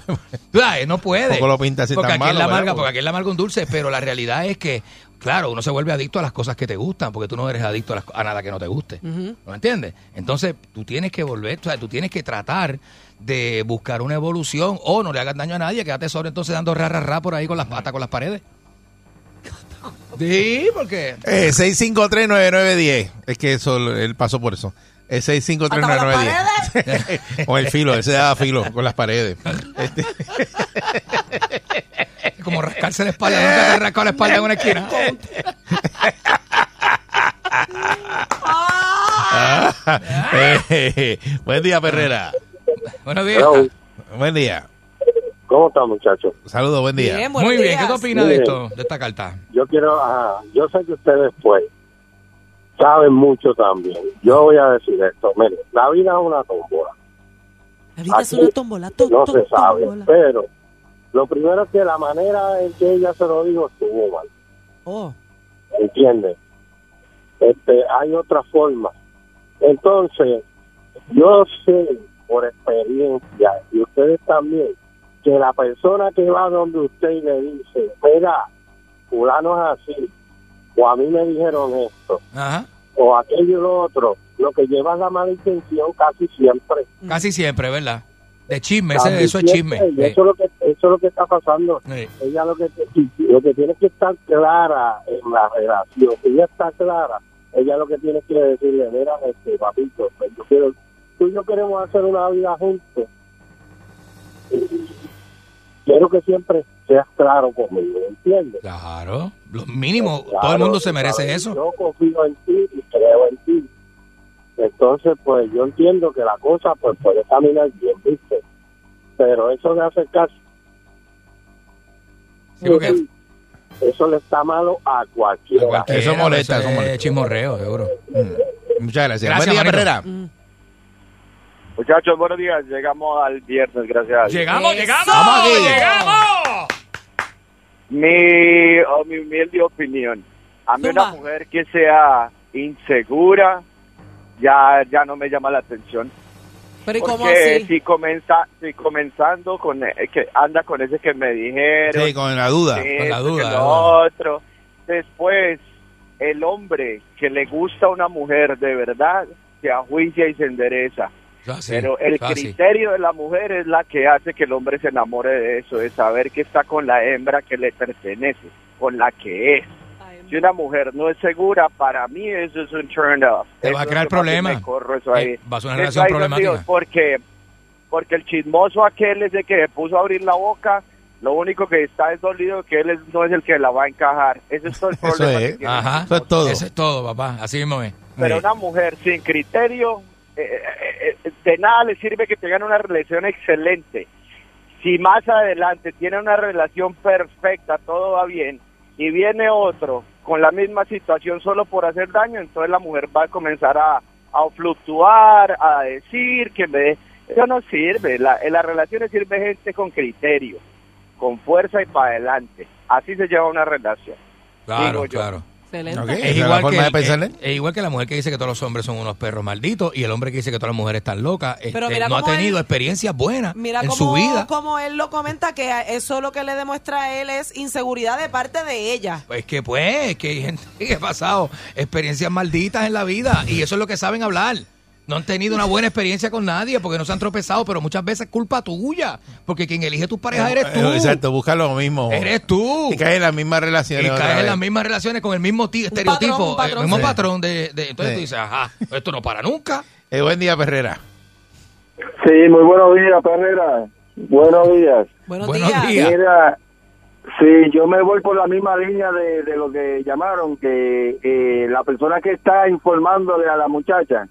[SPEAKER 6] Tú sabes, no puede.
[SPEAKER 3] Tampoco lo pinta así
[SPEAKER 6] porque
[SPEAKER 3] tan
[SPEAKER 6] aquí es
[SPEAKER 3] malo,
[SPEAKER 6] la
[SPEAKER 3] ¿verdad?
[SPEAKER 6] amarga, pues. porque aquí es la amarga un dulce, pero la realidad es que, claro, uno se vuelve adicto a las cosas que te gustan, porque tú no eres adicto a, las- a nada que no te guste. ¿No entiendes? Entonces, tú tienes que volver, o sea, tú tienes que tratar de buscar una evolución o no le hagas daño a nadie, quédate solo entonces dando ra, ra, ra por ahí con las patas, con las paredes. Sí, porque...
[SPEAKER 3] Eh, 6539910. Es que eso, él pasó por eso. Eh, Es 6539910. Con el filo, él se daba filo con las paredes. Este,
[SPEAKER 6] Es como rascarse la espalda, nunca te has rascado la espalda en una esquina.
[SPEAKER 3] ah, eh, buen día, Perrera.
[SPEAKER 6] Buenos
[SPEAKER 3] días. Buen día.
[SPEAKER 8] ¿Cómo están, muchachos?
[SPEAKER 3] Saludos, buen día.
[SPEAKER 8] Bien, buenos
[SPEAKER 6] Muy bien, ¿qué
[SPEAKER 8] días.
[SPEAKER 6] tú opinas de
[SPEAKER 8] Bien.
[SPEAKER 6] esto, de esta carta?
[SPEAKER 8] Yo quiero, ajá, yo sé que ustedes, pues, saben mucho también. Yo voy a decir esto. Mire, la vida es una tómbola.
[SPEAKER 4] Ahorita es
[SPEAKER 8] Aquí
[SPEAKER 4] una tombola. to-
[SPEAKER 8] No
[SPEAKER 4] to-
[SPEAKER 8] se sabe,
[SPEAKER 4] tómbola.
[SPEAKER 8] pero lo primero es que la manera en que ella se lo dijo estuvo mal.
[SPEAKER 4] Oh.
[SPEAKER 8] ¿Entiendes? Este, hay otra forma. Entonces, yo sé por experiencia, y ustedes también, que la persona que va donde usted y le dice, mira, fulano es así, o a mí me dijeron esto,
[SPEAKER 6] Ajá.
[SPEAKER 8] o aquello y lo otro, lo que lleva es la mala intención casi siempre.
[SPEAKER 6] Casi siempre, ¿verdad? De chisme, ese-
[SPEAKER 8] Casi
[SPEAKER 6] eso es chisme.
[SPEAKER 8] siempre, y
[SPEAKER 6] Sí.
[SPEAKER 8] Eso, es lo que, eso es lo que está pasando.
[SPEAKER 6] Sí.
[SPEAKER 8] Ella lo que, lo que tiene que estar clara en la relación. Si ella está clara, ella lo que tiene que decirle, mira, este, papito, pues, yo quiero- tú y yo queremos hacer una vida juntos. Quiero que siempre seas claro conmigo, ¿entiendes?
[SPEAKER 6] Claro, lo mínimo, todo el mundo se merece eso.
[SPEAKER 8] Yo confío en ti y creo en ti. Entonces, pues yo entiendo que la cosa pues puede caminar bien, ¿viste? Pero eso de acercarse. Eso le está malo a cualquiera.
[SPEAKER 3] Eso molesta, eso molesta. Mm.
[SPEAKER 6] chismorreo, seguro.
[SPEAKER 3] Muchas gracias.
[SPEAKER 8] Gracias,
[SPEAKER 3] buen día,
[SPEAKER 8] manito.
[SPEAKER 3] Perrera.
[SPEAKER 1] Muchachos, buenos días. Llegamos al viernes, gracias. a Dios.
[SPEAKER 6] Llegamos, llegamos,
[SPEAKER 1] Vamos aquí.
[SPEAKER 6] llegamos.
[SPEAKER 1] Mi, o mi humilde opinión. A mí
[SPEAKER 4] Zumba.
[SPEAKER 1] una mujer que sea insegura ya, ya no me llama la atención.
[SPEAKER 4] Pero ¿y cómo
[SPEAKER 1] Porque
[SPEAKER 4] así?
[SPEAKER 1] si comienza, si comenzando con eh, que anda con ese que me dijeron.
[SPEAKER 3] Sí, con la duda,
[SPEAKER 1] que
[SPEAKER 3] con la
[SPEAKER 1] esto,
[SPEAKER 3] duda,
[SPEAKER 1] que
[SPEAKER 3] la
[SPEAKER 1] lo
[SPEAKER 3] duda.
[SPEAKER 1] otro. Después, el hombre que le gusta a una mujer de verdad se ajuicia y se endereza.
[SPEAKER 6] así,
[SPEAKER 2] Pero el
[SPEAKER 6] eso así.
[SPEAKER 2] criterio de la mujer es la que hace que el hombre se enamore de eso, de saber que está con la hembra que le pertenece, con la que es. Si una mujer no es segura, para mí eso es un turn off.
[SPEAKER 6] Te va a
[SPEAKER 2] Eso
[SPEAKER 6] crear
[SPEAKER 2] es lo más que
[SPEAKER 6] problema.
[SPEAKER 2] me corro eso ahí.
[SPEAKER 6] Eh, va a ser una
[SPEAKER 2] Eso
[SPEAKER 6] relación
[SPEAKER 2] ahí lo digo,
[SPEAKER 6] problemática.
[SPEAKER 2] Porque, porque el chismoso aquel es el que se puso a abrir la boca, lo único que está es dolido que él es- no es el que la va a encajar. Ese es todo el problema. que tiene.
[SPEAKER 6] Ajá. Eso es todo. Eso es todo, papá. Así mismo es.
[SPEAKER 2] Pero
[SPEAKER 6] Sí.
[SPEAKER 2] una mujer sin criterio, eh, eh, eh, de nada le sirve que tengan una relación excelente. Si más adelante tienen una relación perfecta, todo va bien, y viene otro con la misma situación solo por hacer daño, entonces la mujer va a comenzar a, a fluctuar, a decir que me... Eso no sirve. La- en las relaciones sirve gente con criterio, con fuerza y para adelante. Así se lleva una relación.
[SPEAKER 6] Claro,
[SPEAKER 2] digo yo.
[SPEAKER 6] claro.
[SPEAKER 4] Excelente.
[SPEAKER 6] Ok,
[SPEAKER 3] esa es
[SPEAKER 6] Es
[SPEAKER 3] la
[SPEAKER 6] igual,
[SPEAKER 3] forma
[SPEAKER 6] que,
[SPEAKER 3] de pensarle.
[SPEAKER 6] es- es igual que la mujer que dice que todos los hombres son unos perros malditos y el hombre que dice que todas las mujeres están locas. este,
[SPEAKER 4] mira
[SPEAKER 6] no ha
[SPEAKER 4] cómo
[SPEAKER 6] tenido
[SPEAKER 4] él-
[SPEAKER 6] experiencias buenas
[SPEAKER 4] Mira
[SPEAKER 6] en
[SPEAKER 4] cómo,
[SPEAKER 6] su vida.
[SPEAKER 4] cómo él lo comenta, que eso lo que le demuestra a él es inseguridad de parte de ella.
[SPEAKER 6] Pues que pues, que hay gente que ha pasado experiencias malditas en la vida y eso es lo que saben hablar. No han tenido una buena experiencia con nadie porque no se han tropezado, pero muchas veces es culpa tuya, porque quien elige tus parejas eres tú.
[SPEAKER 3] Eh, Exacto, busca lo mismo.
[SPEAKER 6] Eres tú.
[SPEAKER 3] Y caes en las mismas relaciones.
[SPEAKER 6] Y
[SPEAKER 3] otra
[SPEAKER 6] caes en
[SPEAKER 3] vez.
[SPEAKER 6] las mismas relaciones con el mismo ti- estereotipo,
[SPEAKER 3] patrón,
[SPEAKER 6] el mismo
[SPEAKER 3] sí.
[SPEAKER 6] patrón de, de- entonces
[SPEAKER 3] Sí.
[SPEAKER 6] tú dices, ajá, esto no para nunca.
[SPEAKER 3] Eh, buen día, Perrera.
[SPEAKER 8] Sí, muy buenos días, Perrera. Buenos días.
[SPEAKER 4] Buenos,
[SPEAKER 6] días.
[SPEAKER 8] Mira, sí, yo me voy por la misma línea de, de lo que llamaron, que eh, la persona que está informándole a la muchacha,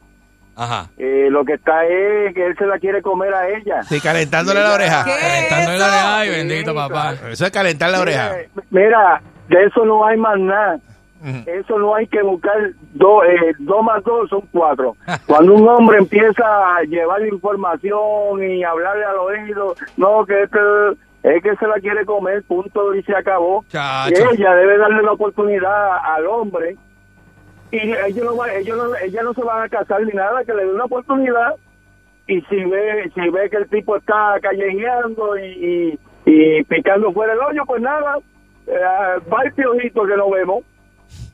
[SPEAKER 6] Ajá.
[SPEAKER 8] eh, lo que está es que él se la quiere comer a ella.
[SPEAKER 3] Sí, calentándole la oreja.
[SPEAKER 6] Calentándole la oreja, ay, bendito papá.
[SPEAKER 3] Eso es calentar la oreja.
[SPEAKER 8] Mira, de eso no hay más nada. Eso no hay que buscar. Dos, eh, dos más dos son cuatro. Cuando un hombre empieza a llevar información y hablarle al oído, no, que este es que se la quiere comer, punto, y se acabó. Y
[SPEAKER 6] Chacho.
[SPEAKER 8] ella debe darle la oportunidad al hombre. Y ellos no, va- ellos no, ella no se van a casar ni nada, que le dé una oportunidad. Y si ve, si ve que el tipo está callejeando y, y- y picando fuera el hoyo, pues nada, eh, va el piojito que no vemos.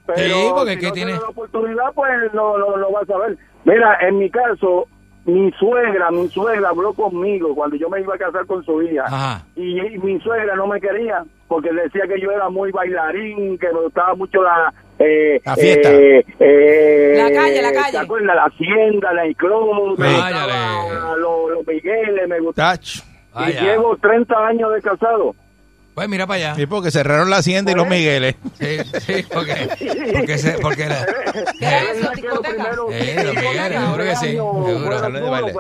[SPEAKER 8] Pero
[SPEAKER 6] Sí, porque
[SPEAKER 8] si
[SPEAKER 6] ¿qué
[SPEAKER 8] no se
[SPEAKER 6] tiene?
[SPEAKER 8] da la oportunidad, pues no, no, no vas a ver. Mira, en mi caso, mi suegra, mi suegra habló conmigo cuando yo me iba a casar con su hija.
[SPEAKER 6] Ajá.
[SPEAKER 8] Y, y mi suegra no me quería porque decía que yo era muy bailarín, que me gustaba mucho la... eh,
[SPEAKER 6] La fiesta.
[SPEAKER 8] eh, eh,
[SPEAKER 4] La calle, la calle.
[SPEAKER 8] ¿te acuerdas? La hacienda, la club, me
[SPEAKER 6] Váyale.
[SPEAKER 8] gustaba los, los migueles, me gustaba. Y
[SPEAKER 6] Vaya.
[SPEAKER 8] llevo 30 años de casado.
[SPEAKER 6] Pues mira para allá.
[SPEAKER 3] Sí, porque cerraron la hacienda y los Migueles.
[SPEAKER 6] Sí, sí, porque, porque, se- porque la- Eh, los Migueles, seguro que sí. seguro.
[SPEAKER 3] Salones de baile.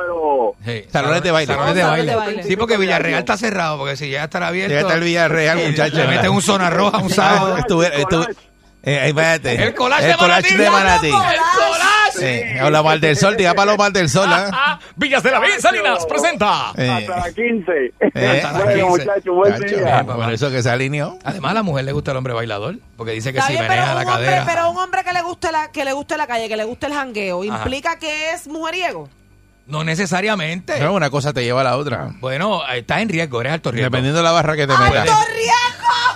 [SPEAKER 6] Sí,
[SPEAKER 3] Salones de baile.
[SPEAKER 6] Salones de
[SPEAKER 3] Salones de
[SPEAKER 6] baile. Sí, porque Villarreal está cerrado, porque si ya estará abierto.
[SPEAKER 3] Ya está el Villarreal,
[SPEAKER 6] eh,
[SPEAKER 3] muchachos.
[SPEAKER 6] Le meten un zona roja un sábado.
[SPEAKER 3] Estuve- estuve- eh, ahí, espérate.
[SPEAKER 6] El collage de Manatí.
[SPEAKER 3] de Manatí.
[SPEAKER 6] ¡Colás!
[SPEAKER 3] Sí, Habla mal del sol, diga para los mal del sol. ¿ah?
[SPEAKER 6] Villas de la Virgen Salinas presenta.
[SPEAKER 3] Eh,
[SPEAKER 8] Hasta las 15.
[SPEAKER 3] eh,
[SPEAKER 8] bueno, muchachos, buen
[SPEAKER 3] Chacho,
[SPEAKER 8] día.
[SPEAKER 3] eh, Por eso que se alineó.
[SPEAKER 6] Además, a la mujer le gusta el hombre bailador, porque dice que
[SPEAKER 4] Está
[SPEAKER 6] si
[SPEAKER 4] bien, pero
[SPEAKER 6] maneja
[SPEAKER 4] un,
[SPEAKER 6] la
[SPEAKER 4] hombre,
[SPEAKER 6] cadera.
[SPEAKER 4] pero un hombre que le guste la que le guste la calle, que le guste el jangueo,
[SPEAKER 6] Ajá.
[SPEAKER 4] implica que es mujeriego.
[SPEAKER 6] No necesariamente.
[SPEAKER 3] No, una cosa te lleva a la otra.
[SPEAKER 6] Bueno, estás en riesgo, eres alto riesgo.
[SPEAKER 3] Dependiendo de la barra que te metas.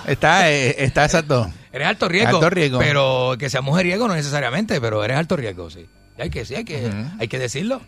[SPEAKER 3] Está, eh, está exacto.
[SPEAKER 6] Eres alto riesgo.
[SPEAKER 3] Alto riesgo.
[SPEAKER 6] Pero que sea mujeriego no necesariamente, pero eres alto riesgo, sí. Y Hay que, sí, hay que, hay que decirlo.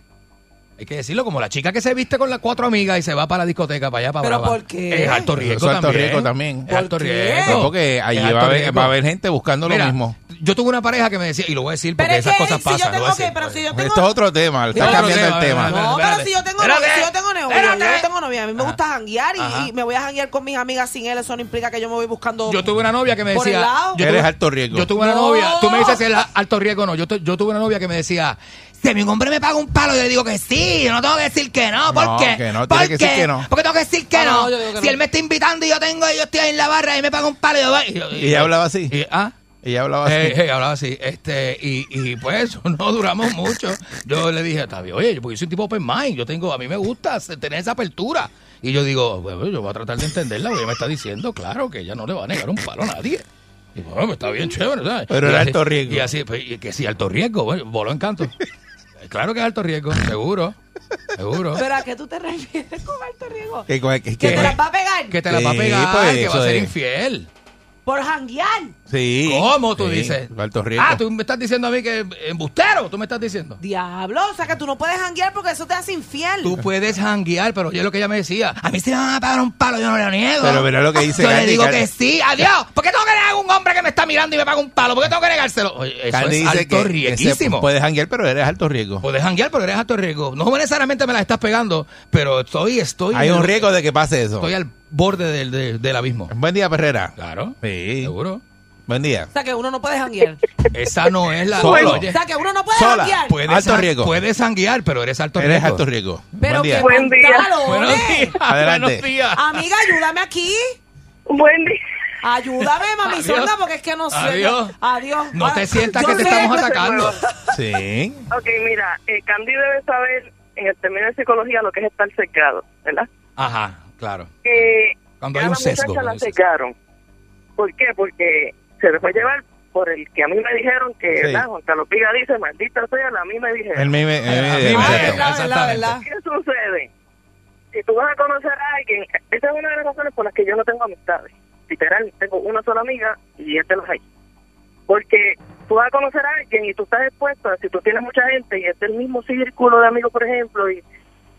[SPEAKER 6] Hay que decirlo, como la chica que se viste con las cuatro amigas y se Ah, va para la discoteca, para allá, para
[SPEAKER 4] ¿Pero
[SPEAKER 6] Brava.
[SPEAKER 4] por qué?
[SPEAKER 6] Es alto riesgo
[SPEAKER 3] Eso es alto
[SPEAKER 6] también.
[SPEAKER 3] riesgo también.
[SPEAKER 6] Es alto
[SPEAKER 4] ¿Por qué?
[SPEAKER 3] Pues
[SPEAKER 6] riesgo.
[SPEAKER 3] porque allí
[SPEAKER 6] Es
[SPEAKER 3] va
[SPEAKER 6] alto
[SPEAKER 3] a, haber,
[SPEAKER 6] riesgo.
[SPEAKER 3] va a haber gente buscando
[SPEAKER 6] Mira,
[SPEAKER 3] lo mismo.
[SPEAKER 6] Yo tuve una pareja que me decía, y lo voy a decir
[SPEAKER 4] Pero
[SPEAKER 6] porque
[SPEAKER 4] es
[SPEAKER 6] esas
[SPEAKER 4] que,
[SPEAKER 6] cosas
[SPEAKER 4] si yo
[SPEAKER 6] pasan. lo
[SPEAKER 4] tengo
[SPEAKER 6] voy a decir.
[SPEAKER 4] que- pero si yo tengo-
[SPEAKER 3] Esto es otro tema. Está
[SPEAKER 6] Otro
[SPEAKER 3] cambiando el
[SPEAKER 6] tema,
[SPEAKER 3] tema.
[SPEAKER 4] No,
[SPEAKER 6] Espérate.
[SPEAKER 4] pero si yo tengo
[SPEAKER 6] Espérate.
[SPEAKER 4] novia, si yo tengo novia,
[SPEAKER 6] Espérate.
[SPEAKER 4] yo no tengo novia, a mí me gusta janguear
[SPEAKER 6] Ajá.
[SPEAKER 4] y, y me voy a janguear con mis amigas sin él, eso no implica que yo me voy buscando
[SPEAKER 6] Yo tuve una novia que me
[SPEAKER 4] Por el
[SPEAKER 6] decía.
[SPEAKER 4] lado.
[SPEAKER 6] Yo
[SPEAKER 3] Eres
[SPEAKER 6] tuve-
[SPEAKER 3] alto riesgo.
[SPEAKER 6] Yo tuve una
[SPEAKER 4] No.
[SPEAKER 6] novia. Tú me dices si es alto riesgo o no. Yo, tu- yo tuve una novia que me decía. Si mi hombre me paga un palo, yo le digo que sí. Yo no tengo que decir que no. ¿Por
[SPEAKER 3] No,
[SPEAKER 6] qué?
[SPEAKER 3] que no,
[SPEAKER 6] ¿Por
[SPEAKER 3] tiene que
[SPEAKER 6] qué?
[SPEAKER 3] decir que no.
[SPEAKER 6] Porque tengo que decir que
[SPEAKER 4] Ah,
[SPEAKER 6] no.
[SPEAKER 4] no, yo digo que
[SPEAKER 6] si
[SPEAKER 4] no.
[SPEAKER 6] él me está invitando y yo tengo, y yo estoy ahí en la barra y me paga un palo, yo voy. Y, yo-
[SPEAKER 3] Y ella hablaba así.
[SPEAKER 6] y- ah.
[SPEAKER 3] Ella hablaba así.
[SPEAKER 6] Eh, eh, hablaba así, este, y, y pues no duramos mucho. Yo le dije, está bien, oye, porque yo soy tipo open mind, yo tengo, a mí me gusta hacer- tener esa apertura. Y yo digo, bueno, yo voy a tratar de entenderla, porque ella me está diciendo, claro, que ella no le va a negar un palo a nadie. Y bueno, pues, está bien chévere, ¿sabes?
[SPEAKER 3] Pero
[SPEAKER 6] Y
[SPEAKER 3] era
[SPEAKER 6] así-
[SPEAKER 3] alto riesgo.
[SPEAKER 6] Y así, pues, y que sí, alto riesgo, bueno, voló encanto. claro que es alto riesgo, seguro, seguro.
[SPEAKER 4] ¿Pero a qué tú te refieres con alto riesgo?
[SPEAKER 3] Que- que-
[SPEAKER 4] Que
[SPEAKER 3] que-
[SPEAKER 4] te las va a pegar
[SPEAKER 6] Que te la va a
[SPEAKER 3] Sí,
[SPEAKER 6] pegar,
[SPEAKER 3] pues,
[SPEAKER 6] que va
[SPEAKER 3] eso
[SPEAKER 6] a ser
[SPEAKER 3] es.
[SPEAKER 6] infiel.
[SPEAKER 4] por janguear.
[SPEAKER 3] Sí.
[SPEAKER 6] ¿Cómo tú
[SPEAKER 3] Sí,
[SPEAKER 6] dices?
[SPEAKER 3] Alto riesgo.
[SPEAKER 6] Ah, tú me estás diciendo a mí que embustero, tú me estás diciendo.
[SPEAKER 4] Diablo, o sea que tú no puedes janguear porque eso te hace infiel.
[SPEAKER 6] Tú puedes janguear, pero yo lo que ella me decía, a mí si me van a pagar un palo, yo no le niego.
[SPEAKER 3] Pero mira lo que dice
[SPEAKER 6] Yo le
[SPEAKER 3] Candy,
[SPEAKER 6] digo
[SPEAKER 3] Candy.
[SPEAKER 6] que sí, adiós. ¿Por qué tengo que negar a un hombre que me está mirando y me paga un palo? ¿Por qué tengo que negárselo? Oye, eso
[SPEAKER 3] Candy
[SPEAKER 6] es
[SPEAKER 3] dice
[SPEAKER 6] alto
[SPEAKER 3] que- que se-
[SPEAKER 6] riesguísimo.
[SPEAKER 3] Puedes janguear, pero eres alto riesgo.
[SPEAKER 6] Puedes janguear, pero eres alto riesgo. No necesariamente me la estás pegando, pero estoy, estoy.
[SPEAKER 3] Hay un riesgo de que pase eso.
[SPEAKER 6] Estoy al borde del, de- del abismo.
[SPEAKER 3] Buen día, Perrera.
[SPEAKER 6] Claro.
[SPEAKER 3] Sí.
[SPEAKER 6] Seguro.
[SPEAKER 3] Buen día.
[SPEAKER 4] O sea que uno no puede janguear.
[SPEAKER 6] Esa no es la. Pues,
[SPEAKER 3] Solo.
[SPEAKER 4] O sea que uno no puede
[SPEAKER 3] Sola.
[SPEAKER 4] janguear.
[SPEAKER 3] Puede- Alto
[SPEAKER 6] jan-
[SPEAKER 3] riesgo.
[SPEAKER 6] Puedes janguear, pero eres alto
[SPEAKER 3] Eres
[SPEAKER 6] riesgo.
[SPEAKER 3] alto riesgo.
[SPEAKER 4] Pero
[SPEAKER 3] Buen día.
[SPEAKER 4] que Buen día. pantalones.
[SPEAKER 6] Buenos días.
[SPEAKER 3] Adelante.
[SPEAKER 6] Buenos días.
[SPEAKER 4] Amiga, ayúdame aquí.
[SPEAKER 13] Buen día.
[SPEAKER 4] Ayúdame, mami
[SPEAKER 6] Adiós.
[SPEAKER 4] sorda, porque es que no sé.
[SPEAKER 6] Adiós.
[SPEAKER 4] Adiós.
[SPEAKER 6] No
[SPEAKER 4] Ahora,
[SPEAKER 6] te sientas
[SPEAKER 4] yo
[SPEAKER 6] que te
[SPEAKER 4] sé-
[SPEAKER 6] estamos atacando.
[SPEAKER 3] Sí.
[SPEAKER 13] Ok, mira, eh, Candy debe saber en el término de psicología lo que es estar secado, ¿verdad?
[SPEAKER 6] Ajá, claro.
[SPEAKER 13] Eh,
[SPEAKER 6] Cuando
[SPEAKER 13] a
[SPEAKER 6] hay
[SPEAKER 13] la
[SPEAKER 6] un sesgo.
[SPEAKER 13] muchacha la secaron. ¿Por qué? Porque se dejó llevar por el que a mí me dijeron que,
[SPEAKER 3] Sí.
[SPEAKER 13] ¿verdad? Juan Carlos Piga dice, maldita sea, la a mí me dijeron.
[SPEAKER 3] El
[SPEAKER 6] eh,
[SPEAKER 3] meme. el meme de-
[SPEAKER 13] ¿Qué sucede? Si tú vas a conocer a alguien, esa es una de las razones por las que yo no tengo amistades. Literal, tengo una sola amiga y este los hay. Porque tú vas a conocer a alguien y tú estás expuesta, si tú tienes mucha gente y es del mismo círculo de amigos, por ejemplo, y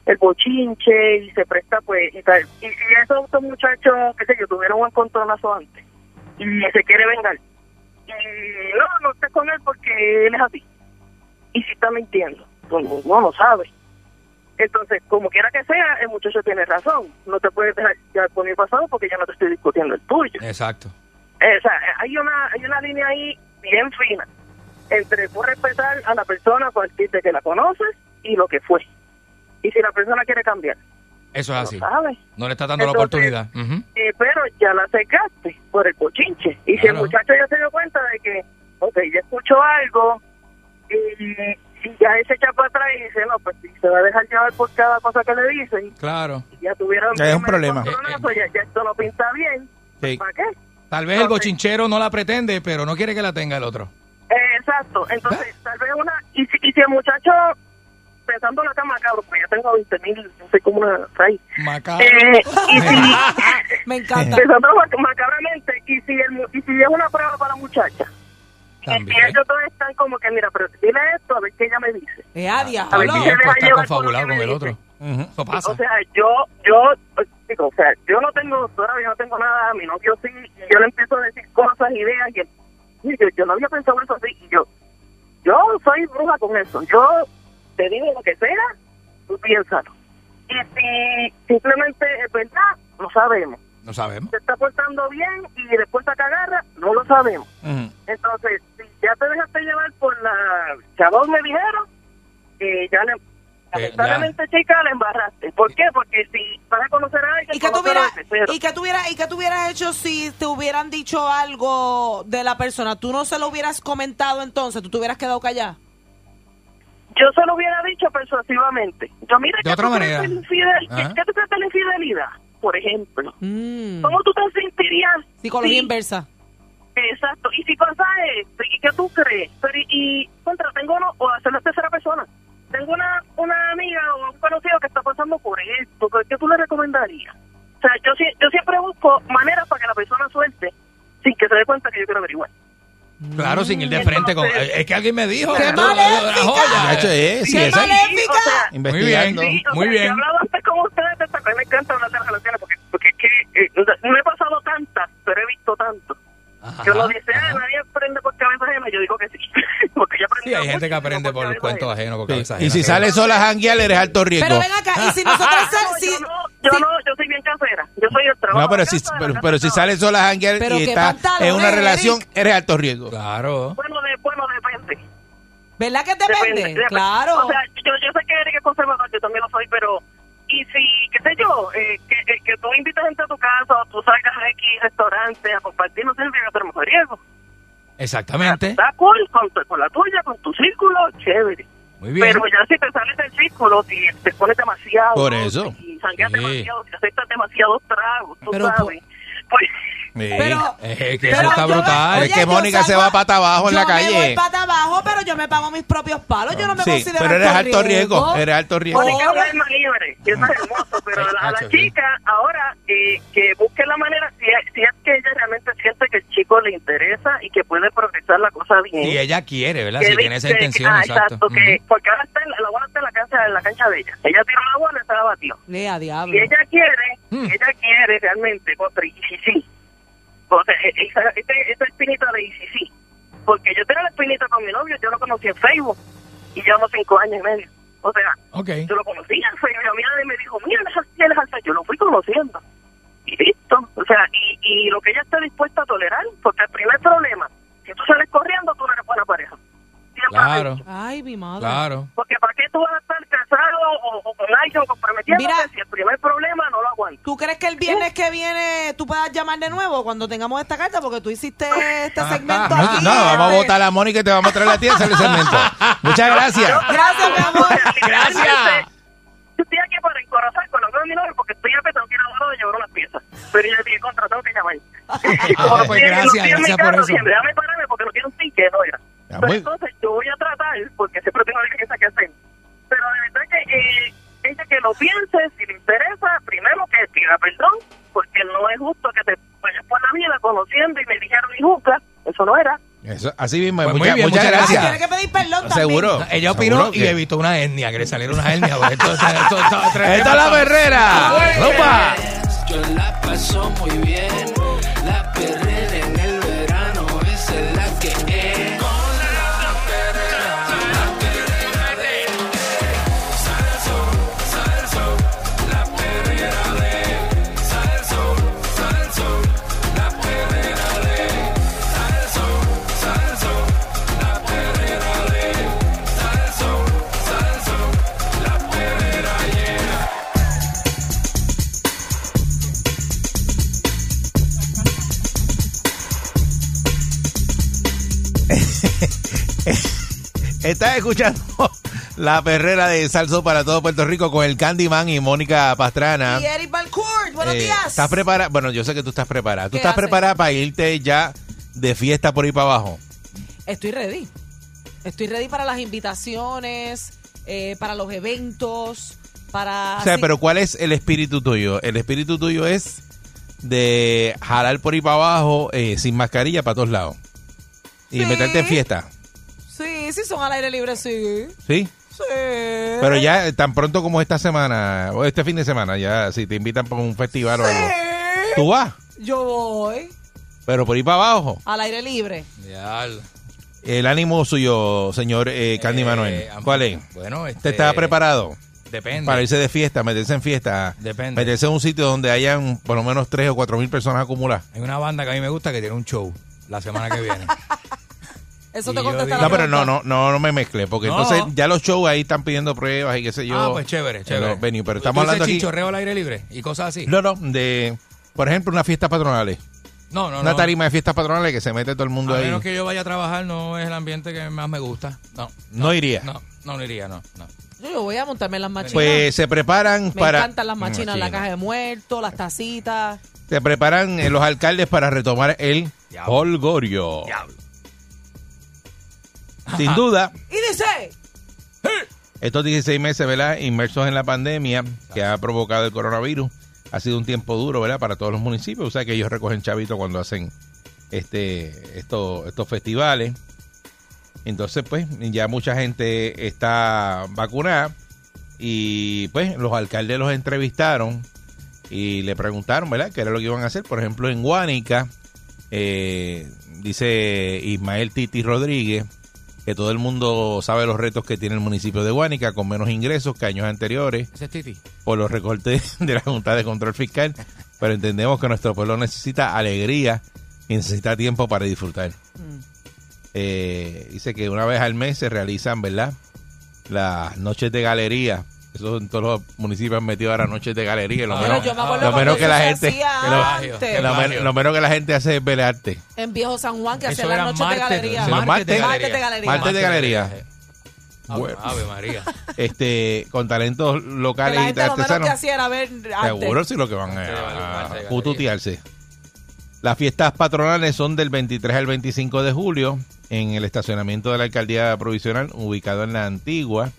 [SPEAKER 13] el bochinche y se presta, pues, y tal. Y si esos dos muchachos, qué sé yo, tuvieron un encontronazo antes y se quiere vengar, y no, no estés con él porque él es así. Y si está mintiendo, pues, no lo sabe. Entonces, como quiera que sea, el muchacho tiene razón. No te puedes dejar ya por mi pasado porque yo no te estoy discutiendo el tuyo.
[SPEAKER 6] Exacto.
[SPEAKER 13] Eh, o sea, eh, hay una, hay una línea ahí bien fina entre tú respetar a la persona a partir de que la conoces y lo que fue. Y si la persona quiere cambiar,
[SPEAKER 6] Eso es así.
[SPEAKER 13] ¿sabes?
[SPEAKER 6] No le estás dando la
[SPEAKER 13] Entonces,
[SPEAKER 6] oportunidad. Ujú.
[SPEAKER 13] Eh, pero ya la secaste por el cochinche. Y si el
[SPEAKER 6] Claro.
[SPEAKER 13] muchacho ya se dio cuenta de que, ok, ya escuchó algo, y, y ya él se echa para atrás y dice, no, pues si se va a dejar llevar por cada cosa que le dicen,
[SPEAKER 6] Claro.
[SPEAKER 13] y ya tuvieron
[SPEAKER 6] Ya es un problema.
[SPEAKER 13] encontronazo, ya, ya esto no pinta bien,
[SPEAKER 6] Sí.
[SPEAKER 13] ¿para qué?
[SPEAKER 6] Tal vez el bochinchero no la pretende, pero no quiere que la tenga el otro.
[SPEAKER 13] Eh, exacto, entonces tal vez una, y si, y si el muchacho, pensando en la cama, cabrón, pues ya tengo 20 mil, soy como una raíz.
[SPEAKER 6] Macabro.
[SPEAKER 13] Eh, y si,
[SPEAKER 4] Me encanta.
[SPEAKER 13] Pensando mac- macabramente, y si, el, mu- y si es una prueba para la muchacha,
[SPEAKER 6] También.
[SPEAKER 13] Y ellos todos están como que, mira, pero dile esto, a ver qué ella me dice.
[SPEAKER 4] Eh,
[SPEAKER 6] A ver,
[SPEAKER 13] Pues
[SPEAKER 6] tiempo está confabulado con el otro. Eso pasa.
[SPEAKER 13] O sea, yo, yo, eh, digo, o sea, yo no tengo doctora, yo no tengo nada, mi novio sí, y yo le empiezo a decir cosas, ideas, y él, "Sí, yo, yo no había pensado eso así, y yo, yo soy bruja con eso, yo te digo lo que sea, tú piénsalo. Y si simplemente es verdad, no sabemos.
[SPEAKER 6] No sabemos.
[SPEAKER 13] Se está portando bien y después saca garra, no lo sabemos. Entonces, si ya te dejaste llevar por la chabón me dijeron, que ya le,
[SPEAKER 6] Eh, Ah.
[SPEAKER 13] lamentablemente chica la embarraste. ¿Por qué? Porque si vas a conocer a alguien,
[SPEAKER 4] ¿Y qué tú
[SPEAKER 13] conócelo
[SPEAKER 4] hubieras-
[SPEAKER 13] desde cero.
[SPEAKER 4] ¿Y qué tú hubieras- y qué tú hubieras hecho si te hubieran dicho algo de la persona? ¿Tú no se lo hubieras comentado entonces? ¿Tú te hubieras quedado callada?
[SPEAKER 13] Yo se lo hubiera dicho persuasivamente. Yo, mira,
[SPEAKER 6] De
[SPEAKER 13] ¿qué
[SPEAKER 6] otra
[SPEAKER 13] tú
[SPEAKER 6] manera. Ah.
[SPEAKER 13] crees de la infidel-
[SPEAKER 6] Ajá.
[SPEAKER 13] ¿Qué tú crees de la infidelidad? Por ejemplo. ¿Cómo tú te sentirías?
[SPEAKER 4] Mm. Psicología
[SPEAKER 13] si-
[SPEAKER 4] inversa.
[SPEAKER 13] Exacto. Y si pasa esto, ¿y qué tú crees? Pero, y, y, contra, tengo uno, o hacerlo a tercera persona. Tengo una, una amiga o un conocido que está pasando por esto. ¿Qué qué tú le recomendarías? O sea, yo, sie- yo siempre busco maneras para que la persona suelte sin que se dé cuenta que yo quiero averiguar.
[SPEAKER 6] Claro, sin ir de frente. Con... Es que alguien me dijo.
[SPEAKER 13] ¡Qué
[SPEAKER 6] que tú-
[SPEAKER 13] maléfica!
[SPEAKER 6] la joya.
[SPEAKER 3] Gacho, eh, sí,
[SPEAKER 6] ¡Qué
[SPEAKER 3] esa-
[SPEAKER 6] maléfica!
[SPEAKER 13] O sea,
[SPEAKER 6] Muy bien,
[SPEAKER 3] Investigando.
[SPEAKER 6] muy
[SPEAKER 13] Yo he
[SPEAKER 6] bien.
[SPEAKER 13] hablado antes con ustedes de esta cosa, me encanta hablar de las relaciones porque, porque es que eh, no he pasado tantas, pero he visto tanto. yo lo dice, ah, nadie aprende por cabeza ajena, yo digo que sí.
[SPEAKER 6] Sí, hay gente que aprende por el cuento ajeno. Por cabeza
[SPEAKER 3] Y si
[SPEAKER 6] ajena.
[SPEAKER 3] sales sola a janguear, eres alto riesgo.
[SPEAKER 4] Pero ven acá, y si nosotros... si-
[SPEAKER 13] Yo no, yo soy bien casera, yo soy el trabajo.
[SPEAKER 3] No, pero si, pero, pero si sales sola a janguear
[SPEAKER 13] Pero
[SPEAKER 3] y
[SPEAKER 13] qué
[SPEAKER 3] estás en
[SPEAKER 13] pantalones,
[SPEAKER 3] una relación, eres alto riesgo. Claro.
[SPEAKER 13] Bueno, de, bueno, depende.
[SPEAKER 4] ¿Verdad que depende? Claro.
[SPEAKER 13] O sea, yo, yo sé que Eric es conservador, yo también lo soy, pero... Y si, qué sé yo, eh, que, que, que tú invitas gente a tu casa o tú salgas a X restaurante a compartir, no significa que tú eres mujeriego.
[SPEAKER 6] Exactamente.
[SPEAKER 13] Está cool con, tu- con la tuya, con tu círculo, chévere.
[SPEAKER 6] Muy bien.
[SPEAKER 13] Pero ya si te sales del círculo, si te pones demasiado...
[SPEAKER 6] Por eso.
[SPEAKER 13] Si jangueas
[SPEAKER 6] Sí.
[SPEAKER 13] demasiado, si aceptas demasiados tragos, tú
[SPEAKER 4] Pero,
[SPEAKER 13] sabes. Pues...
[SPEAKER 4] Pero-
[SPEAKER 6] es que
[SPEAKER 4] pero
[SPEAKER 6] eso está
[SPEAKER 4] yo me-
[SPEAKER 6] brutal.
[SPEAKER 4] oye,
[SPEAKER 3] es que
[SPEAKER 4] yo
[SPEAKER 3] Mónica se
[SPEAKER 4] salgo
[SPEAKER 3] va
[SPEAKER 4] a-
[SPEAKER 3] pata abajo en
[SPEAKER 4] yo
[SPEAKER 3] la
[SPEAKER 4] me voy
[SPEAKER 3] calle.
[SPEAKER 4] para abajo, pero yo me pago mis propios palos. Yo no me
[SPEAKER 3] Sí,
[SPEAKER 4] considero
[SPEAKER 3] pero eres alto riesgo. Eres alto riesgo.
[SPEAKER 13] Mónica ahora es más libre, y eso es hermoso, pero a la, a la chica ahora eh, que busque la manera, si es, si es que ella realmente siente que el chico le interesa y que puede progresar la cosa bien.
[SPEAKER 6] Si ella quiere, ¿verdad?
[SPEAKER 13] Que
[SPEAKER 6] Si
[SPEAKER 13] le-
[SPEAKER 6] tiene esa
[SPEAKER 13] que-
[SPEAKER 6] intención,
[SPEAKER 13] ah,
[SPEAKER 6] exacto.
[SPEAKER 13] que- porque ahora está en la, la bola está en la cancha, en la cancha de ella. Ella tiró la bola y estaba batida.
[SPEAKER 4] Lea, diablo.
[SPEAKER 13] Si ella quiere,
[SPEAKER 6] Hmm.
[SPEAKER 13] ella quiere realmente contra ICC. O sea, e- esa, este- esta espinita de ICC. Porque yo tenía la espinita con mi novio, yo lo conocí en Facebook y llevamos cinco años y medio. O sea,
[SPEAKER 6] Ok.
[SPEAKER 13] yo lo conocí en Facebook y a mí nadie me dijo, mira, esas tienes alzas. Yo lo fui conociendo. Y listo. O sea, y, y lo que ella está dispuesta a tolerar, porque el primer problema, si tú sales corriendo, tú no eres buena pareja.
[SPEAKER 6] Claro.
[SPEAKER 4] Ay, mi madre.
[SPEAKER 6] Claro.
[SPEAKER 13] Porque ¿para qué tú vas a estar casado o, o con alguien o comprometiéndote
[SPEAKER 4] Mira.
[SPEAKER 13] si el primer problema no lo aguantas?
[SPEAKER 4] ¿Tú crees que el viernes que viene tú puedas llamar de nuevo cuando tengamos esta carta? Porque tú hiciste este
[SPEAKER 3] Ah,
[SPEAKER 4] segmento
[SPEAKER 3] No,
[SPEAKER 4] aquí.
[SPEAKER 3] no, vamos a votar a Mónica y te vamos a traer la tía a hacer el segmento. Muchas gracias.
[SPEAKER 4] Gracias, mi amor.
[SPEAKER 13] Gracias. Yo estoy aquí para encorazar con los dos milagros porque estoy apretado que ir a de llevar unas piezas. Pero yo dije, contra, tengo que llamar. Y como
[SPEAKER 6] Ah,
[SPEAKER 13] lo
[SPEAKER 6] pues
[SPEAKER 13] tiene- lo
[SPEAKER 6] gracias,
[SPEAKER 13] tiene en mi
[SPEAKER 6] gracias
[SPEAKER 13] carro,
[SPEAKER 6] por eso.
[SPEAKER 13] siempre, Déjame pararme porque no quiero un ticket, oiga.
[SPEAKER 6] Ah,
[SPEAKER 13] Pero
[SPEAKER 6] muy-
[SPEAKER 13] entonces yo voy a tratar, porque siempre tengo diligencia que hacer. Pero de verdad que eh, ella que lo piense, si le interesa, primero que pida perdón, porque no es justo que te vayas por la vida conociendo y me dijeron injusta. Eso no era.
[SPEAKER 3] Eso, así mismo,
[SPEAKER 6] Pues muy
[SPEAKER 3] muchas,
[SPEAKER 6] bien,
[SPEAKER 3] muchas
[SPEAKER 6] muchas
[SPEAKER 3] gracias.
[SPEAKER 6] gracias.
[SPEAKER 4] Hay que pedir perdón también.
[SPEAKER 3] Seguro.
[SPEAKER 6] Ella opinó
[SPEAKER 3] Seguro
[SPEAKER 6] y
[SPEAKER 3] que-
[SPEAKER 6] evitó una etnia, que le salieron unas etnias. porque esto- esto- esto- esto- esto-
[SPEAKER 3] Esta es la berrera. ¡Opa!
[SPEAKER 2] Yo la paso muy bien. La perrera en el verano, esa es la que es. Con la perrera, la perrera de. Sale el sol, sale el sol, la perrera de. Sale el sol, sale el sol, la perrera de. Sale el sol, sale el sol, la perrera de. Sale el sol, sale el sol, la perrera yeah.
[SPEAKER 3] Estás escuchando la perrera de Salso para todo Puerto Rico con el Candyman y Mónica Pastrana.
[SPEAKER 4] Y Eric Balcourt, buenos
[SPEAKER 3] ah. Eh,
[SPEAKER 4] días.
[SPEAKER 3] ¿Estás preparada? Bueno, yo sé que tú estás preparada. ¿Tú
[SPEAKER 4] ¿Qué
[SPEAKER 3] estás
[SPEAKER 4] haces?
[SPEAKER 3] preparada para irte ya de fiesta por ahí para abajo?
[SPEAKER 4] Estoy ready. Estoy ready para las invitaciones, eh, para los eventos, para...
[SPEAKER 3] O sea,
[SPEAKER 4] así-
[SPEAKER 3] pero ¿cuál es el espíritu tuyo? El espíritu tuyo es de jalar por ahí para abajo eh, sin mascarilla para todos lados. Y
[SPEAKER 4] Sí.
[SPEAKER 3] meterte en fiesta,
[SPEAKER 4] Sí, sí, son al aire libre, sí.
[SPEAKER 3] ¿sí?
[SPEAKER 4] Sí.
[SPEAKER 3] Pero ya eh, tan pronto como esta semana, o este fin de semana, ya si te invitan para un festival o algo, tú vas,
[SPEAKER 4] Yo voy
[SPEAKER 3] pero por ahí para abajo.
[SPEAKER 4] al aire libre.
[SPEAKER 3] El ánimo suyo, señor eh, Candy Manuel, ¿cuál es?
[SPEAKER 6] bueno,
[SPEAKER 3] ¿Te
[SPEAKER 6] este-
[SPEAKER 3] estás preparado?
[SPEAKER 6] Depende.
[SPEAKER 3] Para irse de fiesta, meterse en fiesta.
[SPEAKER 6] Depende.
[SPEAKER 3] Meterse en un sitio donde hayan por lo menos tres o cuatro mil personas acumuladas.
[SPEAKER 6] Hay una banda que a mí me gusta que tiene un show la semana que viene.
[SPEAKER 4] Eso
[SPEAKER 6] Y
[SPEAKER 4] te
[SPEAKER 6] yo
[SPEAKER 4] contesta
[SPEAKER 6] digo-
[SPEAKER 4] la
[SPEAKER 3] No, pero no,
[SPEAKER 4] pregunta.
[SPEAKER 3] no, no, no me mezcle, porque
[SPEAKER 6] No.
[SPEAKER 3] entonces ya los shows ahí están pidiendo pruebas y qué sé yo.
[SPEAKER 6] Ah, pues chévere,
[SPEAKER 3] en
[SPEAKER 6] chévere.
[SPEAKER 3] los venues, pero
[SPEAKER 6] ¿Tú
[SPEAKER 3] estamos
[SPEAKER 6] dices
[SPEAKER 3] hablando aquí.
[SPEAKER 6] chinchorreo al aire libre y cosas así.
[SPEAKER 3] No, no, de, por ejemplo, unas fiestas patronales.
[SPEAKER 6] No, no,
[SPEAKER 3] Una
[SPEAKER 6] no.
[SPEAKER 3] tarima de fiestas patronales que se mete todo el mundo
[SPEAKER 6] A
[SPEAKER 3] ahí.
[SPEAKER 6] menos que yo vaya a trabajar, no es el ambiente que más me gusta. No,
[SPEAKER 3] No iría.
[SPEAKER 6] no, no, no iría, no. no.
[SPEAKER 4] Yo, voy a montarme en las machinas.
[SPEAKER 3] Pues se preparan
[SPEAKER 4] Me
[SPEAKER 3] para.
[SPEAKER 4] encantan las machinas, la
[SPEAKER 3] Machina.
[SPEAKER 4] caja de muertos, las tacitas.
[SPEAKER 3] Se preparan eh, los alcaldes para retomar el Holgorio. Sin duda,
[SPEAKER 4] Y dice,
[SPEAKER 3] Estos 16 meses, ¿verdad? Inmersos en la pandemia que ha provocado el coronavirus, ha sido un tiempo duro, ¿verdad? Para todos los municipios. O sea que ellos recogen chavito cuando hacen este estos, estos festivales. Entonces, pues, ya mucha gente está vacunada. Y pues los alcaldes los entrevistaron y le preguntaron, ¿verdad?, qué era lo que iban a hacer. Por ejemplo, en Guánica, eh, dice Ismael Titi Rodríguez que todo el mundo sabe los retos que tiene el municipio de Guánica, con menos ingresos que años anteriores
[SPEAKER 6] Ese es Titi.
[SPEAKER 3] por los recortes de la Junta de Control Fiscal, pero entendemos que nuestro pueblo necesita alegría y necesita tiempo para disfrutar.
[SPEAKER 6] Mm.
[SPEAKER 3] Eh, dice que una vez al mes se realizan, ¿verdad? Las noches de galería. Eso en todos los municipios han metido ahora noches de galería. y Lo
[SPEAKER 6] Ah,
[SPEAKER 3] menos,
[SPEAKER 6] yo me acuerdo
[SPEAKER 3] lo menos
[SPEAKER 6] cuando
[SPEAKER 3] que
[SPEAKER 6] eso
[SPEAKER 3] la
[SPEAKER 6] se
[SPEAKER 3] gente,
[SPEAKER 4] hacía
[SPEAKER 3] que lo-
[SPEAKER 4] antes.
[SPEAKER 3] que lo, men- lo menos que la gente hace es velarte.
[SPEAKER 4] en Viejo San Juan, que
[SPEAKER 6] Eso
[SPEAKER 4] hacía las
[SPEAKER 6] era
[SPEAKER 4] noches
[SPEAKER 6] martes,
[SPEAKER 4] de galería.
[SPEAKER 3] Martes, de galería.
[SPEAKER 4] Martes de galería.
[SPEAKER 3] Martes de galería.
[SPEAKER 6] Ave-
[SPEAKER 3] Bueno.
[SPEAKER 6] Ave María.
[SPEAKER 3] Este, con talentos
[SPEAKER 4] Que
[SPEAKER 3] locales
[SPEAKER 4] la
[SPEAKER 3] y
[SPEAKER 4] gente lo menos
[SPEAKER 3] artesanos.
[SPEAKER 4] que hacía era ver antes.
[SPEAKER 3] este Seguro si lo que van a, a pututearse. Las fiestas patronales son del 23 al 25 de julio en el estacionamiento de la alcaldía provisional ubicado en la antigua.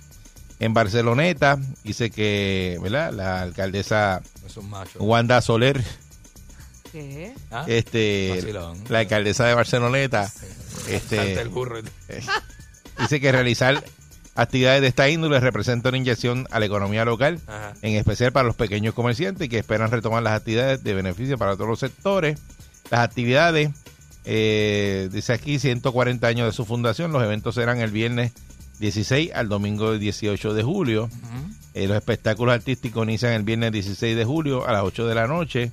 [SPEAKER 3] En Barceloneta dice que ¿verdad? la alcaldesa
[SPEAKER 6] Esos machos.
[SPEAKER 3] Wanda Soler
[SPEAKER 4] ¿Qué?
[SPEAKER 6] ¿Ah?
[SPEAKER 3] Este,
[SPEAKER 6] Vacilón.
[SPEAKER 3] la alcaldesa de Barceloneta este,
[SPEAKER 6] Salta el burro.
[SPEAKER 3] eh, dice que realizar actividades de esta índole representa una inyección a la economía local,
[SPEAKER 6] Ajá.
[SPEAKER 3] en especial para los pequeños comerciantes que esperan retomar las actividades de beneficio para todos los sectores. Las actividades, eh, dice aquí, 140 años de su fundación, los eventos serán el viernes 16 al domingo 18 de julio. Eh, los espectáculos artísticos inician el viernes 16 de julio a las 8 de la noche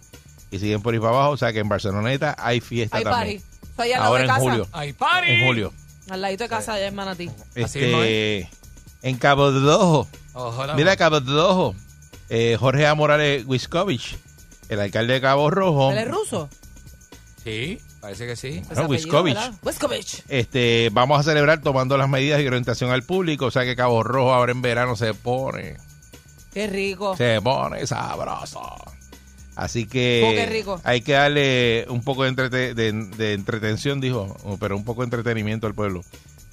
[SPEAKER 3] y siguen por ahí para abajo. O sea que en Barceloneta hay fiesta
[SPEAKER 4] Hay
[SPEAKER 3] también.
[SPEAKER 4] party. Soy allá al lado
[SPEAKER 3] Ahora
[SPEAKER 4] de
[SPEAKER 3] en
[SPEAKER 4] casa.
[SPEAKER 3] julio. En julio.
[SPEAKER 4] Al ladito de casa allá en Manatí.
[SPEAKER 3] Este,
[SPEAKER 4] mismo
[SPEAKER 3] En Cabo de Dojo.
[SPEAKER 4] Ojalá.
[SPEAKER 3] Mira, Cabo de Dojo. eh, Jorge A. Morales Wiskovich, el alcalde de Cabo Rojo.
[SPEAKER 4] ¿Él es ruso?
[SPEAKER 3] Ah,
[SPEAKER 6] Sí, parece que sí.
[SPEAKER 3] Bueno, Wiskovich.
[SPEAKER 4] Wiskovich.
[SPEAKER 3] Este, vamos a celebrar tomando las medidas y orientación al público. O sea que Cabo Rojo ahora en verano se pone,
[SPEAKER 4] Qué rico.
[SPEAKER 3] se pone sabroso. Así
[SPEAKER 4] Oh, qué
[SPEAKER 3] que
[SPEAKER 4] rico.
[SPEAKER 3] hay que darle un poco de, entrete- de- de entretención, dijo, oh, pero un poco de entretenimiento al pueblo.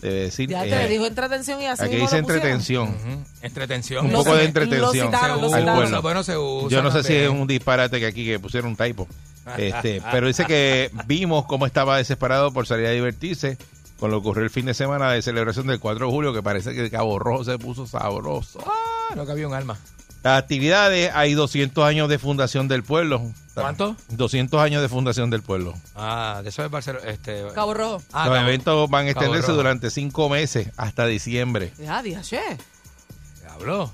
[SPEAKER 3] Debe decir.
[SPEAKER 4] Ya te
[SPEAKER 3] eh,
[SPEAKER 4] le dijo entretención y así
[SPEAKER 3] aquí
[SPEAKER 4] mismo
[SPEAKER 3] dice
[SPEAKER 4] lo pusieron.
[SPEAKER 3] entretención.
[SPEAKER 6] Entretención.
[SPEAKER 3] Un
[SPEAKER 6] Lo
[SPEAKER 3] poco de
[SPEAKER 6] se-
[SPEAKER 3] entretención
[SPEAKER 6] lo citaron, lo
[SPEAKER 3] al
[SPEAKER 6] citaron.
[SPEAKER 3] pueblo.
[SPEAKER 6] Bueno, se usa
[SPEAKER 3] Yo no sé si
[SPEAKER 6] también.
[SPEAKER 3] es un disparate que aquí que pusieron un typo. Este, pero dice que vimos cómo estaba desesperado por salir a divertirse con lo que ocurrió el fin de semana de celebración del 4 de julio, que parece que el Cabo Rojo se puso sabroso.
[SPEAKER 6] Ah, no cabía un alma.
[SPEAKER 3] Las actividades, hay 200 años de fundación del pueblo.
[SPEAKER 6] ¿Cuánto?
[SPEAKER 3] 200 años de fundación del pueblo.
[SPEAKER 6] Ah, de eso es Barcelona. Este,
[SPEAKER 4] Cabo Rojo.
[SPEAKER 6] Ah,
[SPEAKER 3] Los
[SPEAKER 6] Cabo-
[SPEAKER 3] eventos van a
[SPEAKER 6] Cabo
[SPEAKER 3] extenderse
[SPEAKER 6] Rojo.
[SPEAKER 3] durante cinco meses hasta diciembre.
[SPEAKER 4] Ya, día, che.
[SPEAKER 6] Diablo.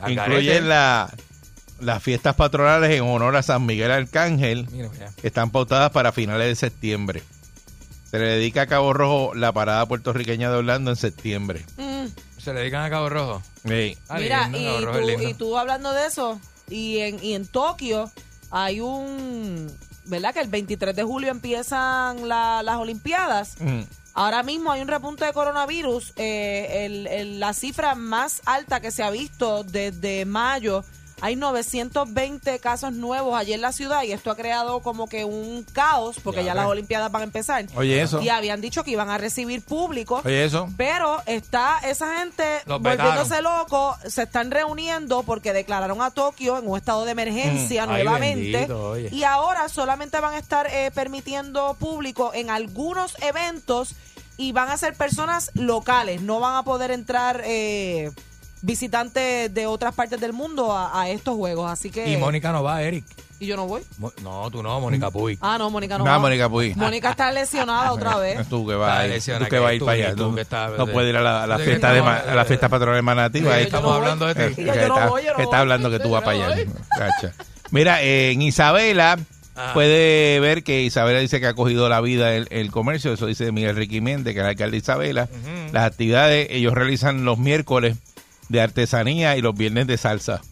[SPEAKER 6] Al garete.
[SPEAKER 3] Incluyen la- las fiestas patronales en honor a San Miguel Arcángel,
[SPEAKER 6] Mira, mira.
[SPEAKER 3] que están pautadas para finales de septiembre. Se le dedica a Cabo Rojo la parada puertorriqueña de Orlando en septiembre.
[SPEAKER 4] Mm.
[SPEAKER 6] Se le dedican a Cabo Rojo.
[SPEAKER 3] Sí.
[SPEAKER 6] Ah,
[SPEAKER 4] Mira,
[SPEAKER 6] lindo,
[SPEAKER 4] y,
[SPEAKER 6] Cabo Rojo es
[SPEAKER 4] tú,
[SPEAKER 6] lindo.
[SPEAKER 4] y tú hablando de eso, y en, y en Tokio hay un, ¿verdad? Que el 23 de julio empiezan la- las Olimpiadas.
[SPEAKER 3] Mm.
[SPEAKER 4] Ahora mismo hay un repunte de coronavirus, eh, el- el- la cifra más alta que se ha visto desde mayo. Hay 920 casos nuevos ayer en la ciudad y esto ha creado como que un caos porque ya,
[SPEAKER 3] Ya,
[SPEAKER 4] las
[SPEAKER 3] ve.
[SPEAKER 4] Olimpiadas van a empezar.
[SPEAKER 3] Oye, eso.
[SPEAKER 4] Y habían dicho que iban a recibir público.
[SPEAKER 3] Oye, eso.
[SPEAKER 4] Pero está esa gente
[SPEAKER 3] Los
[SPEAKER 4] volviéndose loco, se están reuniendo porque declararon a Tokio en un estado de emergencia
[SPEAKER 6] Mm, ay,
[SPEAKER 4] nuevamente.
[SPEAKER 6] bendito, oye.
[SPEAKER 4] y ahora solamente van a estar eh, permitiendo público en algunos eventos y van a ser personas locales, no van a poder entrar eh, visitantes de otras partes del mundo a, a estos juegos. Así que.
[SPEAKER 6] Y Mónica no va, Eric.
[SPEAKER 4] ¿Y yo no voy.
[SPEAKER 6] Mo- No, tú no, Mónica Puy.
[SPEAKER 4] Ah, no, Mónica no.
[SPEAKER 6] No,
[SPEAKER 4] va. Ah.
[SPEAKER 6] Mónica
[SPEAKER 3] pues,
[SPEAKER 6] Puig.
[SPEAKER 4] Mónica está lesionada otra vez.
[SPEAKER 3] Tú que vas,
[SPEAKER 6] Ah,
[SPEAKER 3] a ir-
[SPEAKER 6] lesiona,
[SPEAKER 3] tú que vas a ir
[SPEAKER 6] tú,
[SPEAKER 3] para allá.
[SPEAKER 6] tú
[SPEAKER 3] tú
[SPEAKER 6] que estás-
[SPEAKER 3] no puedes ir a la, a la
[SPEAKER 6] Sí,
[SPEAKER 3] fiesta de ma-
[SPEAKER 6] estamos-
[SPEAKER 3] a la fiesta patronal manativa.
[SPEAKER 6] Sí, estamos hablando de esto.
[SPEAKER 3] que,
[SPEAKER 6] Yo no
[SPEAKER 3] está,
[SPEAKER 6] voy, yo no
[SPEAKER 3] que está
[SPEAKER 6] voy.
[SPEAKER 3] hablando que tú vas para allá. Cacha. Mira, eh, en Isabela
[SPEAKER 6] Ajá.
[SPEAKER 3] puede ver que Isabela dice que ha cogido la vida el, el comercio. Eso dice Miguel Ricky Méndez, que es el alcalde de Isabela. Las actividades ellos realizan los miércoles de artesanía y los viernes de salsa.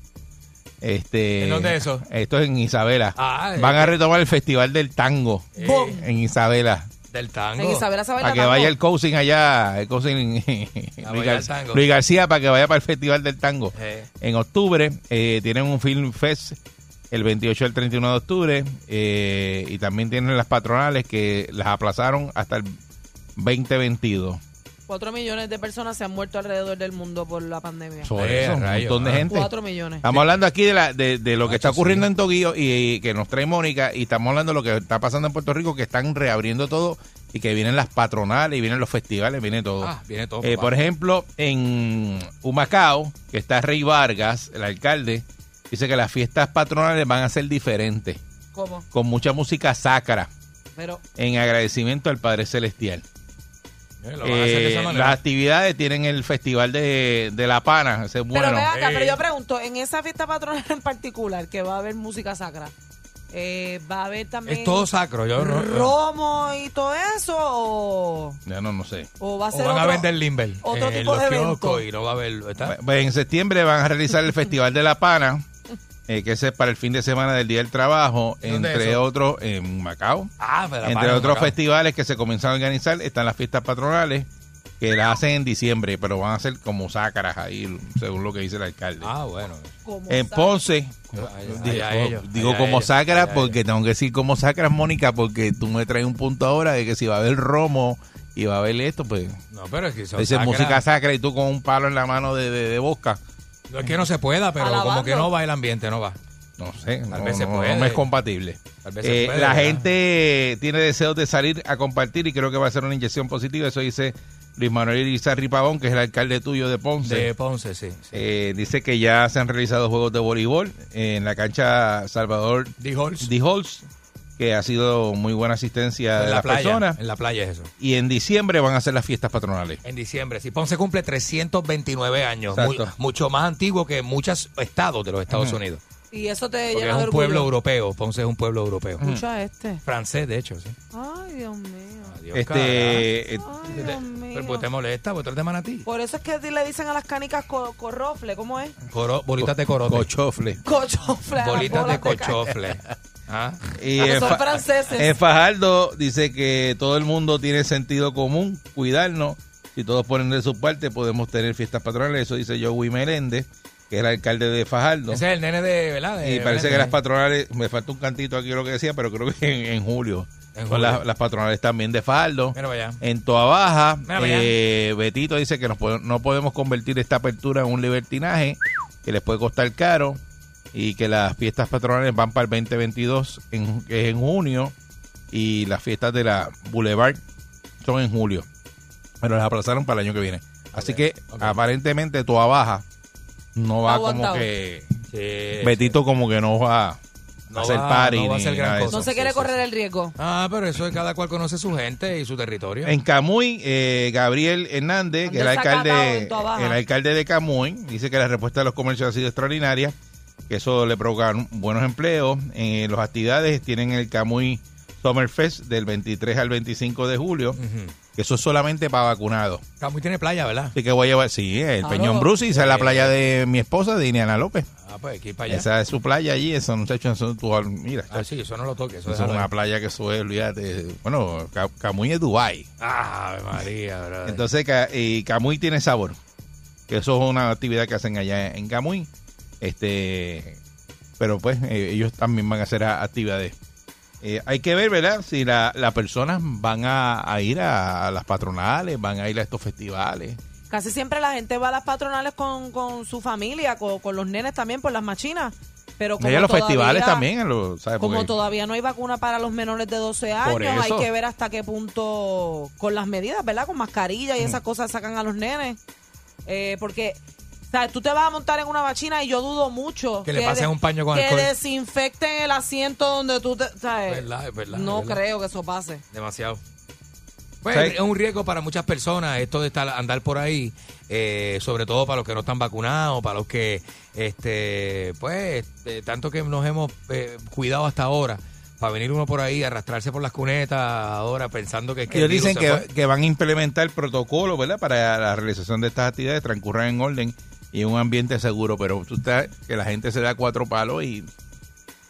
[SPEAKER 3] Este,
[SPEAKER 6] ¿En dónde es eso?
[SPEAKER 3] Esto es en Isabela.
[SPEAKER 6] Ah, eh.
[SPEAKER 3] Van a retomar el Festival del Tango
[SPEAKER 6] Eh.
[SPEAKER 3] en Isabela.
[SPEAKER 6] Del tango.
[SPEAKER 4] En Isabela se baila
[SPEAKER 3] Para que
[SPEAKER 4] tango.
[SPEAKER 3] vaya el coaching allá, el coaching Luis,
[SPEAKER 6] bailar
[SPEAKER 3] Gar-
[SPEAKER 6] tango.
[SPEAKER 3] Luis García, para que vaya para el Festival del Tango.
[SPEAKER 6] Eh.
[SPEAKER 3] En octubre eh, tienen un Film Fest el 28 al 31 de octubre eh, y también tienen las patronales que las aplazaron hasta el 2022.
[SPEAKER 4] Cuatro millones de personas se han muerto alrededor del mundo por la pandemia.
[SPEAKER 3] Por
[SPEAKER 6] Eh,
[SPEAKER 3] eso, un
[SPEAKER 6] rayos,
[SPEAKER 3] montón de
[SPEAKER 6] ah.
[SPEAKER 3] gente.
[SPEAKER 4] Cuatro millones.
[SPEAKER 3] Estamos hablando aquí de, la, de, de lo que está ocurriendo en Tokio y, y que nos trae Mónica y estamos hablando de lo que está pasando en Puerto Rico, que están reabriendo todo y que vienen las patronales, y vienen los festivales, viene todo.
[SPEAKER 6] Ah, viene todo,
[SPEAKER 3] Eh,
[SPEAKER 6] papá.
[SPEAKER 3] por ejemplo, en Humacao, que está Rey Vargas, el alcalde, dice que las fiestas patronales van a ser diferentes,
[SPEAKER 4] ¿Cómo?
[SPEAKER 3] con mucha música sacra,
[SPEAKER 4] Pero
[SPEAKER 3] en agradecimiento al Padre Celestial.
[SPEAKER 6] Eh, lo van a hacer de esa
[SPEAKER 3] Eh,
[SPEAKER 6] manera.
[SPEAKER 3] las actividades tienen el Festival de, de La Pana, ese es bueno.
[SPEAKER 4] Pero ve acá,
[SPEAKER 6] eh.
[SPEAKER 4] pero yo pregunto, en esa fiesta patronal en particular, que va a haber música sacra, eh, ¿va a haber también
[SPEAKER 6] Es todo sacro. Yo no-
[SPEAKER 4] romo y todo eso? ¿O,
[SPEAKER 3] Ya no, no sé.
[SPEAKER 4] o va a
[SPEAKER 6] O
[SPEAKER 4] ser
[SPEAKER 6] van a
[SPEAKER 4] otro-
[SPEAKER 6] vender Limber.
[SPEAKER 4] otro
[SPEAKER 6] en
[SPEAKER 4] tipo
[SPEAKER 6] los
[SPEAKER 4] de evento?
[SPEAKER 6] kioscos Y no va a haber. ¿está?
[SPEAKER 3] Pues en septiembre van a realizar el Festival de la Pana, eh, que ese es para el fin de semana del Día del Trabajo,
[SPEAKER 6] ¿Dónde es
[SPEAKER 3] entre
[SPEAKER 6] eso?
[SPEAKER 3] otros en Macao.
[SPEAKER 6] Ah, pero la
[SPEAKER 3] entre
[SPEAKER 6] pana,
[SPEAKER 3] otros
[SPEAKER 6] Macao.
[SPEAKER 3] festivales que se comienzan a organizar, están las fiestas patronales, que las hacen en diciembre, pero van a ser como sácaras ahí, según lo que dice el alcalde.
[SPEAKER 6] Ah, bueno.
[SPEAKER 3] En Ponce,
[SPEAKER 6] allá
[SPEAKER 3] digo,
[SPEAKER 6] ellos,
[SPEAKER 3] digo
[SPEAKER 6] allá
[SPEAKER 3] como
[SPEAKER 6] ellos,
[SPEAKER 3] sacras
[SPEAKER 6] allá
[SPEAKER 3] porque tengo que decir como sacras, Mónica, porque tú me traes un punto ahora de que si va a haber romo y va a haber esto, pues...
[SPEAKER 6] No, pero es que son
[SPEAKER 3] Dice
[SPEAKER 6] sacras.
[SPEAKER 3] música sacra y tú con un palo en la mano de, de, de Bosca.
[SPEAKER 6] No es que no se pueda, pero como
[SPEAKER 3] Alabando.
[SPEAKER 6] que no va el ambiente, no va.
[SPEAKER 3] No sé,
[SPEAKER 6] Tal
[SPEAKER 3] ¿eh? no,
[SPEAKER 6] vez se
[SPEAKER 3] no-
[SPEAKER 6] puede.
[SPEAKER 3] no es compatible.
[SPEAKER 6] Tal vez se
[SPEAKER 3] Eh,
[SPEAKER 6] puede,
[SPEAKER 3] la
[SPEAKER 6] ¿verdad?
[SPEAKER 3] gente tiene deseos de salir a compartir y creo que va a ser una inyección positiva. Eso dice Luis Manuel Irizarri Pavón, que es el alcalde tuyo de Ponce.
[SPEAKER 6] De Ponce, sí.
[SPEAKER 3] Eh, dice que ya se han realizado juegos de voleibol en la cancha Salvador
[SPEAKER 6] Dijols,
[SPEAKER 3] que ha sido muy buena asistencia
[SPEAKER 6] En
[SPEAKER 3] de
[SPEAKER 6] la
[SPEAKER 3] las
[SPEAKER 6] playa,
[SPEAKER 3] personas.
[SPEAKER 6] en la playa es eso.
[SPEAKER 3] Y en diciembre van a hacer las fiestas patronales.
[SPEAKER 6] En diciembre, sí. Ponce cumple 329 años, muy-
[SPEAKER 3] Exacto.
[SPEAKER 6] mucho más antiguo que muchos estados de los Estados
[SPEAKER 3] Ujú.
[SPEAKER 6] Unidos.
[SPEAKER 4] Y eso te
[SPEAKER 6] Porque
[SPEAKER 4] llena
[SPEAKER 6] es
[SPEAKER 4] de
[SPEAKER 6] un
[SPEAKER 4] orgullo.
[SPEAKER 6] pueblo europeo, Ponce es un pueblo europeo.
[SPEAKER 4] Escucha este.
[SPEAKER 6] Francés, de hecho, sí.
[SPEAKER 4] Ay, Dios mío.
[SPEAKER 6] Dios,
[SPEAKER 3] Este,
[SPEAKER 6] carajo.
[SPEAKER 3] eh,
[SPEAKER 6] Te- Pero pues te molesta, pues tú eres de Manatí.
[SPEAKER 4] Por eso es que le dicen a las canicas co- corrofle, ¿cómo es?
[SPEAKER 6] Coro- bolitas de corote.
[SPEAKER 3] Cochofle.
[SPEAKER 4] Cochofle. a las
[SPEAKER 6] Bolitas
[SPEAKER 4] bolas
[SPEAKER 6] de
[SPEAKER 4] caña.
[SPEAKER 6] cochofle. Ah.
[SPEAKER 3] Y
[SPEAKER 4] Porque
[SPEAKER 3] en
[SPEAKER 4] son
[SPEAKER 3] Fa-
[SPEAKER 4] franceses.
[SPEAKER 3] en Fajardo dice que todo el mundo tiene sentido común, cuidarnos. Si todos ponen de su parte, podemos tener fiestas patronales. Eso dice Joey Meléndez, que es el alcalde de Fajardo.
[SPEAKER 6] Ese es el nene de, ¿verdad? De-
[SPEAKER 3] y parece
[SPEAKER 6] ¿verdad?
[SPEAKER 3] que las patronales, me falta un cantito aquí lo que decía, pero creo que en, en julio.
[SPEAKER 6] En
[SPEAKER 3] Son
[SPEAKER 6] julio.
[SPEAKER 3] las, las patronales también de Fajardo.
[SPEAKER 6] Mira para allá.
[SPEAKER 3] En Toa Baja,
[SPEAKER 6] Mira para allá.
[SPEAKER 3] eh, Betito dice que nos po- no podemos convertir esta apertura en un libertinaje, que les puede costar caro, y que las fiestas patronales van para el 2022, en, que es en junio, y las fiestas de la Boulevard son en julio. Pero las aplazaron para el año que viene. Así que aparentemente Toa Baja no va como
[SPEAKER 4] Aguantado.
[SPEAKER 3] que...
[SPEAKER 6] Sí,
[SPEAKER 3] Betito como que no va
[SPEAKER 6] No
[SPEAKER 3] a hacer
[SPEAKER 6] va-
[SPEAKER 3] party
[SPEAKER 6] no va a
[SPEAKER 3] ni
[SPEAKER 6] hacer gran
[SPEAKER 3] nada de
[SPEAKER 6] cosa.
[SPEAKER 4] No
[SPEAKER 3] eso.
[SPEAKER 4] se quiere correr el riesgo.
[SPEAKER 6] Ah, pero eso es cada cual conoce su gente y su territorio.
[SPEAKER 3] En Camuy, eh, Gabriel Hernández, que es el
[SPEAKER 6] Ando sacatao
[SPEAKER 3] alcalde,
[SPEAKER 6] en Toa Baja.
[SPEAKER 3] el alcalde de Camuy, dice que la respuesta de los comercios ha sido extraordinaria, que eso le provocaron buenos empleos. Eh, las actividades tienen el Camuy Summer Fest del 23 al 25 de julio, que eso es solamente para vacunados.
[SPEAKER 6] Camuy tiene playa, ¿verdad?
[SPEAKER 3] Así que voy a llevar, sí, el
[SPEAKER 6] Claro.
[SPEAKER 3] Peñón Bruce, esa es la
[SPEAKER 6] Eh.
[SPEAKER 3] playa de mi esposa, de Indiana López.
[SPEAKER 6] Ah, pues aquí para allá.
[SPEAKER 3] Esa es su playa allí, esos muchachos, eso, tú, mira,
[SPEAKER 6] Ah, sí, eso no lo toques. Eso
[SPEAKER 3] eso es
[SPEAKER 6] déjalo
[SPEAKER 3] una
[SPEAKER 6] ahí.
[SPEAKER 3] playa que sube, olvídate. Bueno, Ca- Camuy es Dubái.
[SPEAKER 6] Ave María, brother.
[SPEAKER 3] Entonces, Ca- y Camuy tiene sabor. Que eso es una actividad que hacen allá en Camuy. Este, pero pues eh, ellos también van a hacer a- actividades. Eh, hay que ver, ¿verdad? Si la- las personas van a, a ir a, a las patronales, van a ir a estos festivales.
[SPEAKER 4] Casi siempre la gente va a las patronales con, con su familia, con, con los nenes también, por las machinas. Pero como
[SPEAKER 3] Y a los
[SPEAKER 4] todavía-
[SPEAKER 3] festivales también, a los- ¿sabes?
[SPEAKER 4] Como
[SPEAKER 3] Porque-
[SPEAKER 4] todavía no hay vacuna para los menores de 12
[SPEAKER 3] Por
[SPEAKER 4] años, hay
[SPEAKER 3] eso.
[SPEAKER 4] que ver hasta qué punto con las medidas, ¿verdad? Con mascarilla
[SPEAKER 6] Mm.
[SPEAKER 4] y esas cosas sacan a los nenes. Eh, porque, ¿sabes? Tú te vas a montar en una machina y yo dudo mucho
[SPEAKER 6] Que le pasen un paño con
[SPEAKER 4] que
[SPEAKER 6] alcohol.
[SPEAKER 4] desinfecten el asiento donde tú te. ¿sabes?
[SPEAKER 6] Verdad, es verdad,
[SPEAKER 4] no
[SPEAKER 6] es verdad.
[SPEAKER 4] creo que eso pase.
[SPEAKER 6] Demasiado. Pues
[SPEAKER 4] ¿Sabes?
[SPEAKER 6] es un riesgo para muchas personas esto de estar andar por ahí, eh, sobre todo para los que no están vacunados, para los que, este, pues, eh, tanto que nos hemos eh, cuidado hasta ahora, para venir uno por ahí, arrastrarse por las cunetas ahora pensando que... es que
[SPEAKER 3] Ellos
[SPEAKER 6] el virus
[SPEAKER 3] dicen
[SPEAKER 6] se
[SPEAKER 3] que,
[SPEAKER 6] fue.
[SPEAKER 3] que van a implementar protocolos, ¿verdad? Para la realización de estas actividades, transcurran en orden y en un ambiente seguro. Pero tú estás, que la gente se da cuatro palos y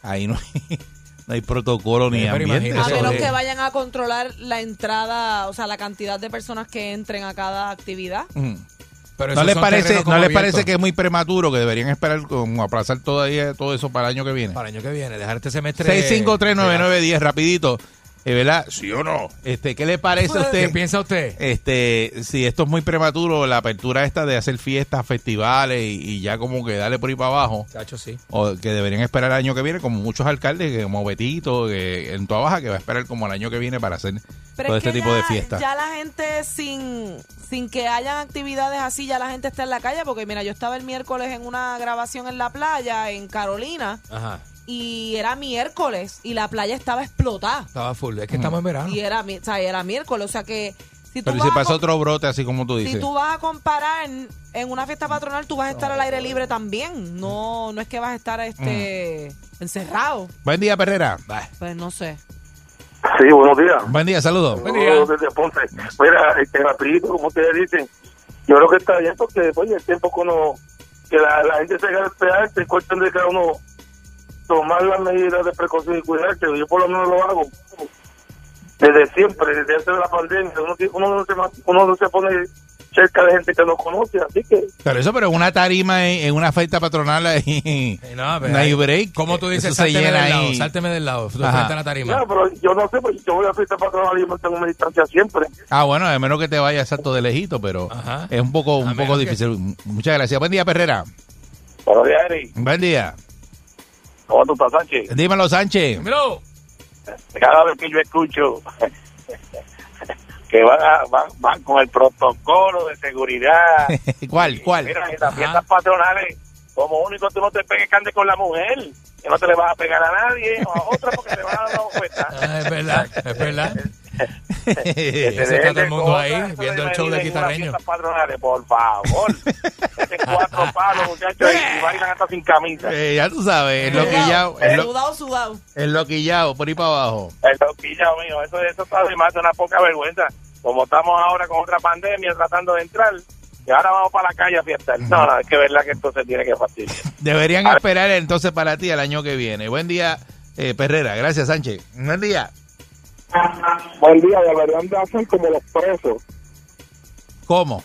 [SPEAKER 3] ahí no hay, no hay protocolo ni
[SPEAKER 6] Sí, pero
[SPEAKER 3] ambiente.
[SPEAKER 6] imagínate,
[SPEAKER 4] A menos
[SPEAKER 3] Eso-
[SPEAKER 4] que vayan a controlar la entrada, o sea, la cantidad de personas que entren a cada actividad.
[SPEAKER 3] Mm.
[SPEAKER 6] Pero
[SPEAKER 3] ¿No
[SPEAKER 6] esos
[SPEAKER 3] les
[SPEAKER 6] son
[SPEAKER 3] parece,
[SPEAKER 6] terrenos
[SPEAKER 3] no
[SPEAKER 6] como
[SPEAKER 3] les
[SPEAKER 6] abiertos.
[SPEAKER 3] parece que es muy prematuro, que deberían esperar con aplazar todavía todo eso para el año que viene?
[SPEAKER 6] Para el año que viene, dejar este semestre...
[SPEAKER 3] 6539910, rapidito. Eh, ¿Verdad? ¿Sí o no? Este, ¿Qué le parece a usted?
[SPEAKER 6] ¿Qué piensa usted?
[SPEAKER 3] Este, si esto es muy prematuro, la apertura esta de hacer fiestas, festivales y, y ya como que darle por ahí para abajo,
[SPEAKER 6] Chacho, sí.
[SPEAKER 3] o que deberían esperar el año que viene, como muchos alcaldes, que como Betito, que en Toa Baja, que va a esperar como el año que viene para hacer
[SPEAKER 4] Pero
[SPEAKER 3] todo
[SPEAKER 4] es que
[SPEAKER 3] este tipo
[SPEAKER 4] ya,
[SPEAKER 3] de fiestas.
[SPEAKER 4] Ya la gente sin, sin que hayan actividades así, ya la gente está en la calle, porque mira, yo estaba el miércoles en una grabación en la playa, en Carolina,
[SPEAKER 6] Ajá.
[SPEAKER 4] y era miércoles, y la playa estaba explotada.
[SPEAKER 6] Estaba full. Es que estamos en verano.
[SPEAKER 4] Y era, mi- o sea, era miércoles, o sea que si tú,
[SPEAKER 3] Pero
[SPEAKER 4] vas
[SPEAKER 3] si
[SPEAKER 4] a
[SPEAKER 3] pasa
[SPEAKER 4] com-
[SPEAKER 3] otro brote, así como tú
[SPEAKER 4] si
[SPEAKER 3] dices.
[SPEAKER 4] tú vas a comparar en, en una fiesta patronal, tú vas a estar al aire libre también. No, no es que vas a estar este encerrado.
[SPEAKER 3] Buen día, Perrera.
[SPEAKER 4] Pues no sé.
[SPEAKER 8] Sí, buenos días.
[SPEAKER 3] Buen día, saludos.
[SPEAKER 8] Saludos desde Ponce. Mira, este, rapidito, como ustedes dicen, yo creo que está bien porque, oye, el tiempo que uno, que la, la gente se haga esperar, es cuestión de cada uno tomar las medidas de precaución y cuidarse. Yo por lo menos lo hago desde siempre, desde antes de la pandemia. Uno, que- uno no, se, ma- uno no se pone cerca de gente que no conoce, así que...
[SPEAKER 3] Pero eso, pero una tarima en, en una fiesta patronal ahí.
[SPEAKER 6] No, pero
[SPEAKER 3] no hay
[SPEAKER 6] ahí-
[SPEAKER 3] break.
[SPEAKER 6] Como tú dices,
[SPEAKER 3] Eso se
[SPEAKER 6] sálteme del
[SPEAKER 3] llena
[SPEAKER 6] lado,
[SPEAKER 3] ahí.
[SPEAKER 6] sálteme del lado, tú
[SPEAKER 3] Ajá.
[SPEAKER 6] frente a la tarima.
[SPEAKER 8] Ya, pero yo no sé, pues yo voy a fiesta patronal y yo mantengo mi distancia siempre.
[SPEAKER 3] Ah, bueno, a menos que te vayas exacto de lejito, pero es un poco, un poco difícil. Muchas gracias. Buen día, Perrera.
[SPEAKER 8] Buenos días, Eric.
[SPEAKER 3] Buen día.
[SPEAKER 14] ¿Cómo tú estás, Sánchez?
[SPEAKER 3] Dímelo, Sánchez.
[SPEAKER 14] Cada vez que yo escucho que van, a- van, van con el protocolo de seguridad.
[SPEAKER 3] ¿Cuál? ¿Cuál?
[SPEAKER 14] Mira, en las fiestas patronales, como único tú no te pegues que andes con la mujer, que no te le vas a pegar a nadie o a otra porque te van a dar una oferta.
[SPEAKER 6] Ah, Es verdad, es verdad.
[SPEAKER 14] Que
[SPEAKER 6] Ese
[SPEAKER 14] se dejen
[SPEAKER 6] está todo
[SPEAKER 14] de
[SPEAKER 6] el mundo
[SPEAKER 14] cosas,
[SPEAKER 6] ahí
[SPEAKER 14] eso
[SPEAKER 6] viendo el
[SPEAKER 14] debe
[SPEAKER 6] show
[SPEAKER 14] ir
[SPEAKER 6] de
[SPEAKER 14] en unas
[SPEAKER 6] guitarreño.
[SPEAKER 14] fiestas patronales, por favor. Meten cuatro palos, muchachos, y bailan hasta sin camisa.
[SPEAKER 3] Eh, ya tú sabes, el loquillao. El, lo,
[SPEAKER 4] Sudado, sudado.
[SPEAKER 3] el loquillao, por ahí para abajo.
[SPEAKER 14] El toquilla mío, eso, eso está de más de una poca vergüenza. Como estamos ahora con otra pandemia tratando de entrar, y ahora vamos para la calle a fiestar. No, no, es que es verdad que esto se tiene que fastidiar.
[SPEAKER 3] Deberían esperar entonces para ti el año que viene. Buen día, eh, Perrera. Gracias, Sánchez. Buen día.
[SPEAKER 8] Buen día, deberían de hacer como los presos.
[SPEAKER 3] ¿Cómo?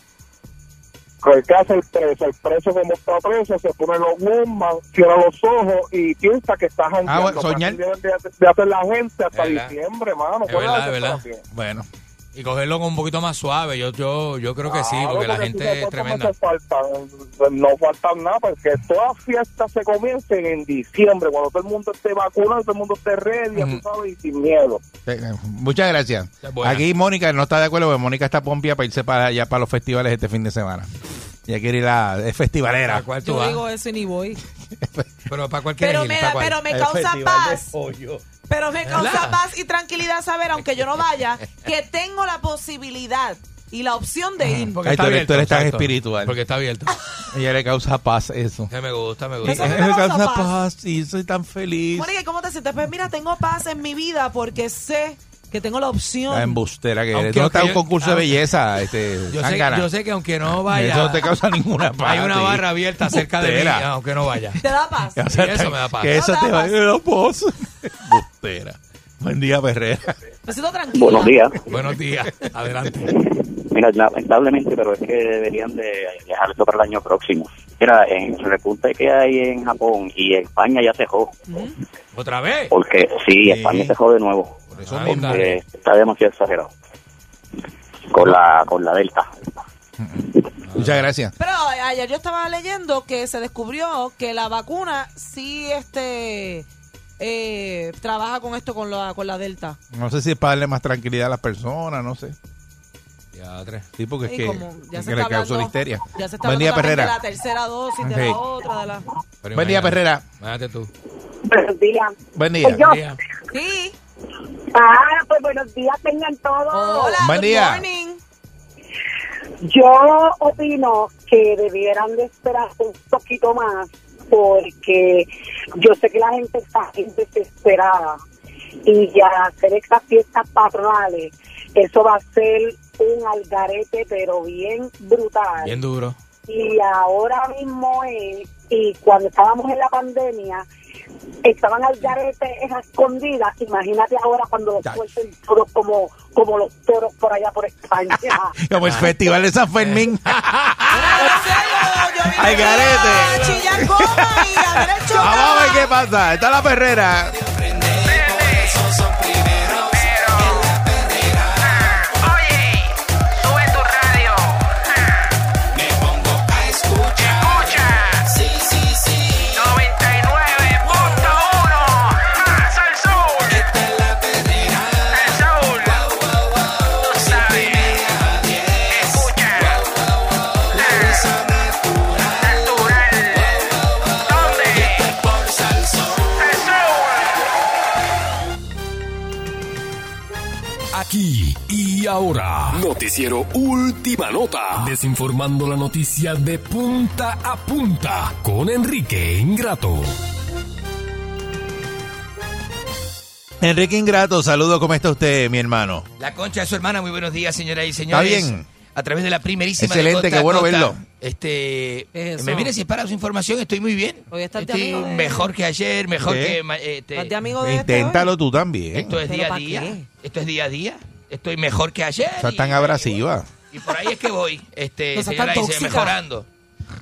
[SPEAKER 8] El que hace el preso, el preso como está preso, se pone los gummas, cierra los ojos y piensa que está jangueando.
[SPEAKER 3] bueno, soñar.
[SPEAKER 8] Así deben de, hacer- de hacer la gente hasta
[SPEAKER 6] Ah, Es verdad.
[SPEAKER 8] diciembre, mano.
[SPEAKER 6] Es
[SPEAKER 8] ¿Cuál la
[SPEAKER 6] verdad, es verdad.
[SPEAKER 8] desesperación?
[SPEAKER 3] Bueno.
[SPEAKER 6] Y cogerlo con un poquito más suave, yo, yo, yo creo que sí,
[SPEAKER 8] Claro,
[SPEAKER 6] porque la
[SPEAKER 8] Ah, si las
[SPEAKER 6] gente es
[SPEAKER 8] cosas
[SPEAKER 6] tremenda.
[SPEAKER 8] No faltan, no faltan nada, porque todas fiestas se comiencen en diciembre, cuando todo el mundo esté vacunado, todo el mundo esté ready, ya tú sabes, y sin miedo.
[SPEAKER 3] Eh, eh, Muchas gracias.
[SPEAKER 8] buena.
[SPEAKER 3] Aquí Mónica no está de acuerdo porque Mónica está pompia para irse para allá para los festivales este fin de semana. Ya quiere ir a. Es festivalera.
[SPEAKER 4] Yo digo eso y ni voy.
[SPEAKER 6] Pero para cualquier
[SPEAKER 4] Pero me, da- pero me causa paz. Pero me causa paz y tranquilidad saber, aunque yo no vaya, que tengo la posibilidad y la opción de ir.
[SPEAKER 3] Ay, tú, eres- tú eres tan
[SPEAKER 6] exacto.
[SPEAKER 3] espiritual. Porque
[SPEAKER 6] está abierto.
[SPEAKER 3] Ella le causa paz eso.
[SPEAKER 6] Me gusta, me
[SPEAKER 3] Eso
[SPEAKER 6] gusta.
[SPEAKER 3] me
[SPEAKER 6] Eh,
[SPEAKER 3] causa
[SPEAKER 4] causa
[SPEAKER 3] paz. y soy tan feliz.
[SPEAKER 4] Mónica, ¿y ¿cómo te sientes? Pues mira, tengo paz en mi vida porque sé que tengo la
[SPEAKER 3] La
[SPEAKER 4] opción.
[SPEAKER 3] embustera que
[SPEAKER 6] Aunque-
[SPEAKER 3] eres. No está
[SPEAKER 6] aunque
[SPEAKER 3] un
[SPEAKER 6] yo-
[SPEAKER 3] concurso de
[SPEAKER 6] aunque-
[SPEAKER 3] belleza. Este,
[SPEAKER 6] Yo sé,
[SPEAKER 3] zángana.
[SPEAKER 6] yo sé que aunque no vaya,
[SPEAKER 3] Eso no te causa ninguna paz.
[SPEAKER 6] hay una
[SPEAKER 3] sí.
[SPEAKER 6] barra abierta cerca de mí,
[SPEAKER 3] Bustera.
[SPEAKER 6] aunque no vaya.
[SPEAKER 4] ¿Te da paz?
[SPEAKER 3] O sea,
[SPEAKER 6] Y eso me da paz.
[SPEAKER 3] Que eso
[SPEAKER 4] No
[SPEAKER 3] te
[SPEAKER 4] da
[SPEAKER 3] va a
[SPEAKER 4] paz.
[SPEAKER 3] dar paz. Bustera. Buen día, Perrera.
[SPEAKER 4] Me siento tranquila.
[SPEAKER 15] Buenos días.
[SPEAKER 6] Buenos días. Adelante.
[SPEAKER 15] Mira, lamentablemente, pero es que deberían de dejar eso para el año próximo. Mira, en el repunte que hay en Japón y España ya cejó.
[SPEAKER 6] ¿Otra vez?
[SPEAKER 15] Porque sí, España cejó de nuevo. Porque está demasiado exagerado. Con la, con la Delta.
[SPEAKER 3] Muchas gracias.
[SPEAKER 4] Pero ayer yo estaba leyendo que se descubrió que la vacuna sí este eh, trabaja con esto, con la, con la Delta.
[SPEAKER 3] No sé si es para darle más tranquilidad a las personas, no sé. Sí, porque es
[SPEAKER 4] Y
[SPEAKER 3] que,
[SPEAKER 4] como ya se
[SPEAKER 3] que le
[SPEAKER 4] está
[SPEAKER 3] causó
[SPEAKER 4] hablando-
[SPEAKER 3] histeria.
[SPEAKER 4] Ya se está
[SPEAKER 3] Buen día,
[SPEAKER 4] hablando también de
[SPEAKER 3] Perrera.
[SPEAKER 4] la tercera dosis, de
[SPEAKER 3] Sí.
[SPEAKER 4] la otra, de la...
[SPEAKER 3] Buen día, Perrera.
[SPEAKER 6] Imagínate tú.
[SPEAKER 16] Buenos días. Eh,
[SPEAKER 3] Buen día.
[SPEAKER 16] Yo.
[SPEAKER 4] Sí.
[SPEAKER 16] Ah, pues buenos días tengan todos.
[SPEAKER 4] Hola,
[SPEAKER 3] Buen good día.
[SPEAKER 16] Yo opino que debieran de esperar un poquito más porque yo sé que la gente está desesperada y ya hacer estas fiestas patronales, eso va a ser un algarete pero bien brutal.
[SPEAKER 6] Bien duro.
[SPEAKER 16] y ahora mismo es, y cuando estábamos en la pandemia, estaban al garete esas escondidas, imagínate ahora cuando los suelten todos como, como los toros por allá por España.
[SPEAKER 3] Como
[SPEAKER 6] Ah.
[SPEAKER 3] el festival de San Fermín.
[SPEAKER 4] Ah,
[SPEAKER 3] ¡Ay, garete! Vamos a ver qué pasa. Está la Perrera.
[SPEAKER 2] Esos son primeros en la perrera. Oye, sube tu radio. Me pongo a escuchar. Escucha. Sí, sí, sí. 99.1. Más al sol. Esta es la perrera. El sol. Wow, wow, wow. Tú sabes. Escucha. La risa natural. Natural. ¿Dónde? Por Sal Sol. El
[SPEAKER 1] Aquí y ahora, noticiero Última Nota, desinformando la noticia de punta a punta con Enrique Ingrato.
[SPEAKER 3] Enrique Ingrato, saludo. ¿Cómo está usted, mi hermano?
[SPEAKER 6] La concha de su hermana, muy buenos días, señoras y señores.
[SPEAKER 3] bien.
[SPEAKER 6] A través de la primerísima.
[SPEAKER 3] Excelente,
[SPEAKER 6] de Costa
[SPEAKER 3] qué bueno
[SPEAKER 6] a Costa.
[SPEAKER 3] verlo.
[SPEAKER 6] Este,
[SPEAKER 4] eso?
[SPEAKER 6] me viene si es para su información, estoy muy bien.
[SPEAKER 4] Hoy estás de
[SPEAKER 6] Estoy
[SPEAKER 4] amigo de-
[SPEAKER 6] mejor que ayer, mejor
[SPEAKER 3] ¿Qué?
[SPEAKER 6] que. ma- este,
[SPEAKER 4] Estás de amigo de este
[SPEAKER 3] Inténtalo tú también.
[SPEAKER 6] Esto es
[SPEAKER 4] ¿Pero
[SPEAKER 6] día a
[SPEAKER 4] pa'
[SPEAKER 6] día.
[SPEAKER 4] qué?
[SPEAKER 6] Esto es día a día. Estoy mejor que ayer.
[SPEAKER 3] O sea, tan abrasiva.
[SPEAKER 6] Y por ahí es que voy, este,
[SPEAKER 4] No seas
[SPEAKER 6] señora,
[SPEAKER 4] tan
[SPEAKER 6] y se-
[SPEAKER 4] tóxica.
[SPEAKER 6] mejorando.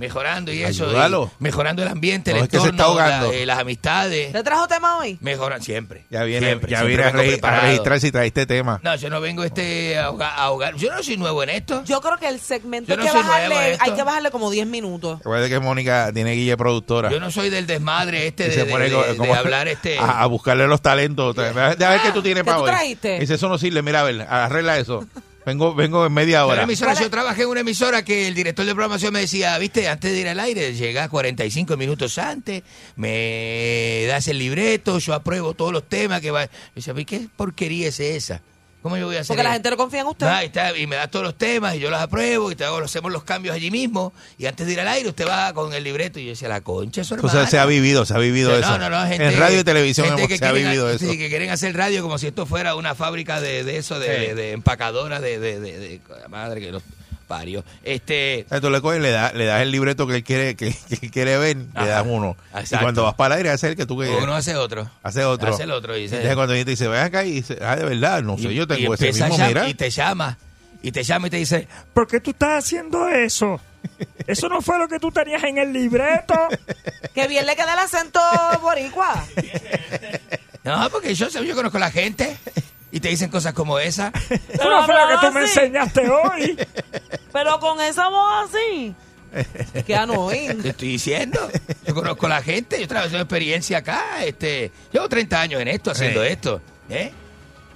[SPEAKER 6] mejorando y eso.
[SPEAKER 3] Ayúdalo.
[SPEAKER 6] y mejorando el ambiente, el
[SPEAKER 3] No, es que se
[SPEAKER 6] entorno,
[SPEAKER 3] está ahogando.
[SPEAKER 6] la- eh, las amistades.
[SPEAKER 4] ¿Te trajo tema hoy?
[SPEAKER 6] Mejora siempre.
[SPEAKER 3] Ya viene,
[SPEAKER 6] Siempre,
[SPEAKER 3] ya
[SPEAKER 6] siempre
[SPEAKER 3] viene a,
[SPEAKER 6] vengo
[SPEAKER 3] regi- a
[SPEAKER 6] preparado.
[SPEAKER 3] registrar si traíste tema.
[SPEAKER 6] No, yo no vengo este a ahogar. a ahogar. Yo no soy nuevo en esto.
[SPEAKER 4] Yo creo que el segmento
[SPEAKER 6] Yo no
[SPEAKER 4] hay, que
[SPEAKER 6] soy nuevo en
[SPEAKER 4] bajarle,
[SPEAKER 6] esto.
[SPEAKER 4] hay que bajarle como 10 minutos.
[SPEAKER 3] Recuerda que Mónica tiene guille productora.
[SPEAKER 6] Yo no soy del desmadre este
[SPEAKER 3] Y
[SPEAKER 6] de,
[SPEAKER 3] se
[SPEAKER 6] de-
[SPEAKER 3] pone
[SPEAKER 6] de-
[SPEAKER 3] co-
[SPEAKER 6] de
[SPEAKER 3] como
[SPEAKER 6] hablar este.
[SPEAKER 3] a, a buscarle los talentos otra vez. a ver qué tú tienes
[SPEAKER 6] Ah, ¿qué
[SPEAKER 3] para
[SPEAKER 6] tú
[SPEAKER 3] hoy
[SPEAKER 6] trajiste?
[SPEAKER 3] dice eso no sirve mira a ver arregla eso vengo vengo en media
[SPEAKER 6] Yo en la
[SPEAKER 3] hora
[SPEAKER 6] emisora, yo trabajé en una emisora que el director de programación me decía, viste, antes de ir al aire, llega 45 minutos antes, me das el libreto, yo apruebo todos los temas que va. Yo decía, "¿Y ¿qué porquería es esa? ¿Cómo yo voy a hacer
[SPEAKER 4] Porque la
[SPEAKER 6] eso?"
[SPEAKER 4] gente no confía en usted.
[SPEAKER 6] Ah, y, está- y me da todos los temas y yo los apruebo y te hago, hacemos los cambios allí mismo. Y antes de ir al aire, usted va con el libreto. Y yo decía, la concha, eso
[SPEAKER 3] o sea se ha vivido se ha vivido
[SPEAKER 6] no,
[SPEAKER 3] eso
[SPEAKER 6] No, no, gente,
[SPEAKER 3] en radio y televisión
[SPEAKER 6] gente
[SPEAKER 3] hemos-
[SPEAKER 6] que
[SPEAKER 3] se ha
[SPEAKER 6] quieren-
[SPEAKER 3] vivido
[SPEAKER 6] sí,
[SPEAKER 3] eso
[SPEAKER 6] que quieren hacer radio como si esto fuera una fábrica de, de eso, de,
[SPEAKER 3] Sí.
[SPEAKER 6] de empacadoras, de, de, de- de- la madre que los parió. Este,
[SPEAKER 3] O sea, tú le coges, le, da- le das el libreto que él quiere, que, que él quiere ver, le das uno.
[SPEAKER 6] exacto.
[SPEAKER 3] Y cuando vas para el aire, hace el que tú quieres.
[SPEAKER 6] uno hace otro.
[SPEAKER 3] Hace otro.
[SPEAKER 6] Hace el otro, y dice-
[SPEAKER 3] Entonces cuando viene y te dice, ven acá y dice, ah, de verdad, no sé,
[SPEAKER 6] Y-
[SPEAKER 3] yo tengo
[SPEAKER 6] y
[SPEAKER 3] ese
[SPEAKER 6] empieza a
[SPEAKER 3] mismo,
[SPEAKER 6] llam-
[SPEAKER 3] mira.
[SPEAKER 6] Y te llama, y te llama y te dice,
[SPEAKER 17] ¿Por qué tú estás haciendo eso? Eso no fue lo que tú tenías en el libreto.
[SPEAKER 4] Que bien le queda el acento boricua.
[SPEAKER 6] no, porque yo, yo conozco a la gente. Y te dicen cosas como esa.
[SPEAKER 17] Eso no fue lo que tú me enseñaste hoy.
[SPEAKER 4] Pero con esa voz así. Qué annoying.
[SPEAKER 6] Te estoy diciendo. Yo conozco a la gente, yo trabajé una experiencia acá. Este, llevo 30 años en esto, haciendo
[SPEAKER 3] Sí.
[SPEAKER 6] esto. ¿eh?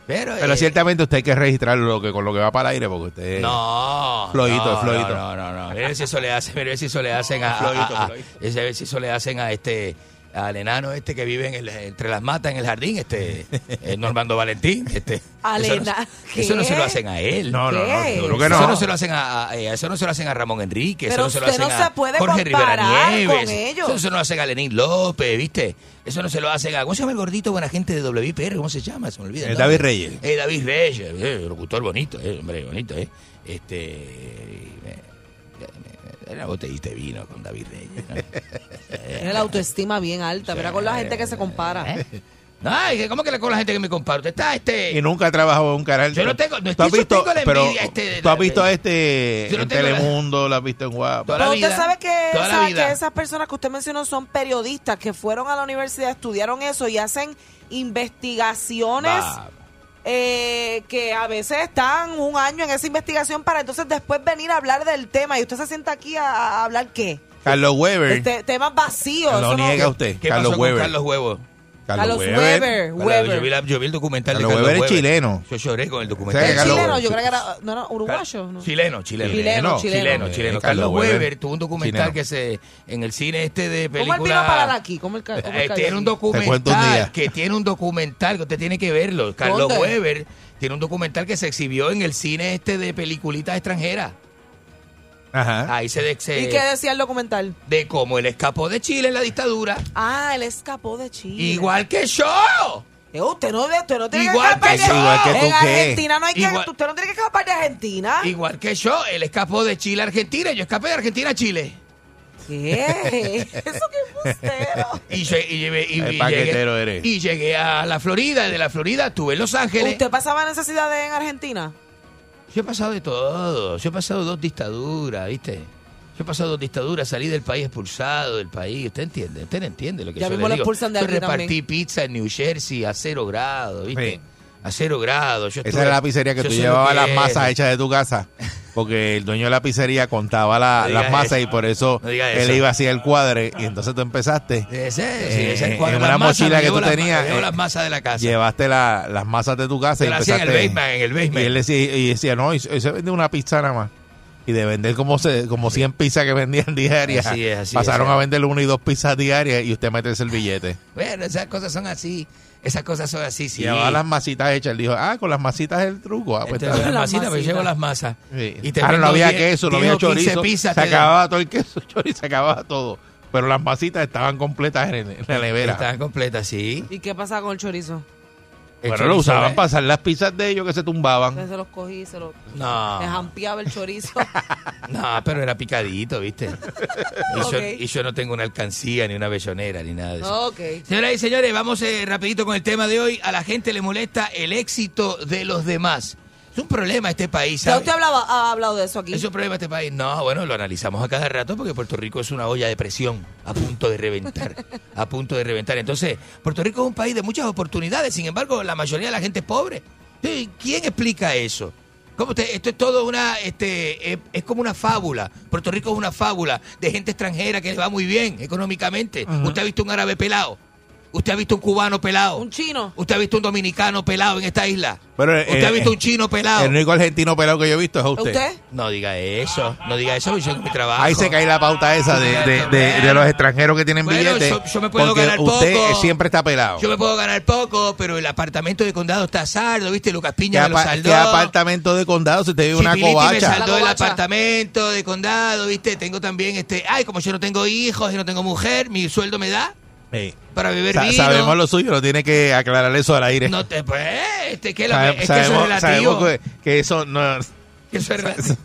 [SPEAKER 6] Pero,
[SPEAKER 3] Pero
[SPEAKER 6] eh,
[SPEAKER 3] ciertamente usted hay que registrar lo que, con lo que va para el aire, porque usted.
[SPEAKER 6] No.
[SPEAKER 3] Flojito,
[SPEAKER 6] no,
[SPEAKER 3] es flojito.
[SPEAKER 6] No, no, no. Mira si eso le hacen, mira si eso le hacen a. a-
[SPEAKER 3] Flojito,
[SPEAKER 6] a- a-
[SPEAKER 3] flojito.
[SPEAKER 6] ese- ver si eso le hacen a este. Al enano este que vive en el- entre las matas en el jardín, este. eh, Normando Valentín. Este,
[SPEAKER 4] Al
[SPEAKER 6] eso, no,
[SPEAKER 4] ena-
[SPEAKER 6] eso no
[SPEAKER 4] ¿Qué?
[SPEAKER 6] se lo hacen a él.
[SPEAKER 3] No, no, no, ¿Qué? seguro que no.
[SPEAKER 6] Eso no se lo hacen a, a- eh, eso no se lo hacen a Ramón Enrique.
[SPEAKER 4] Pero usted
[SPEAKER 6] eso no se lo hacen
[SPEAKER 4] no
[SPEAKER 6] a
[SPEAKER 4] se puede
[SPEAKER 6] Jorge Rivera
[SPEAKER 4] comparar
[SPEAKER 6] Nieves.
[SPEAKER 4] con ellos.
[SPEAKER 6] Eso no se lo hacen a Lenín López, ¿viste? Eso no se lo hacen a. ¿Cómo se llama el gordito buena gente de WPR? ¿Cómo se llama? Se me olvida. el
[SPEAKER 3] Eh, David
[SPEAKER 6] nombre.
[SPEAKER 3] Reyes.
[SPEAKER 6] Eh, David Reyes, eh, locutor bonito, eh, hombre bonito, ¿eh? Este. eh, era botellita de vino con David Reyes. ¿no?
[SPEAKER 3] Eh,
[SPEAKER 4] Tiene la autoestima bien alta. Verá con la gente que se compara.
[SPEAKER 6] ¿eh? Ay, ¿cómo que le con la gente que me compara? Usted está, este.
[SPEAKER 3] Y nunca ha trabajado en un canal.
[SPEAKER 6] Yo no tengo- no
[SPEAKER 3] ¿Tú has
[SPEAKER 6] estoy- yo
[SPEAKER 3] visto,
[SPEAKER 6] tengo la
[SPEAKER 3] pero,
[SPEAKER 6] envidia, este,
[SPEAKER 3] Tú has
[SPEAKER 6] la-
[SPEAKER 3] visto a este
[SPEAKER 6] Yo no
[SPEAKER 3] en
[SPEAKER 6] tengo la-
[SPEAKER 3] Telemundo, lo has visto en Guapa.
[SPEAKER 4] Pero usted sabe que,
[SPEAKER 3] Toda la
[SPEAKER 4] esa-
[SPEAKER 3] vida.
[SPEAKER 4] que esas personas que usted mencionó son periodistas que fueron a la universidad, estudiaron eso y hacen investigaciones
[SPEAKER 6] Va.
[SPEAKER 4] eh, que a veces están un año en esa investigación para entonces después venir a hablar del tema. Y usted se sienta aquí a, a hablar qué?
[SPEAKER 3] Carlos Weber.
[SPEAKER 4] Este, temas vacíos.
[SPEAKER 3] lo
[SPEAKER 4] eso no-
[SPEAKER 3] niega usted.
[SPEAKER 6] ¿Qué
[SPEAKER 3] Carlos
[SPEAKER 6] pasó con
[SPEAKER 3] Weber.
[SPEAKER 6] Carlos Huevo?
[SPEAKER 4] Carlos Weber, Weber.
[SPEAKER 6] Yo, vi la- yo vi el documental
[SPEAKER 3] Carlos
[SPEAKER 6] de Carlos
[SPEAKER 3] Weber es
[SPEAKER 6] Weber.
[SPEAKER 3] chileno.
[SPEAKER 6] Yo lloré con el documental.
[SPEAKER 4] ¿Es
[SPEAKER 6] de Carlos
[SPEAKER 4] chileno?
[SPEAKER 6] Weber.
[SPEAKER 4] Yo creo que era no, no, uruguayo. ¿no?
[SPEAKER 6] Chileno, chileno.
[SPEAKER 4] Chileno, chileno.
[SPEAKER 6] chileno,
[SPEAKER 4] Eh,
[SPEAKER 6] chileno.
[SPEAKER 4] Carlos
[SPEAKER 6] Carlos
[SPEAKER 4] Weber.
[SPEAKER 6] Weber, tuvo un documental
[SPEAKER 4] Chileno.
[SPEAKER 6] que se en el cine este de
[SPEAKER 4] ¿Cómo
[SPEAKER 6] película.
[SPEAKER 4] él vino a parar aquí? ¿Cómo él, ca- cómo él
[SPEAKER 6] Eh,
[SPEAKER 4] cayó
[SPEAKER 6] tiene un
[SPEAKER 4] aquí?
[SPEAKER 3] cuento un
[SPEAKER 6] documental
[SPEAKER 3] día.
[SPEAKER 6] que tiene un documental que usted tiene que verlo. Carlos
[SPEAKER 4] ¿Dónde?
[SPEAKER 6] Weber tiene un documental que se exhibió en el cine este de peliculitas extranjeras.
[SPEAKER 3] Ajá.
[SPEAKER 6] Ahí se, de- se-
[SPEAKER 4] ¿Y qué decía el documental?
[SPEAKER 6] de cómo él escapó de Chile en la dictadura.
[SPEAKER 4] Ah, él escapó de Chile.
[SPEAKER 6] Igual que yo.
[SPEAKER 4] Eh, usted no, usted no tiene
[SPEAKER 6] Igual
[SPEAKER 4] que escapar
[SPEAKER 6] que
[SPEAKER 4] de-
[SPEAKER 6] yo. Igual que tú,
[SPEAKER 4] En
[SPEAKER 6] ¿qué?
[SPEAKER 4] Argentina no hay que.
[SPEAKER 6] Igual-
[SPEAKER 4] Usted no tiene que escapar de Argentina.
[SPEAKER 6] Igual que yo, él escapó de Chile a Argentina, yo escapé de Argentina a Chile.
[SPEAKER 4] ¿Qué? Eso
[SPEAKER 6] Y, lle- y llevé- Eh, y-
[SPEAKER 3] El
[SPEAKER 6] y
[SPEAKER 3] paquetero
[SPEAKER 6] llegué,
[SPEAKER 3] eres.
[SPEAKER 6] y llegué a la Florida, y de la Florida estuve en Los Ángeles.
[SPEAKER 4] ¿Usted pasaba necesidades en Argentina?
[SPEAKER 6] Yo he pasado de todo. Yo he pasado dos dictaduras, ¿viste? Yo he pasado dos dictaduras, salí del país expulsado del país. Usted entiende, usted no entiende lo que
[SPEAKER 4] Ya
[SPEAKER 6] yo
[SPEAKER 4] mismo
[SPEAKER 6] le
[SPEAKER 4] lo
[SPEAKER 6] digo.
[SPEAKER 4] expulsan de
[SPEAKER 6] yo
[SPEAKER 4] aquí
[SPEAKER 6] repartí
[SPEAKER 4] también.
[SPEAKER 6] pizza en New Jersey a cero grado, ¿viste? A cero grado. Yo
[SPEAKER 3] Esa
[SPEAKER 6] estuve-
[SPEAKER 3] era la pizzería que
[SPEAKER 6] yo
[SPEAKER 3] tú
[SPEAKER 6] sé lo
[SPEAKER 3] llevabas
[SPEAKER 6] que
[SPEAKER 3] las
[SPEAKER 6] es.
[SPEAKER 3] masas hechas de tu casa. Porque el dueño de la pizzería contaba la-
[SPEAKER 6] No digas
[SPEAKER 3] las masas
[SPEAKER 6] eso.
[SPEAKER 3] y por eso
[SPEAKER 6] No digas
[SPEAKER 3] él
[SPEAKER 6] eso.
[SPEAKER 3] iba hacia el cuadre. Y entonces tú empezaste.
[SPEAKER 6] Ese, sí,
[SPEAKER 3] eh,
[SPEAKER 6] ese
[SPEAKER 3] en
[SPEAKER 6] cuadro,
[SPEAKER 3] una
[SPEAKER 6] las masas,
[SPEAKER 3] mochila
[SPEAKER 6] me
[SPEAKER 3] que
[SPEAKER 6] llevo
[SPEAKER 3] tú
[SPEAKER 6] las ma-
[SPEAKER 3] tenías.
[SPEAKER 6] me llevo
[SPEAKER 3] eh,
[SPEAKER 6] las masas de la casa.
[SPEAKER 3] Llevaste la- las masas de tu casa.
[SPEAKER 6] Yo
[SPEAKER 3] y
[SPEAKER 6] la hacía en el
[SPEAKER 3] empezaste-
[SPEAKER 6] basement, en el basement.
[SPEAKER 3] Y él decía, y decía no, y se vende una pizza nada más. Y de vender como, se, como 100 pizzas que vendían diarias,
[SPEAKER 6] Así es, así
[SPEAKER 3] pasaron
[SPEAKER 6] es.
[SPEAKER 3] a vender uno y dos pizzas diarias y usted mete el billete.
[SPEAKER 6] Bueno, esas cosas son así. Esas cosas son así, sí.
[SPEAKER 3] Llevaba las masitas hechas. Él dijo, ah, con las masitas es el truco. Ah, pues
[SPEAKER 6] Este,
[SPEAKER 3] está
[SPEAKER 6] las
[SPEAKER 3] bien.
[SPEAKER 6] masitas, pero llevo las masas.
[SPEAKER 3] Sí.
[SPEAKER 6] Y te
[SPEAKER 3] Ahora no
[SPEAKER 6] vendo
[SPEAKER 3] había
[SPEAKER 6] 10,
[SPEAKER 3] queso, no
[SPEAKER 6] 10
[SPEAKER 3] había
[SPEAKER 6] o 15
[SPEAKER 3] chorizo.
[SPEAKER 6] pizzas,
[SPEAKER 3] se
[SPEAKER 6] te dan.
[SPEAKER 3] acababa todo el queso, chorizo, se acababa todo. Pero las masitas estaban completas en, en la nevera.
[SPEAKER 6] Estaban completas, sí.
[SPEAKER 4] ¿Y qué pasaba con el chorizo?
[SPEAKER 3] Pero lo
[SPEAKER 6] chorizo,
[SPEAKER 3] usaban
[SPEAKER 6] ¿eh?
[SPEAKER 3] para hacer las pizzas de ellos que se tumbaban.
[SPEAKER 4] Usted se los cogí, se los.
[SPEAKER 6] Ah. No.
[SPEAKER 4] Les ampliaba el chorizo.
[SPEAKER 6] No, pero era picadito, ¿viste? Y,
[SPEAKER 4] Ok.
[SPEAKER 6] yo, y yo no tengo una alcancía, ni una bellonera, ni nada de eso.
[SPEAKER 4] ok.
[SPEAKER 6] Señoras y señores, vamos eh, rapidito con el tema de hoy. A la gente le molesta el éxito de los demás. Es un problema este país,
[SPEAKER 4] ¿Ya
[SPEAKER 6] ¿sabes?
[SPEAKER 4] usted hablaba, ha hablado de eso aquí?
[SPEAKER 6] Es un problema este país. No, bueno, lo analizamos a cada rato porque Puerto Rico es una olla de presión a punto de reventar. a punto de reventar. Entonces, Puerto Rico es un país de muchas oportunidades, sin embargo, la mayoría de la gente es pobre. Sí, ¿Quién explica eso? ¿Cómo usted, esto es todo una, este, es, es como una fábula. Puerto Rico es una fábula de gente extranjera que le va muy bien económicamente.
[SPEAKER 12] Ajá.
[SPEAKER 6] Usted ha visto un árabe pelado. Usted ha visto un cubano pelado. Un
[SPEAKER 4] chino.
[SPEAKER 6] Usted ha visto un dominicano pelado en esta isla.
[SPEAKER 3] Pero, eh,
[SPEAKER 6] Usted ha visto
[SPEAKER 3] eh,
[SPEAKER 6] un chino pelado.
[SPEAKER 3] El único argentino pelado que yo he visto es a usted.
[SPEAKER 6] No diga eso, no diga eso, yo mi trabajo.
[SPEAKER 3] Ahí se cae la pauta esa de, de- de- de los extranjeros que tienen
[SPEAKER 6] Bueno,
[SPEAKER 3] billetes.
[SPEAKER 6] yo- yo me puedo
[SPEAKER 3] porque
[SPEAKER 6] ganar
[SPEAKER 3] usted
[SPEAKER 6] poco.
[SPEAKER 3] eh, siempre está pelado.
[SPEAKER 6] Yo me puedo ganar poco, pero el apartamento de condado está saldo, ¿viste? Lucas
[SPEAKER 3] ¿Qué,
[SPEAKER 6] Piña me lo
[SPEAKER 3] apa-
[SPEAKER 6] saldó.
[SPEAKER 3] qué apartamento de condado si usted vive en una
[SPEAKER 6] Chipiliti me
[SPEAKER 3] covacha?
[SPEAKER 6] saldó el apartamento de condado, ¿viste? Tengo también este, ay, como yo no tengo hijos y no tengo mujer, mi sueldo me da
[SPEAKER 3] Sí.
[SPEAKER 6] para beber
[SPEAKER 3] Sa-
[SPEAKER 6] vino.
[SPEAKER 3] sabemos lo suyo, no tiene que aclarar eso al aire.
[SPEAKER 6] No te pues, este, que, lo-
[SPEAKER 3] Sabe-
[SPEAKER 6] es que eso es
[SPEAKER 3] sabemos,
[SPEAKER 6] relativo.
[SPEAKER 3] sabemos que, que eso no
[SPEAKER 6] eso es relativo.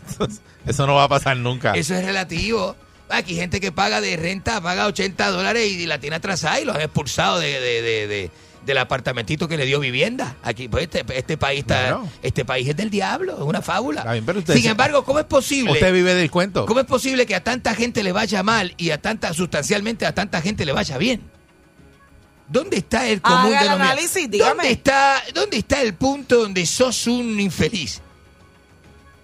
[SPEAKER 3] eso no va a pasar nunca.
[SPEAKER 6] Eso es relativo. Aquí hay gente que paga de renta, paga 80 dólares y la tiene atrasada y los han expulsado de, de- de- de- del apartamentito que le dio vivienda. Aquí, pues este, este país está, este país es del diablo, es una fábula.
[SPEAKER 3] usted
[SPEAKER 6] Sin
[SPEAKER 3] se-
[SPEAKER 6] embargo, ¿cómo es posible?
[SPEAKER 3] Usted vive del cuento.
[SPEAKER 6] ¿Cómo es posible que a tanta gente le vaya mal y a tanta, sustancialmente a tanta gente le vaya bien? ¿Dónde está el común
[SPEAKER 4] Haga el
[SPEAKER 6] denominador?
[SPEAKER 4] análisis, dígame.
[SPEAKER 6] ¿Dónde está, ¿Dónde está el punto donde sos un infeliz?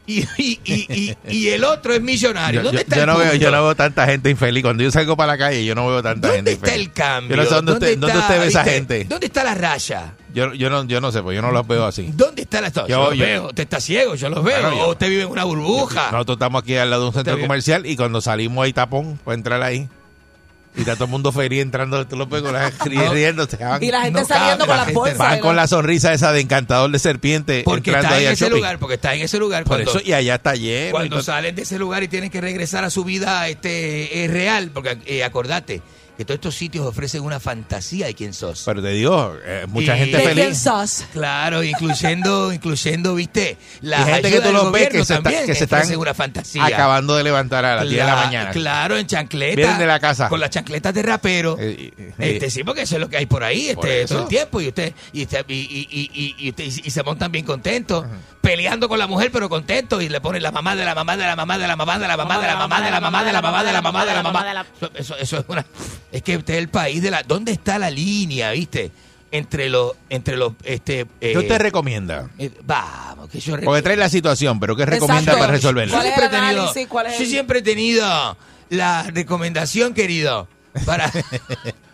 [SPEAKER 6] Y, y- y- y- y el otro es millonario.
[SPEAKER 3] Yo,
[SPEAKER 6] ¿Dónde
[SPEAKER 3] yo-
[SPEAKER 6] está
[SPEAKER 3] yo
[SPEAKER 6] el
[SPEAKER 3] no veo,
[SPEAKER 6] punto?
[SPEAKER 3] yo no veo tanta gente infeliz. Cuando yo salgo para la calle, yo no veo tanta gente infeliz.
[SPEAKER 6] el
[SPEAKER 3] Yo
[SPEAKER 6] cambio?
[SPEAKER 3] no sé dónde, usted, dónde
[SPEAKER 6] está,
[SPEAKER 3] usted ve esa
[SPEAKER 6] viste?
[SPEAKER 3] gente.
[SPEAKER 6] ¿Dónde está la raya?
[SPEAKER 3] Yo, yo, no, yo no sé, pues yo no los veo así.
[SPEAKER 6] ¿Dónde está la yo,
[SPEAKER 3] Yo-
[SPEAKER 6] los
[SPEAKER 3] yo-
[SPEAKER 6] veo. Usted está ciego, yo los veo.
[SPEAKER 3] Claro, yo-
[SPEAKER 6] o usted vive en una burbuja.
[SPEAKER 3] Nosotros estamos aquí al lado de un centro
[SPEAKER 6] bien.
[SPEAKER 3] comercial y cuando salimos hay tapón para entrar ahí. Y está todo el mundo feliz entrando, tú lo ves con la gente ri- riéndose. van-
[SPEAKER 4] Y la gente
[SPEAKER 3] no
[SPEAKER 4] saliendo con
[SPEAKER 3] cabe, la
[SPEAKER 4] las
[SPEAKER 3] gente-
[SPEAKER 4] bolsas.
[SPEAKER 3] Van
[SPEAKER 4] y
[SPEAKER 3] con
[SPEAKER 4] la-
[SPEAKER 3] la sonrisa esa de encantador de serpiente
[SPEAKER 6] Porque
[SPEAKER 3] entrando
[SPEAKER 6] está
[SPEAKER 3] ahí
[SPEAKER 6] en
[SPEAKER 3] al
[SPEAKER 6] ese
[SPEAKER 3] shopping.
[SPEAKER 6] lugar, porque está en ese lugar.
[SPEAKER 3] Por
[SPEAKER 6] cuando-
[SPEAKER 3] eso, y allá está lleno. y
[SPEAKER 6] Cuando
[SPEAKER 3] todo-
[SPEAKER 6] salen de ese lugar y tienen que regresar a su vida este, eh, real, porque eh, acordate que todos estos sitios ofrecen una fantasía de quién sos.
[SPEAKER 3] Pero te digo, eh, mucha
[SPEAKER 6] Y-
[SPEAKER 3] gente feliz.
[SPEAKER 6] Claro, incluyendo, incluyendo, viste, la
[SPEAKER 3] Y gente que tú los ves que se, está- que se están
[SPEAKER 6] una fantasía.
[SPEAKER 3] acabando de levantar a las 10 de la
[SPEAKER 6] Cla-
[SPEAKER 3] mañana.
[SPEAKER 6] Claro, en chancleta.
[SPEAKER 3] Vienen de la casa.
[SPEAKER 6] Con las chancletas de rapero. este,
[SPEAKER 3] eh.
[SPEAKER 6] sí, porque eso es lo que hay por ahí,
[SPEAKER 3] Por
[SPEAKER 6] este, todo
[SPEAKER 3] eso.
[SPEAKER 6] el tiempo. Y usted, y usted- y, y- y- y- y usted- y se montan bien contentos, peleando con la mujer, pero contentos, y le ponen la mamá de la mamá de la mamá de la mamá de la mamá de la mamá de la mamá de la mamá de la mamá de la mamá. de la- Eso- Eso, eso es una. Es que usted es el país de la. ¿Dónde está la línea, viste? Entre los, entre los, este. eh,
[SPEAKER 3] ¿Qué usted recomienda?
[SPEAKER 6] eh, vamos, que yo
[SPEAKER 3] Porque trae la situación, pero ¿qué recomienda
[SPEAKER 6] Exacto.
[SPEAKER 3] para resolverla?
[SPEAKER 6] Yo siempre he tenido,
[SPEAKER 4] análisis? ¿Cuál es
[SPEAKER 6] yo
[SPEAKER 4] el-
[SPEAKER 6] siempre he tenido la recomendación, querido. Para.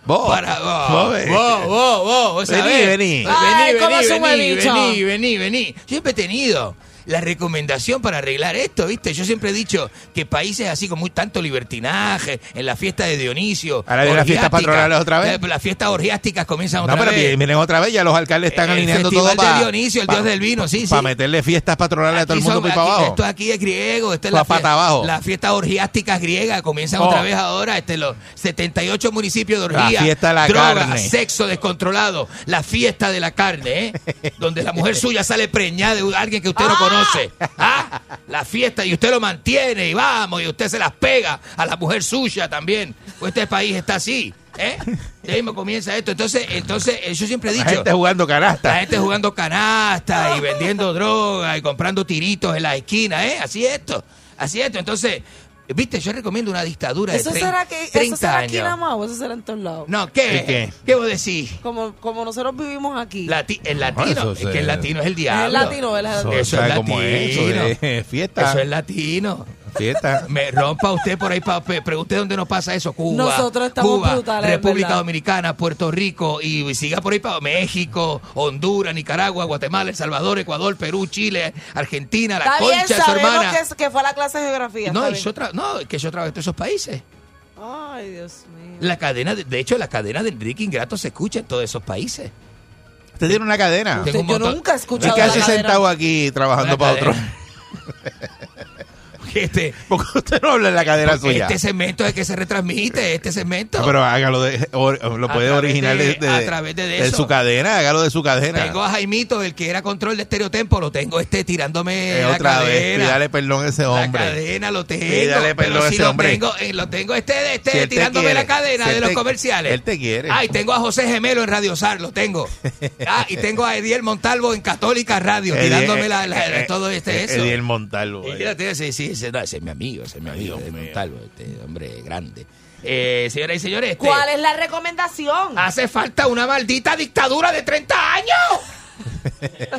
[SPEAKER 3] Vos.
[SPEAKER 6] Para vos.
[SPEAKER 3] Vos,
[SPEAKER 6] Vos,
[SPEAKER 3] eh.
[SPEAKER 6] vos, vos. vos
[SPEAKER 3] Vení,
[SPEAKER 6] sabés.
[SPEAKER 3] vení.
[SPEAKER 6] Vení,
[SPEAKER 3] Ay,
[SPEAKER 6] vení,
[SPEAKER 3] cómo
[SPEAKER 6] vení,
[SPEAKER 3] sumo el
[SPEAKER 6] vení,
[SPEAKER 3] bicho.
[SPEAKER 6] vení, vení, vení. Siempre he tenido la recomendación para arreglar esto, ¿viste? Yo siempre he dicho que países así con muy tanto libertinaje, en la fiesta de Dionisio.
[SPEAKER 3] Ahora vienen las fiestas
[SPEAKER 6] orgiásticas,
[SPEAKER 3] patronales otra vez.
[SPEAKER 6] eh, Las fiestas orgiásticas comienzan
[SPEAKER 3] No,
[SPEAKER 6] otra
[SPEAKER 3] pero
[SPEAKER 6] vez.
[SPEAKER 3] miren otra vez, ya los alcaldes están
[SPEAKER 6] El
[SPEAKER 3] alineando
[SPEAKER 6] Festival
[SPEAKER 3] todo
[SPEAKER 6] de
[SPEAKER 3] para.
[SPEAKER 6] Dionisio, el dios del vino, sí,
[SPEAKER 3] Para
[SPEAKER 6] sí.
[SPEAKER 3] meterle fiestas patronales a todo el
[SPEAKER 6] Aquí
[SPEAKER 3] mundo
[SPEAKER 6] son-
[SPEAKER 3] por ahí para
[SPEAKER 6] aquí-
[SPEAKER 3] abajo.
[SPEAKER 6] Esto aquí es griego, esto es
[SPEAKER 3] Pa'
[SPEAKER 6] la, fie-
[SPEAKER 3] pata abajo.
[SPEAKER 6] la fiesta orgiástica griega, comienzan
[SPEAKER 3] Oh.
[SPEAKER 6] otra vez ahora, este los 78 municipios de
[SPEAKER 3] La
[SPEAKER 6] orgía,
[SPEAKER 3] fiesta de la
[SPEAKER 6] droga,
[SPEAKER 3] carne.
[SPEAKER 6] sexo descontrolado, la fiesta de la carne, ¿eh? donde la mujer suya sale preñada de alguien que usted no conoce. ¿ah? La fiesta y usted lo mantiene y vamos, y usted se las pega a la mujer suya también. Pues este país está así, ¿eh? Y ahí me comienza esto. Entonces, entonces eh, yo siempre he
[SPEAKER 3] La
[SPEAKER 6] dicho,
[SPEAKER 3] gente jugando canasta.
[SPEAKER 6] la gente jugando canasta y vendiendo droga y comprando tiritos en la esquina, ¿eh? Así es esto, así es esto. Entonces, viste, yo recomiendo una dictadura de
[SPEAKER 4] ¿Eso
[SPEAKER 6] trein-
[SPEAKER 4] será, que,
[SPEAKER 6] 30
[SPEAKER 4] ¿Eso será
[SPEAKER 6] años.
[SPEAKER 4] aquí nada más o eso será en todos lados?
[SPEAKER 6] No, ¿qué?
[SPEAKER 4] ¿Y
[SPEAKER 6] ¿qué?
[SPEAKER 4] qué?
[SPEAKER 6] vos decís?
[SPEAKER 4] Como, como nosotros vivimos aquí.
[SPEAKER 6] Lati- el latino,
[SPEAKER 3] eso
[SPEAKER 6] es
[SPEAKER 3] se-
[SPEAKER 6] que el latino es el diablo.
[SPEAKER 4] el latino, el
[SPEAKER 6] Eso,
[SPEAKER 4] latino.
[SPEAKER 3] Eso
[SPEAKER 6] es
[SPEAKER 3] sabe
[SPEAKER 6] latino.
[SPEAKER 3] cómo es, eso de- fiesta.
[SPEAKER 6] Eso es latino.
[SPEAKER 3] Fiesta.
[SPEAKER 6] Me rompa usted por ahí, pa- pe- pregunte dónde nos pasa eso. Cuba,
[SPEAKER 4] Nosotros estamos
[SPEAKER 6] Cuba,
[SPEAKER 4] brutales,
[SPEAKER 6] República
[SPEAKER 4] ¿verdad?
[SPEAKER 6] Dominicana, Puerto Rico y, y siga por ahí para México, Honduras, Nicaragua, Guatemala, El Salvador, Ecuador, Perú, Chile, Argentina, la
[SPEAKER 4] Está
[SPEAKER 6] concha,
[SPEAKER 4] bien,
[SPEAKER 6] de su hermana.
[SPEAKER 4] sabemos que, es- que fue a la clase de geografía.
[SPEAKER 6] No,
[SPEAKER 4] está
[SPEAKER 6] y
[SPEAKER 4] bien.
[SPEAKER 6] yo tra- no, que yo trabajé en todos esos países.
[SPEAKER 4] Ay, Dios mío.
[SPEAKER 6] La cadena, de, de hecho, la cadena de Enrique Ingrato se escucha en todos esos países.
[SPEAKER 3] Usted tiene una cadena.
[SPEAKER 6] Tengo un montón-
[SPEAKER 4] nunca he
[SPEAKER 3] ¿Y
[SPEAKER 4] escuchado
[SPEAKER 3] qué
[SPEAKER 4] la
[SPEAKER 3] hace
[SPEAKER 4] cadena.
[SPEAKER 3] sentado aquí trabajando
[SPEAKER 6] Una
[SPEAKER 3] para otro?
[SPEAKER 6] cadena. Este,
[SPEAKER 3] porque usted no habla en la cadera suya.
[SPEAKER 6] Este segmento es que se retransmite, este segmento.
[SPEAKER 3] Ah, Pero hágalo de, or- lo
[SPEAKER 6] A
[SPEAKER 3] puede
[SPEAKER 6] través
[SPEAKER 3] originar
[SPEAKER 6] de-
[SPEAKER 3] de,
[SPEAKER 6] a través de eso.
[SPEAKER 3] su cadena, hágalo de su cadena.
[SPEAKER 6] Tengo a Jaimito, el que era control de estereotempo, lo tengo este tirándome
[SPEAKER 3] Eh,
[SPEAKER 6] la
[SPEAKER 3] otra vez,
[SPEAKER 6] cadena.
[SPEAKER 3] pídale perdón a ese hombre.
[SPEAKER 6] cadena lo tengo.
[SPEAKER 3] Pídale
[SPEAKER 6] pero
[SPEAKER 3] perdón a
[SPEAKER 6] si
[SPEAKER 3] ese
[SPEAKER 6] lo
[SPEAKER 3] hombre.
[SPEAKER 6] Tengo, eh, lo tengo este, este
[SPEAKER 3] Si él te
[SPEAKER 6] tirándome
[SPEAKER 3] quiere,
[SPEAKER 6] la cadena
[SPEAKER 3] si él
[SPEAKER 6] de los
[SPEAKER 3] te-
[SPEAKER 6] comerciales.
[SPEAKER 3] él te quiere.
[SPEAKER 6] Ay, tengo a José Gemelo en Radio Sar, lo tengo. Ah, y tengo a Ediel Montalvo en Católica Radio,
[SPEAKER 3] Ediel-
[SPEAKER 6] tirándome la, la-
[SPEAKER 3] eh, eh,
[SPEAKER 6] todo este
[SPEAKER 3] eh,
[SPEAKER 6] eso.
[SPEAKER 3] Ediel Montalvo. eh.
[SPEAKER 6] Y yo te- sí, sí, ese, no, ese es mi amigo, ese es mi amigo, Ediel Montalvo, este hombre grande. Eh, señoras y señores, este, Ah,
[SPEAKER 4] ¿Cuál es la recomendación?
[SPEAKER 6] Hace falta una maldita dictadura de 30 años.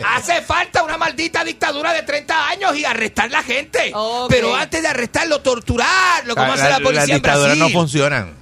[SPEAKER 6] Hace falta una maldita dictadura de 30 años y arrestar la gente. Pero antes de arrestarlo, torturarlo, como hace la, policía
[SPEAKER 3] Ah, las
[SPEAKER 6] en
[SPEAKER 3] dictaduras
[SPEAKER 6] Brasil. Eh,
[SPEAKER 3] no funcionan.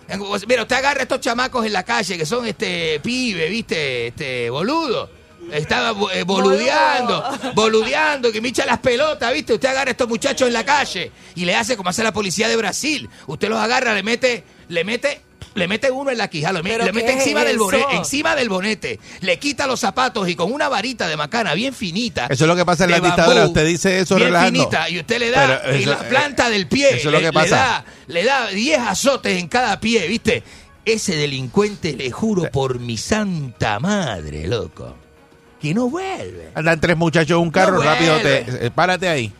[SPEAKER 6] Mira, usted agarra a estos chamacos en la calle que son este pibe, viste, este boludo. Estaba eh, boludeando, boludeando, que me echa las pelotas, viste. Usted agarra a estos muchachos en la calle y le hace como hace la policía de Brasil. Usted los agarra, le mete, le mete, le mete uno en la quija, lo me-
[SPEAKER 2] ¿Pero
[SPEAKER 6] le
[SPEAKER 2] qué
[SPEAKER 6] mete
[SPEAKER 2] es
[SPEAKER 6] encima del,
[SPEAKER 2] eso?
[SPEAKER 6] bonete, encima del bonete, le quita los zapatos y con una varita de macana bien finita.
[SPEAKER 3] Eso es lo que pasa en
[SPEAKER 6] de
[SPEAKER 3] la dictadura.
[SPEAKER 6] bambú,
[SPEAKER 3] Usted dice eso
[SPEAKER 6] bien
[SPEAKER 3] relajando.
[SPEAKER 6] finita, y usted le da
[SPEAKER 3] Pero
[SPEAKER 6] en
[SPEAKER 3] eso-
[SPEAKER 6] la planta del pie.
[SPEAKER 3] eso es lo
[SPEAKER 6] le-
[SPEAKER 3] que pasa.
[SPEAKER 6] Le da le da 10 azotes en cada pie, ¿viste? Ese delincuente, le juro por mi santa madre, loco, que no vuelve.
[SPEAKER 3] Andan tres muchachos en un carro,
[SPEAKER 6] No
[SPEAKER 3] rápido, te,
[SPEAKER 6] vuelve.
[SPEAKER 3] eh, párate ahí.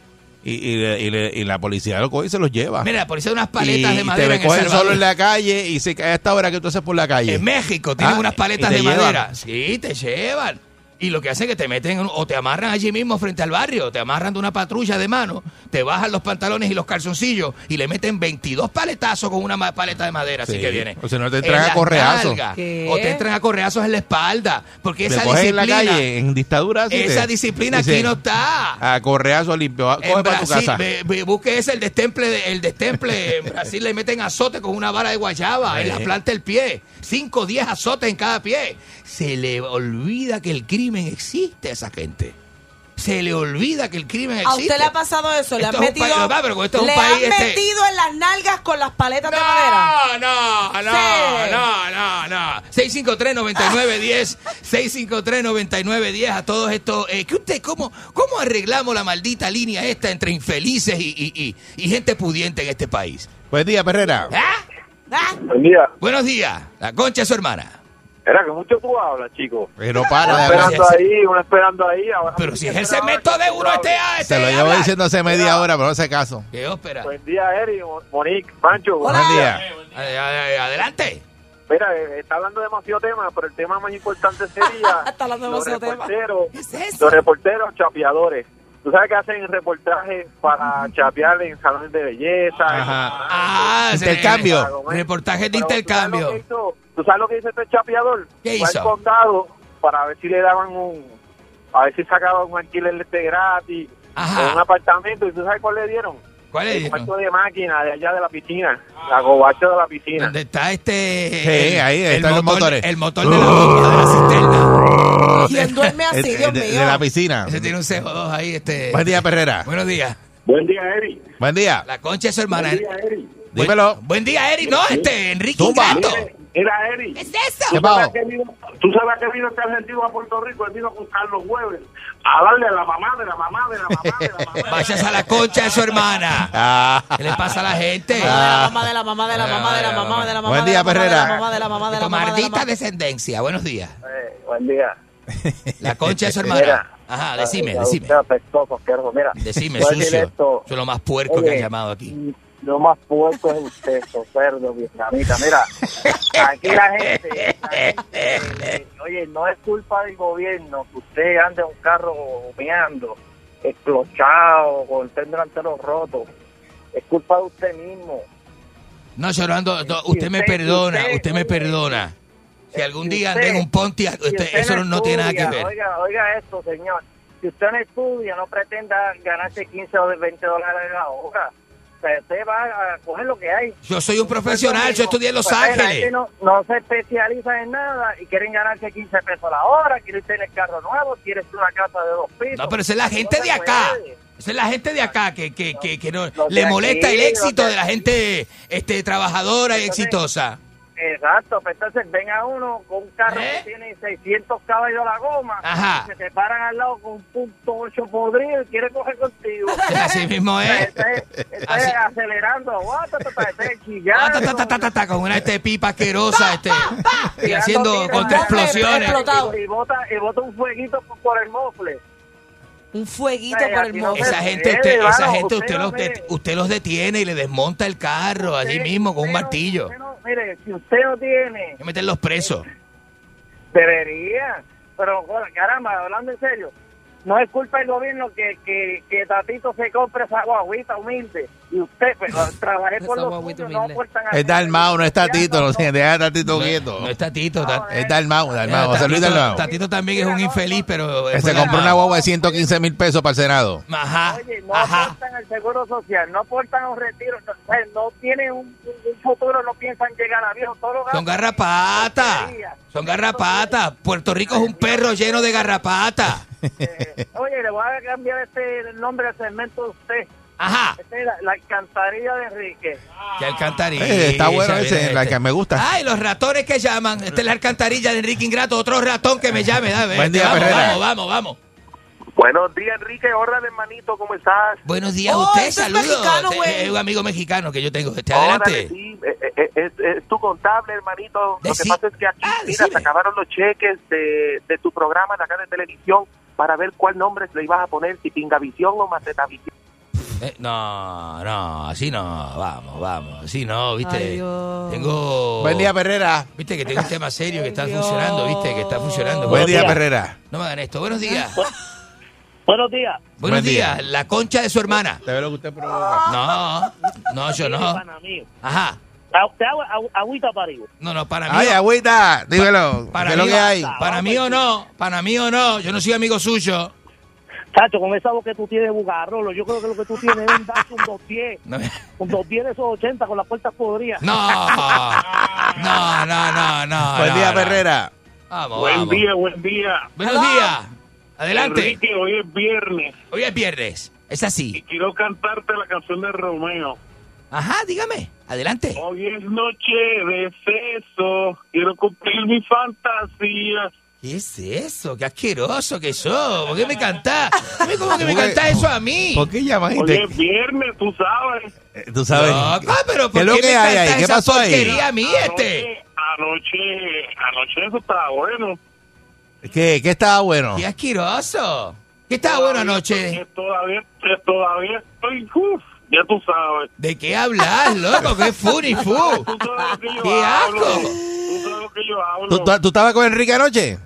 [SPEAKER 3] Y, y le- y le- y la policía lo coge y se los lleva.
[SPEAKER 6] Mira, por eso hay unas paletas
[SPEAKER 3] y
[SPEAKER 6] de madera.
[SPEAKER 3] te
[SPEAKER 6] en El
[SPEAKER 3] cogen
[SPEAKER 6] Salvador.
[SPEAKER 3] solo en la calle y se cae hasta ahora que tú haces por la calle.
[SPEAKER 6] En México tienen
[SPEAKER 3] Ah,
[SPEAKER 6] unas paletas
[SPEAKER 3] y te
[SPEAKER 6] de
[SPEAKER 3] llevan.
[SPEAKER 6] madera. Sí, te llevan. Y lo que hacen es que te meten en- o te amarran allí mismo frente al barrio, te amarran de una patrulla de mano, te bajan los pantalones y los calzoncillos y le meten 22 paletazos con una ma- paleta de madera.
[SPEAKER 3] Sí.
[SPEAKER 6] Así que viene.
[SPEAKER 3] O sea, no te
[SPEAKER 6] En
[SPEAKER 3] entran a
[SPEAKER 6] las
[SPEAKER 3] correazos.
[SPEAKER 6] nalgas,
[SPEAKER 3] ¿Qué?
[SPEAKER 6] O te entran a correazos en la espalda. Porque
[SPEAKER 3] Te
[SPEAKER 6] esa
[SPEAKER 3] cogen
[SPEAKER 6] disciplina.
[SPEAKER 3] en la calle, en dictadura. así
[SPEAKER 6] esa
[SPEAKER 3] te-
[SPEAKER 6] disciplina
[SPEAKER 3] dice,
[SPEAKER 6] aquí no está.
[SPEAKER 3] A correazo limpio. a- Coge
[SPEAKER 6] En
[SPEAKER 3] para tu
[SPEAKER 6] Brasil,
[SPEAKER 3] casa.
[SPEAKER 6] ve- ve- busque ese, el destemple. de- el destemple en Brasil le meten azote con una vara de guayaba en la
[SPEAKER 3] Sí.
[SPEAKER 6] planta del pie. 5 o 10 azotes en cada pie. Se le olvida que el crimen existe a esa gente. Se le olvida que el crimen
[SPEAKER 4] ¿A
[SPEAKER 6] existe.
[SPEAKER 4] usted le ha pasado eso? ¿Le han
[SPEAKER 6] Esto es un
[SPEAKER 4] metido,
[SPEAKER 6] país- va, pero esto es un
[SPEAKER 4] ¿le
[SPEAKER 6] país,
[SPEAKER 4] han
[SPEAKER 6] este-
[SPEAKER 4] metido en las nalgas con las paletas de madera?
[SPEAKER 6] no, no,
[SPEAKER 4] Sí.
[SPEAKER 6] no, no, no. 653-9910, 653-9910 a todos estos. Eh, ¿qué usted, cómo, ¿Cómo arreglamos la maldita línea esta entre infelices y, y- y- y gente pudiente en este país?
[SPEAKER 3] Buen día, Perrera.
[SPEAKER 6] Buen día. Buenos días. La concha es su hermana.
[SPEAKER 8] Era que mucho tú hablas, chico.
[SPEAKER 3] Pero para de
[SPEAKER 8] Uno
[SPEAKER 3] hablar.
[SPEAKER 8] esperando ahí, uno esperando ahí. ahora
[SPEAKER 6] Pero
[SPEAKER 8] sí
[SPEAKER 6] si
[SPEAKER 8] que
[SPEAKER 6] es el
[SPEAKER 8] esperaba
[SPEAKER 6] segmento
[SPEAKER 8] que
[SPEAKER 6] de
[SPEAKER 8] tú
[SPEAKER 6] uno, este,
[SPEAKER 8] hables.
[SPEAKER 6] ah, este
[SPEAKER 3] Se lo llevo diciendo hace media hora, pero no hace caso.
[SPEAKER 6] ¿Qué ópera?
[SPEAKER 8] Buen día, Eri, Monique, Pancho.
[SPEAKER 3] Buen día.
[SPEAKER 6] Ay, ay, ay, Adelante.
[SPEAKER 8] Mira, eh, está hablando demasiado tema, pero el tema más importante sería los, reporteros, los reporteros chapeadores. Tú sabes que hacen reportajes para chapear en salones de belleza.
[SPEAKER 6] Ah, se- Reportajes de intercambio.
[SPEAKER 8] ¿Tú sabes lo que hizo este chapeador?
[SPEAKER 6] ¿Qué
[SPEAKER 8] Fue al
[SPEAKER 6] hizo?
[SPEAKER 8] condado para ver si le daban un... A ver si sacaban un alquiler este gratis.
[SPEAKER 6] Ajá.
[SPEAKER 8] o un apartamento. ¿Y tú sabes cuál le dieron?
[SPEAKER 6] ¿Cuál
[SPEAKER 8] El
[SPEAKER 6] es?
[SPEAKER 8] cuarto de máquina de allá de la piscina. La cobacha de la piscina.
[SPEAKER 6] ¿Dónde está este?
[SPEAKER 3] Sí, ahí están los motores.
[SPEAKER 6] El motor de la, de la cisterna.
[SPEAKER 4] ¿Quién duerme así,
[SPEAKER 3] Este,
[SPEAKER 4] Dios
[SPEAKER 3] de,
[SPEAKER 4] mío?
[SPEAKER 3] de la piscina.
[SPEAKER 6] Ese tiene un CO2 ahí, este.
[SPEAKER 3] Buen día, Perrera.
[SPEAKER 6] Buenos días.
[SPEAKER 8] Buen día, Eri.
[SPEAKER 3] Buen día.
[SPEAKER 6] La concha es su hermana.
[SPEAKER 8] Buen día, Eri.
[SPEAKER 3] Dímelo.
[SPEAKER 6] Buen día, Eri. No, este, Enrique
[SPEAKER 3] Zumba.
[SPEAKER 6] Ingrato.
[SPEAKER 8] Era Eri.
[SPEAKER 6] ¿Qué es eso?
[SPEAKER 8] ¿Tú sabes, que vino, tú sabes que vino este argentino a Puerto Rico, él vino con Carlos Weber a darle a la mamá de la mamá de la mamá.
[SPEAKER 6] Vayas a la concha de su hermana.
[SPEAKER 3] Ah.
[SPEAKER 6] ¿Qué le pasa a la gente?
[SPEAKER 4] La mamá de la mamá
[SPEAKER 6] Ah,
[SPEAKER 4] de la mamá de la mamá de la mamá
[SPEAKER 6] Buen
[SPEAKER 4] de la
[SPEAKER 6] día,
[SPEAKER 4] mamá de la
[SPEAKER 6] Perrera.
[SPEAKER 4] mamá de la mamá de la
[SPEAKER 6] Tu
[SPEAKER 4] mamá de la
[SPEAKER 6] maldita
[SPEAKER 4] mamá.
[SPEAKER 6] descendencia. Buenos días.
[SPEAKER 13] Buen día.
[SPEAKER 6] La concha de su
[SPEAKER 13] Mira.
[SPEAKER 6] hermana. Ajá, decime,
[SPEAKER 13] Eh, Ay,
[SPEAKER 6] decime.
[SPEAKER 13] usted apestoso, asqueroso, Mira,
[SPEAKER 6] Decime,
[SPEAKER 13] voy a decir
[SPEAKER 6] sucio.
[SPEAKER 13] esto,
[SPEAKER 6] Yo lo más puerco que
[SPEAKER 13] Oye.
[SPEAKER 6] han llamado aquí.
[SPEAKER 13] Lo más puerco es usted, so cerdo vietnamita. Mira, aquí la gente, la gente, eh, oye, no es culpa del gobierno que usted ande en un carro humeando, esclochado, con el tren delantero roto. Es culpa de usted mismo.
[SPEAKER 6] No, llorando, usted me
[SPEAKER 13] usted-
[SPEAKER 6] perdona,
[SPEAKER 13] usted-
[SPEAKER 6] usted me perdona. Si algún día
[SPEAKER 13] usted-
[SPEAKER 6] anden un ponte,
[SPEAKER 13] Si
[SPEAKER 6] usted-
[SPEAKER 13] usted
[SPEAKER 6] eso no, no tiene nada que
[SPEAKER 13] estudia,
[SPEAKER 6] ver.
[SPEAKER 13] Oiga, oiga esto, señor. Si usted no estudia, no pretenda ganarse 15 o 20 dólares la Pues, eh, hora. O sea, usted va a coger lo que hay.
[SPEAKER 6] Yo soy un profesional, yo estudié en Los
[SPEAKER 13] Pues, la gente
[SPEAKER 6] Ángeles.
[SPEAKER 13] No, no se especializa en nada y quieren ganarse 15 pesos la hora, quieren tener carro nuevo, quieren una casa de dos pisos.
[SPEAKER 6] No, pero esa es la gente
[SPEAKER 13] No se
[SPEAKER 6] de acá.
[SPEAKER 13] puede.
[SPEAKER 6] Esa es la gente de acá que, que, que, que no
[SPEAKER 13] Los de
[SPEAKER 6] le molesta
[SPEAKER 13] aquí,
[SPEAKER 6] el
[SPEAKER 13] los
[SPEAKER 6] éxito
[SPEAKER 13] de
[SPEAKER 6] de la gente este trabajadora y exitosa.
[SPEAKER 9] Exacto, pues entonces ven a uno con un carro que tiene 600 caballos la goma,
[SPEAKER 6] ¿Eh? Ajá.
[SPEAKER 9] y se te paran al lado con un punto ocho podrido y quiere coger contigo.
[SPEAKER 6] Así mismo es.
[SPEAKER 9] Entonces, entonces
[SPEAKER 6] Así-
[SPEAKER 9] acelerando, guatatata, entonces
[SPEAKER 6] Ah,
[SPEAKER 9] chillando.
[SPEAKER 6] ta, ta, ta, ta, ta, ta, con una este, pipa asquerosa este, y haciendo
[SPEAKER 9] tiros.
[SPEAKER 6] contra explosiones.
[SPEAKER 9] Y, y bota, y bota un fueguito por- por el mofle.
[SPEAKER 18] Un fueguito
[SPEAKER 9] Ay,
[SPEAKER 18] por
[SPEAKER 9] aquí
[SPEAKER 18] el
[SPEAKER 9] no
[SPEAKER 18] mundo.
[SPEAKER 9] se
[SPEAKER 6] Esa gente,
[SPEAKER 9] puede,
[SPEAKER 6] usted, esa
[SPEAKER 9] mano,
[SPEAKER 6] gente usted,
[SPEAKER 9] no
[SPEAKER 6] los,
[SPEAKER 9] ve.
[SPEAKER 6] det- usted los detiene y le desmonta el carro allí mismo con un martillo.
[SPEAKER 9] No, mire, si usted no tiene,
[SPEAKER 6] Hay que meterlos presos.
[SPEAKER 9] debería. Pero, joder, caramba, hablando en serio, no es culpa del gobierno que, que, que Tatito se compre esa guaguita humilde. Y usted, pues, trabajé por los suyos, no aportan a
[SPEAKER 6] Eh,
[SPEAKER 3] Es Dalmau, no es Tatito, no sé, deja a Tatito quieto. No es
[SPEAKER 6] Tatito,
[SPEAKER 3] es Dalmau, Dalmau,
[SPEAKER 6] Mira,
[SPEAKER 3] José Luis
[SPEAKER 6] Tatito-
[SPEAKER 3] Dalmau.
[SPEAKER 6] Tatito también es un infeliz, pero...
[SPEAKER 3] Que se compró una guagua de 115 mil pesos para el Senado.
[SPEAKER 6] ah, Ajá.
[SPEAKER 9] Oye, no aportan al seguro social, no aportan a un retiro, no, o sea, no tienen un, un- un futuro, no piensan llegar a viejo, todos los gastos-
[SPEAKER 6] Son garrapatas. Son garrapatas. Puerto Rico es un perro lleno de garrapatas.
[SPEAKER 13] pues,
[SPEAKER 9] Oye, le voy a cambiar este nombre al segmento de usted.
[SPEAKER 6] Ajá.
[SPEAKER 13] Este
[SPEAKER 9] Esta es la, la alcantarilla de Enrique.
[SPEAKER 6] Que alcantarilla.
[SPEAKER 3] Eh, está bueno ese,
[SPEAKER 6] mira, este.
[SPEAKER 3] la que me gusta.
[SPEAKER 6] Ay, los ratones que llaman. Esta es la alcantarilla de Enrique Ingrato. Otro ratón que me llame. Dame,
[SPEAKER 3] Buen
[SPEAKER 6] este,
[SPEAKER 3] día,
[SPEAKER 6] vamos,
[SPEAKER 3] Perrera.
[SPEAKER 6] vamos, vamos, vamos.
[SPEAKER 9] Buenos días, Enrique. Órale, hermanito, ¿cómo estás?
[SPEAKER 6] Buenos días
[SPEAKER 8] Oh,
[SPEAKER 6] a usted. Saludos. Eh, eh, un amigo mexicano que yo tengo. Este, adelante.
[SPEAKER 9] Órale, sí, eh, eh, eh, es, es tu contable, hermanito. Lo que pasa es que aquí,
[SPEAKER 6] Ah,
[SPEAKER 9] mira, se acabaron los cheques de, de tu programa de acá de televisión para ver cuál nombre le ibas a poner, si Pingavisión o Macetavisión.
[SPEAKER 6] Eh, no, no, así no. Vamos, vamos. Así no, viste.
[SPEAKER 3] Ay,
[SPEAKER 6] tengo.
[SPEAKER 3] Buen día, Perrera.
[SPEAKER 6] Viste que tengo un tema serio que está funcionando, viste, que está funcionando.
[SPEAKER 3] Buen
[SPEAKER 6] Buenos
[SPEAKER 3] día,
[SPEAKER 6] días.
[SPEAKER 3] Perrera.
[SPEAKER 6] No me hagan esto. Buenos días.
[SPEAKER 9] Buenos días.
[SPEAKER 6] Buenos
[SPEAKER 3] Buen día.
[SPEAKER 6] días. La concha de su hermana.
[SPEAKER 3] Te veo lo que usted provoca.
[SPEAKER 6] No, no, yo no. Ajá.
[SPEAKER 9] Te hago agüita para
[SPEAKER 6] No, no, para mí.
[SPEAKER 3] Ay, agüita, dímelo.
[SPEAKER 6] Para
[SPEAKER 3] ¿Qué es
[SPEAKER 6] mí,
[SPEAKER 3] lo que hay?
[SPEAKER 6] para mí o no, para mí o no, yo no soy amigo suyo.
[SPEAKER 9] Chacho, con esa voz que tú tienes, bugarrolo, yo creo que lo que tú tienes es un dato, un dos pies.
[SPEAKER 6] No,
[SPEAKER 9] Un dos pies de esos 80 con las puertas podridas.
[SPEAKER 6] no, no, no, no.
[SPEAKER 3] Buen
[SPEAKER 6] no,
[SPEAKER 3] día,
[SPEAKER 6] no.
[SPEAKER 3] Perrera.
[SPEAKER 6] Vamos,
[SPEAKER 8] buen
[SPEAKER 6] vamos.
[SPEAKER 8] día, buen día.
[SPEAKER 6] Buenos días. Adelante.
[SPEAKER 8] Enrique, hoy es viernes.
[SPEAKER 6] Hoy es viernes. Es
[SPEAKER 8] Y
[SPEAKER 6] así.
[SPEAKER 8] quiero cantarte la canción de Romeo.
[SPEAKER 6] Ajá, dígame. Adelante.
[SPEAKER 8] Hoy es noche de sexo. Quiero cumplir mi fantasía.
[SPEAKER 6] ¿Qué es eso? Qué asqueroso que sos. ¿Por qué me cantás? ¿Cómo que me cantás eso a mí?
[SPEAKER 3] ¿Por qué llamas y
[SPEAKER 8] Hoy
[SPEAKER 3] te-
[SPEAKER 8] es viernes, tú sabes.
[SPEAKER 3] eh, Tú sabes.
[SPEAKER 6] No, pa, pero
[SPEAKER 3] ¿Qué
[SPEAKER 6] ¿por
[SPEAKER 3] es lo
[SPEAKER 6] qué
[SPEAKER 3] que
[SPEAKER 6] me
[SPEAKER 3] hay ahí?
[SPEAKER 6] cantas
[SPEAKER 3] ¿Qué
[SPEAKER 6] esa
[SPEAKER 3] pasó ahí?
[SPEAKER 6] porquería a mí este?
[SPEAKER 8] eh, Anoche, anoche eso estaba bueno.
[SPEAKER 3] ¿Qué, qué estaba bueno?
[SPEAKER 6] Qué asqueroso. ¿Qué estaba bueno anoche?
[SPEAKER 8] eh, Todavía, todavía estoy, uf, ya tú sabes.
[SPEAKER 6] ¿De qué hablas, loco? ¿Qué furi fu? ¡Qué asco!
[SPEAKER 3] ¿Tú, tú, tú estabas con Enrique anoche?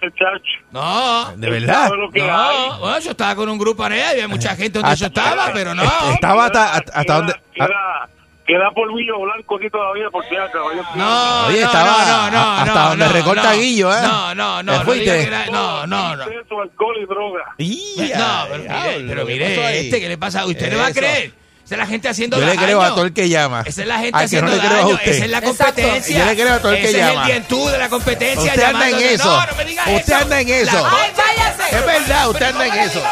[SPEAKER 8] Chacho.
[SPEAKER 6] No.
[SPEAKER 3] ¿De verdad? Eh,
[SPEAKER 6] No, bueno, yo estaba con un grupo allá, había mucha gente donde
[SPEAKER 3] Hasta-
[SPEAKER 6] yo estaba, pero no.
[SPEAKER 3] Est- Estaba hasta, hasta, hasta donde.
[SPEAKER 8] Queda, queda polvillo blanco aquí todavía por si acaso.
[SPEAKER 6] No,
[SPEAKER 3] Oye,
[SPEAKER 6] no,
[SPEAKER 3] estaba
[SPEAKER 6] no, no, no,
[SPEAKER 3] hasta
[SPEAKER 6] no,
[SPEAKER 3] donde
[SPEAKER 6] no,
[SPEAKER 3] recorta
[SPEAKER 6] no.
[SPEAKER 3] Guillo, ¿eh?
[SPEAKER 6] No, no, no,
[SPEAKER 3] Te
[SPEAKER 6] no
[SPEAKER 3] fuiste.
[SPEAKER 6] diga que era- no, no, no.
[SPEAKER 8] Sexo, alcohol y droga.
[SPEAKER 6] No,
[SPEAKER 3] eh,
[SPEAKER 6] pero mire, pero mire, este, ¿qué le pasa? a ¿Usted le va a
[SPEAKER 3] Eso.
[SPEAKER 6] creer? Esa es la gente haciendo
[SPEAKER 3] Yo le
[SPEAKER 6] daño.
[SPEAKER 3] creo a todo el que llama.
[SPEAKER 6] Esa es la gente
[SPEAKER 3] Al que no
[SPEAKER 6] haciendo
[SPEAKER 3] le creo a
[SPEAKER 6] daño.
[SPEAKER 3] usted.
[SPEAKER 6] Esa es la
[SPEAKER 3] Exacto.
[SPEAKER 6] competencia.
[SPEAKER 3] Yo le creo a todo el que
[SPEAKER 6] Ese
[SPEAKER 3] llama.
[SPEAKER 6] Es el dientud de la competencia.
[SPEAKER 3] Usted anda en
[SPEAKER 6] llamándote.
[SPEAKER 3] eso.
[SPEAKER 6] No, no me diga
[SPEAKER 3] usted
[SPEAKER 6] eso.
[SPEAKER 3] anda en eso.
[SPEAKER 6] La concha-
[SPEAKER 18] váyase!
[SPEAKER 3] Es verdad, usted anda en eso.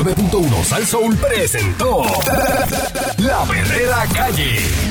[SPEAKER 2] Este Salsoul presentó La Verdadera Calle.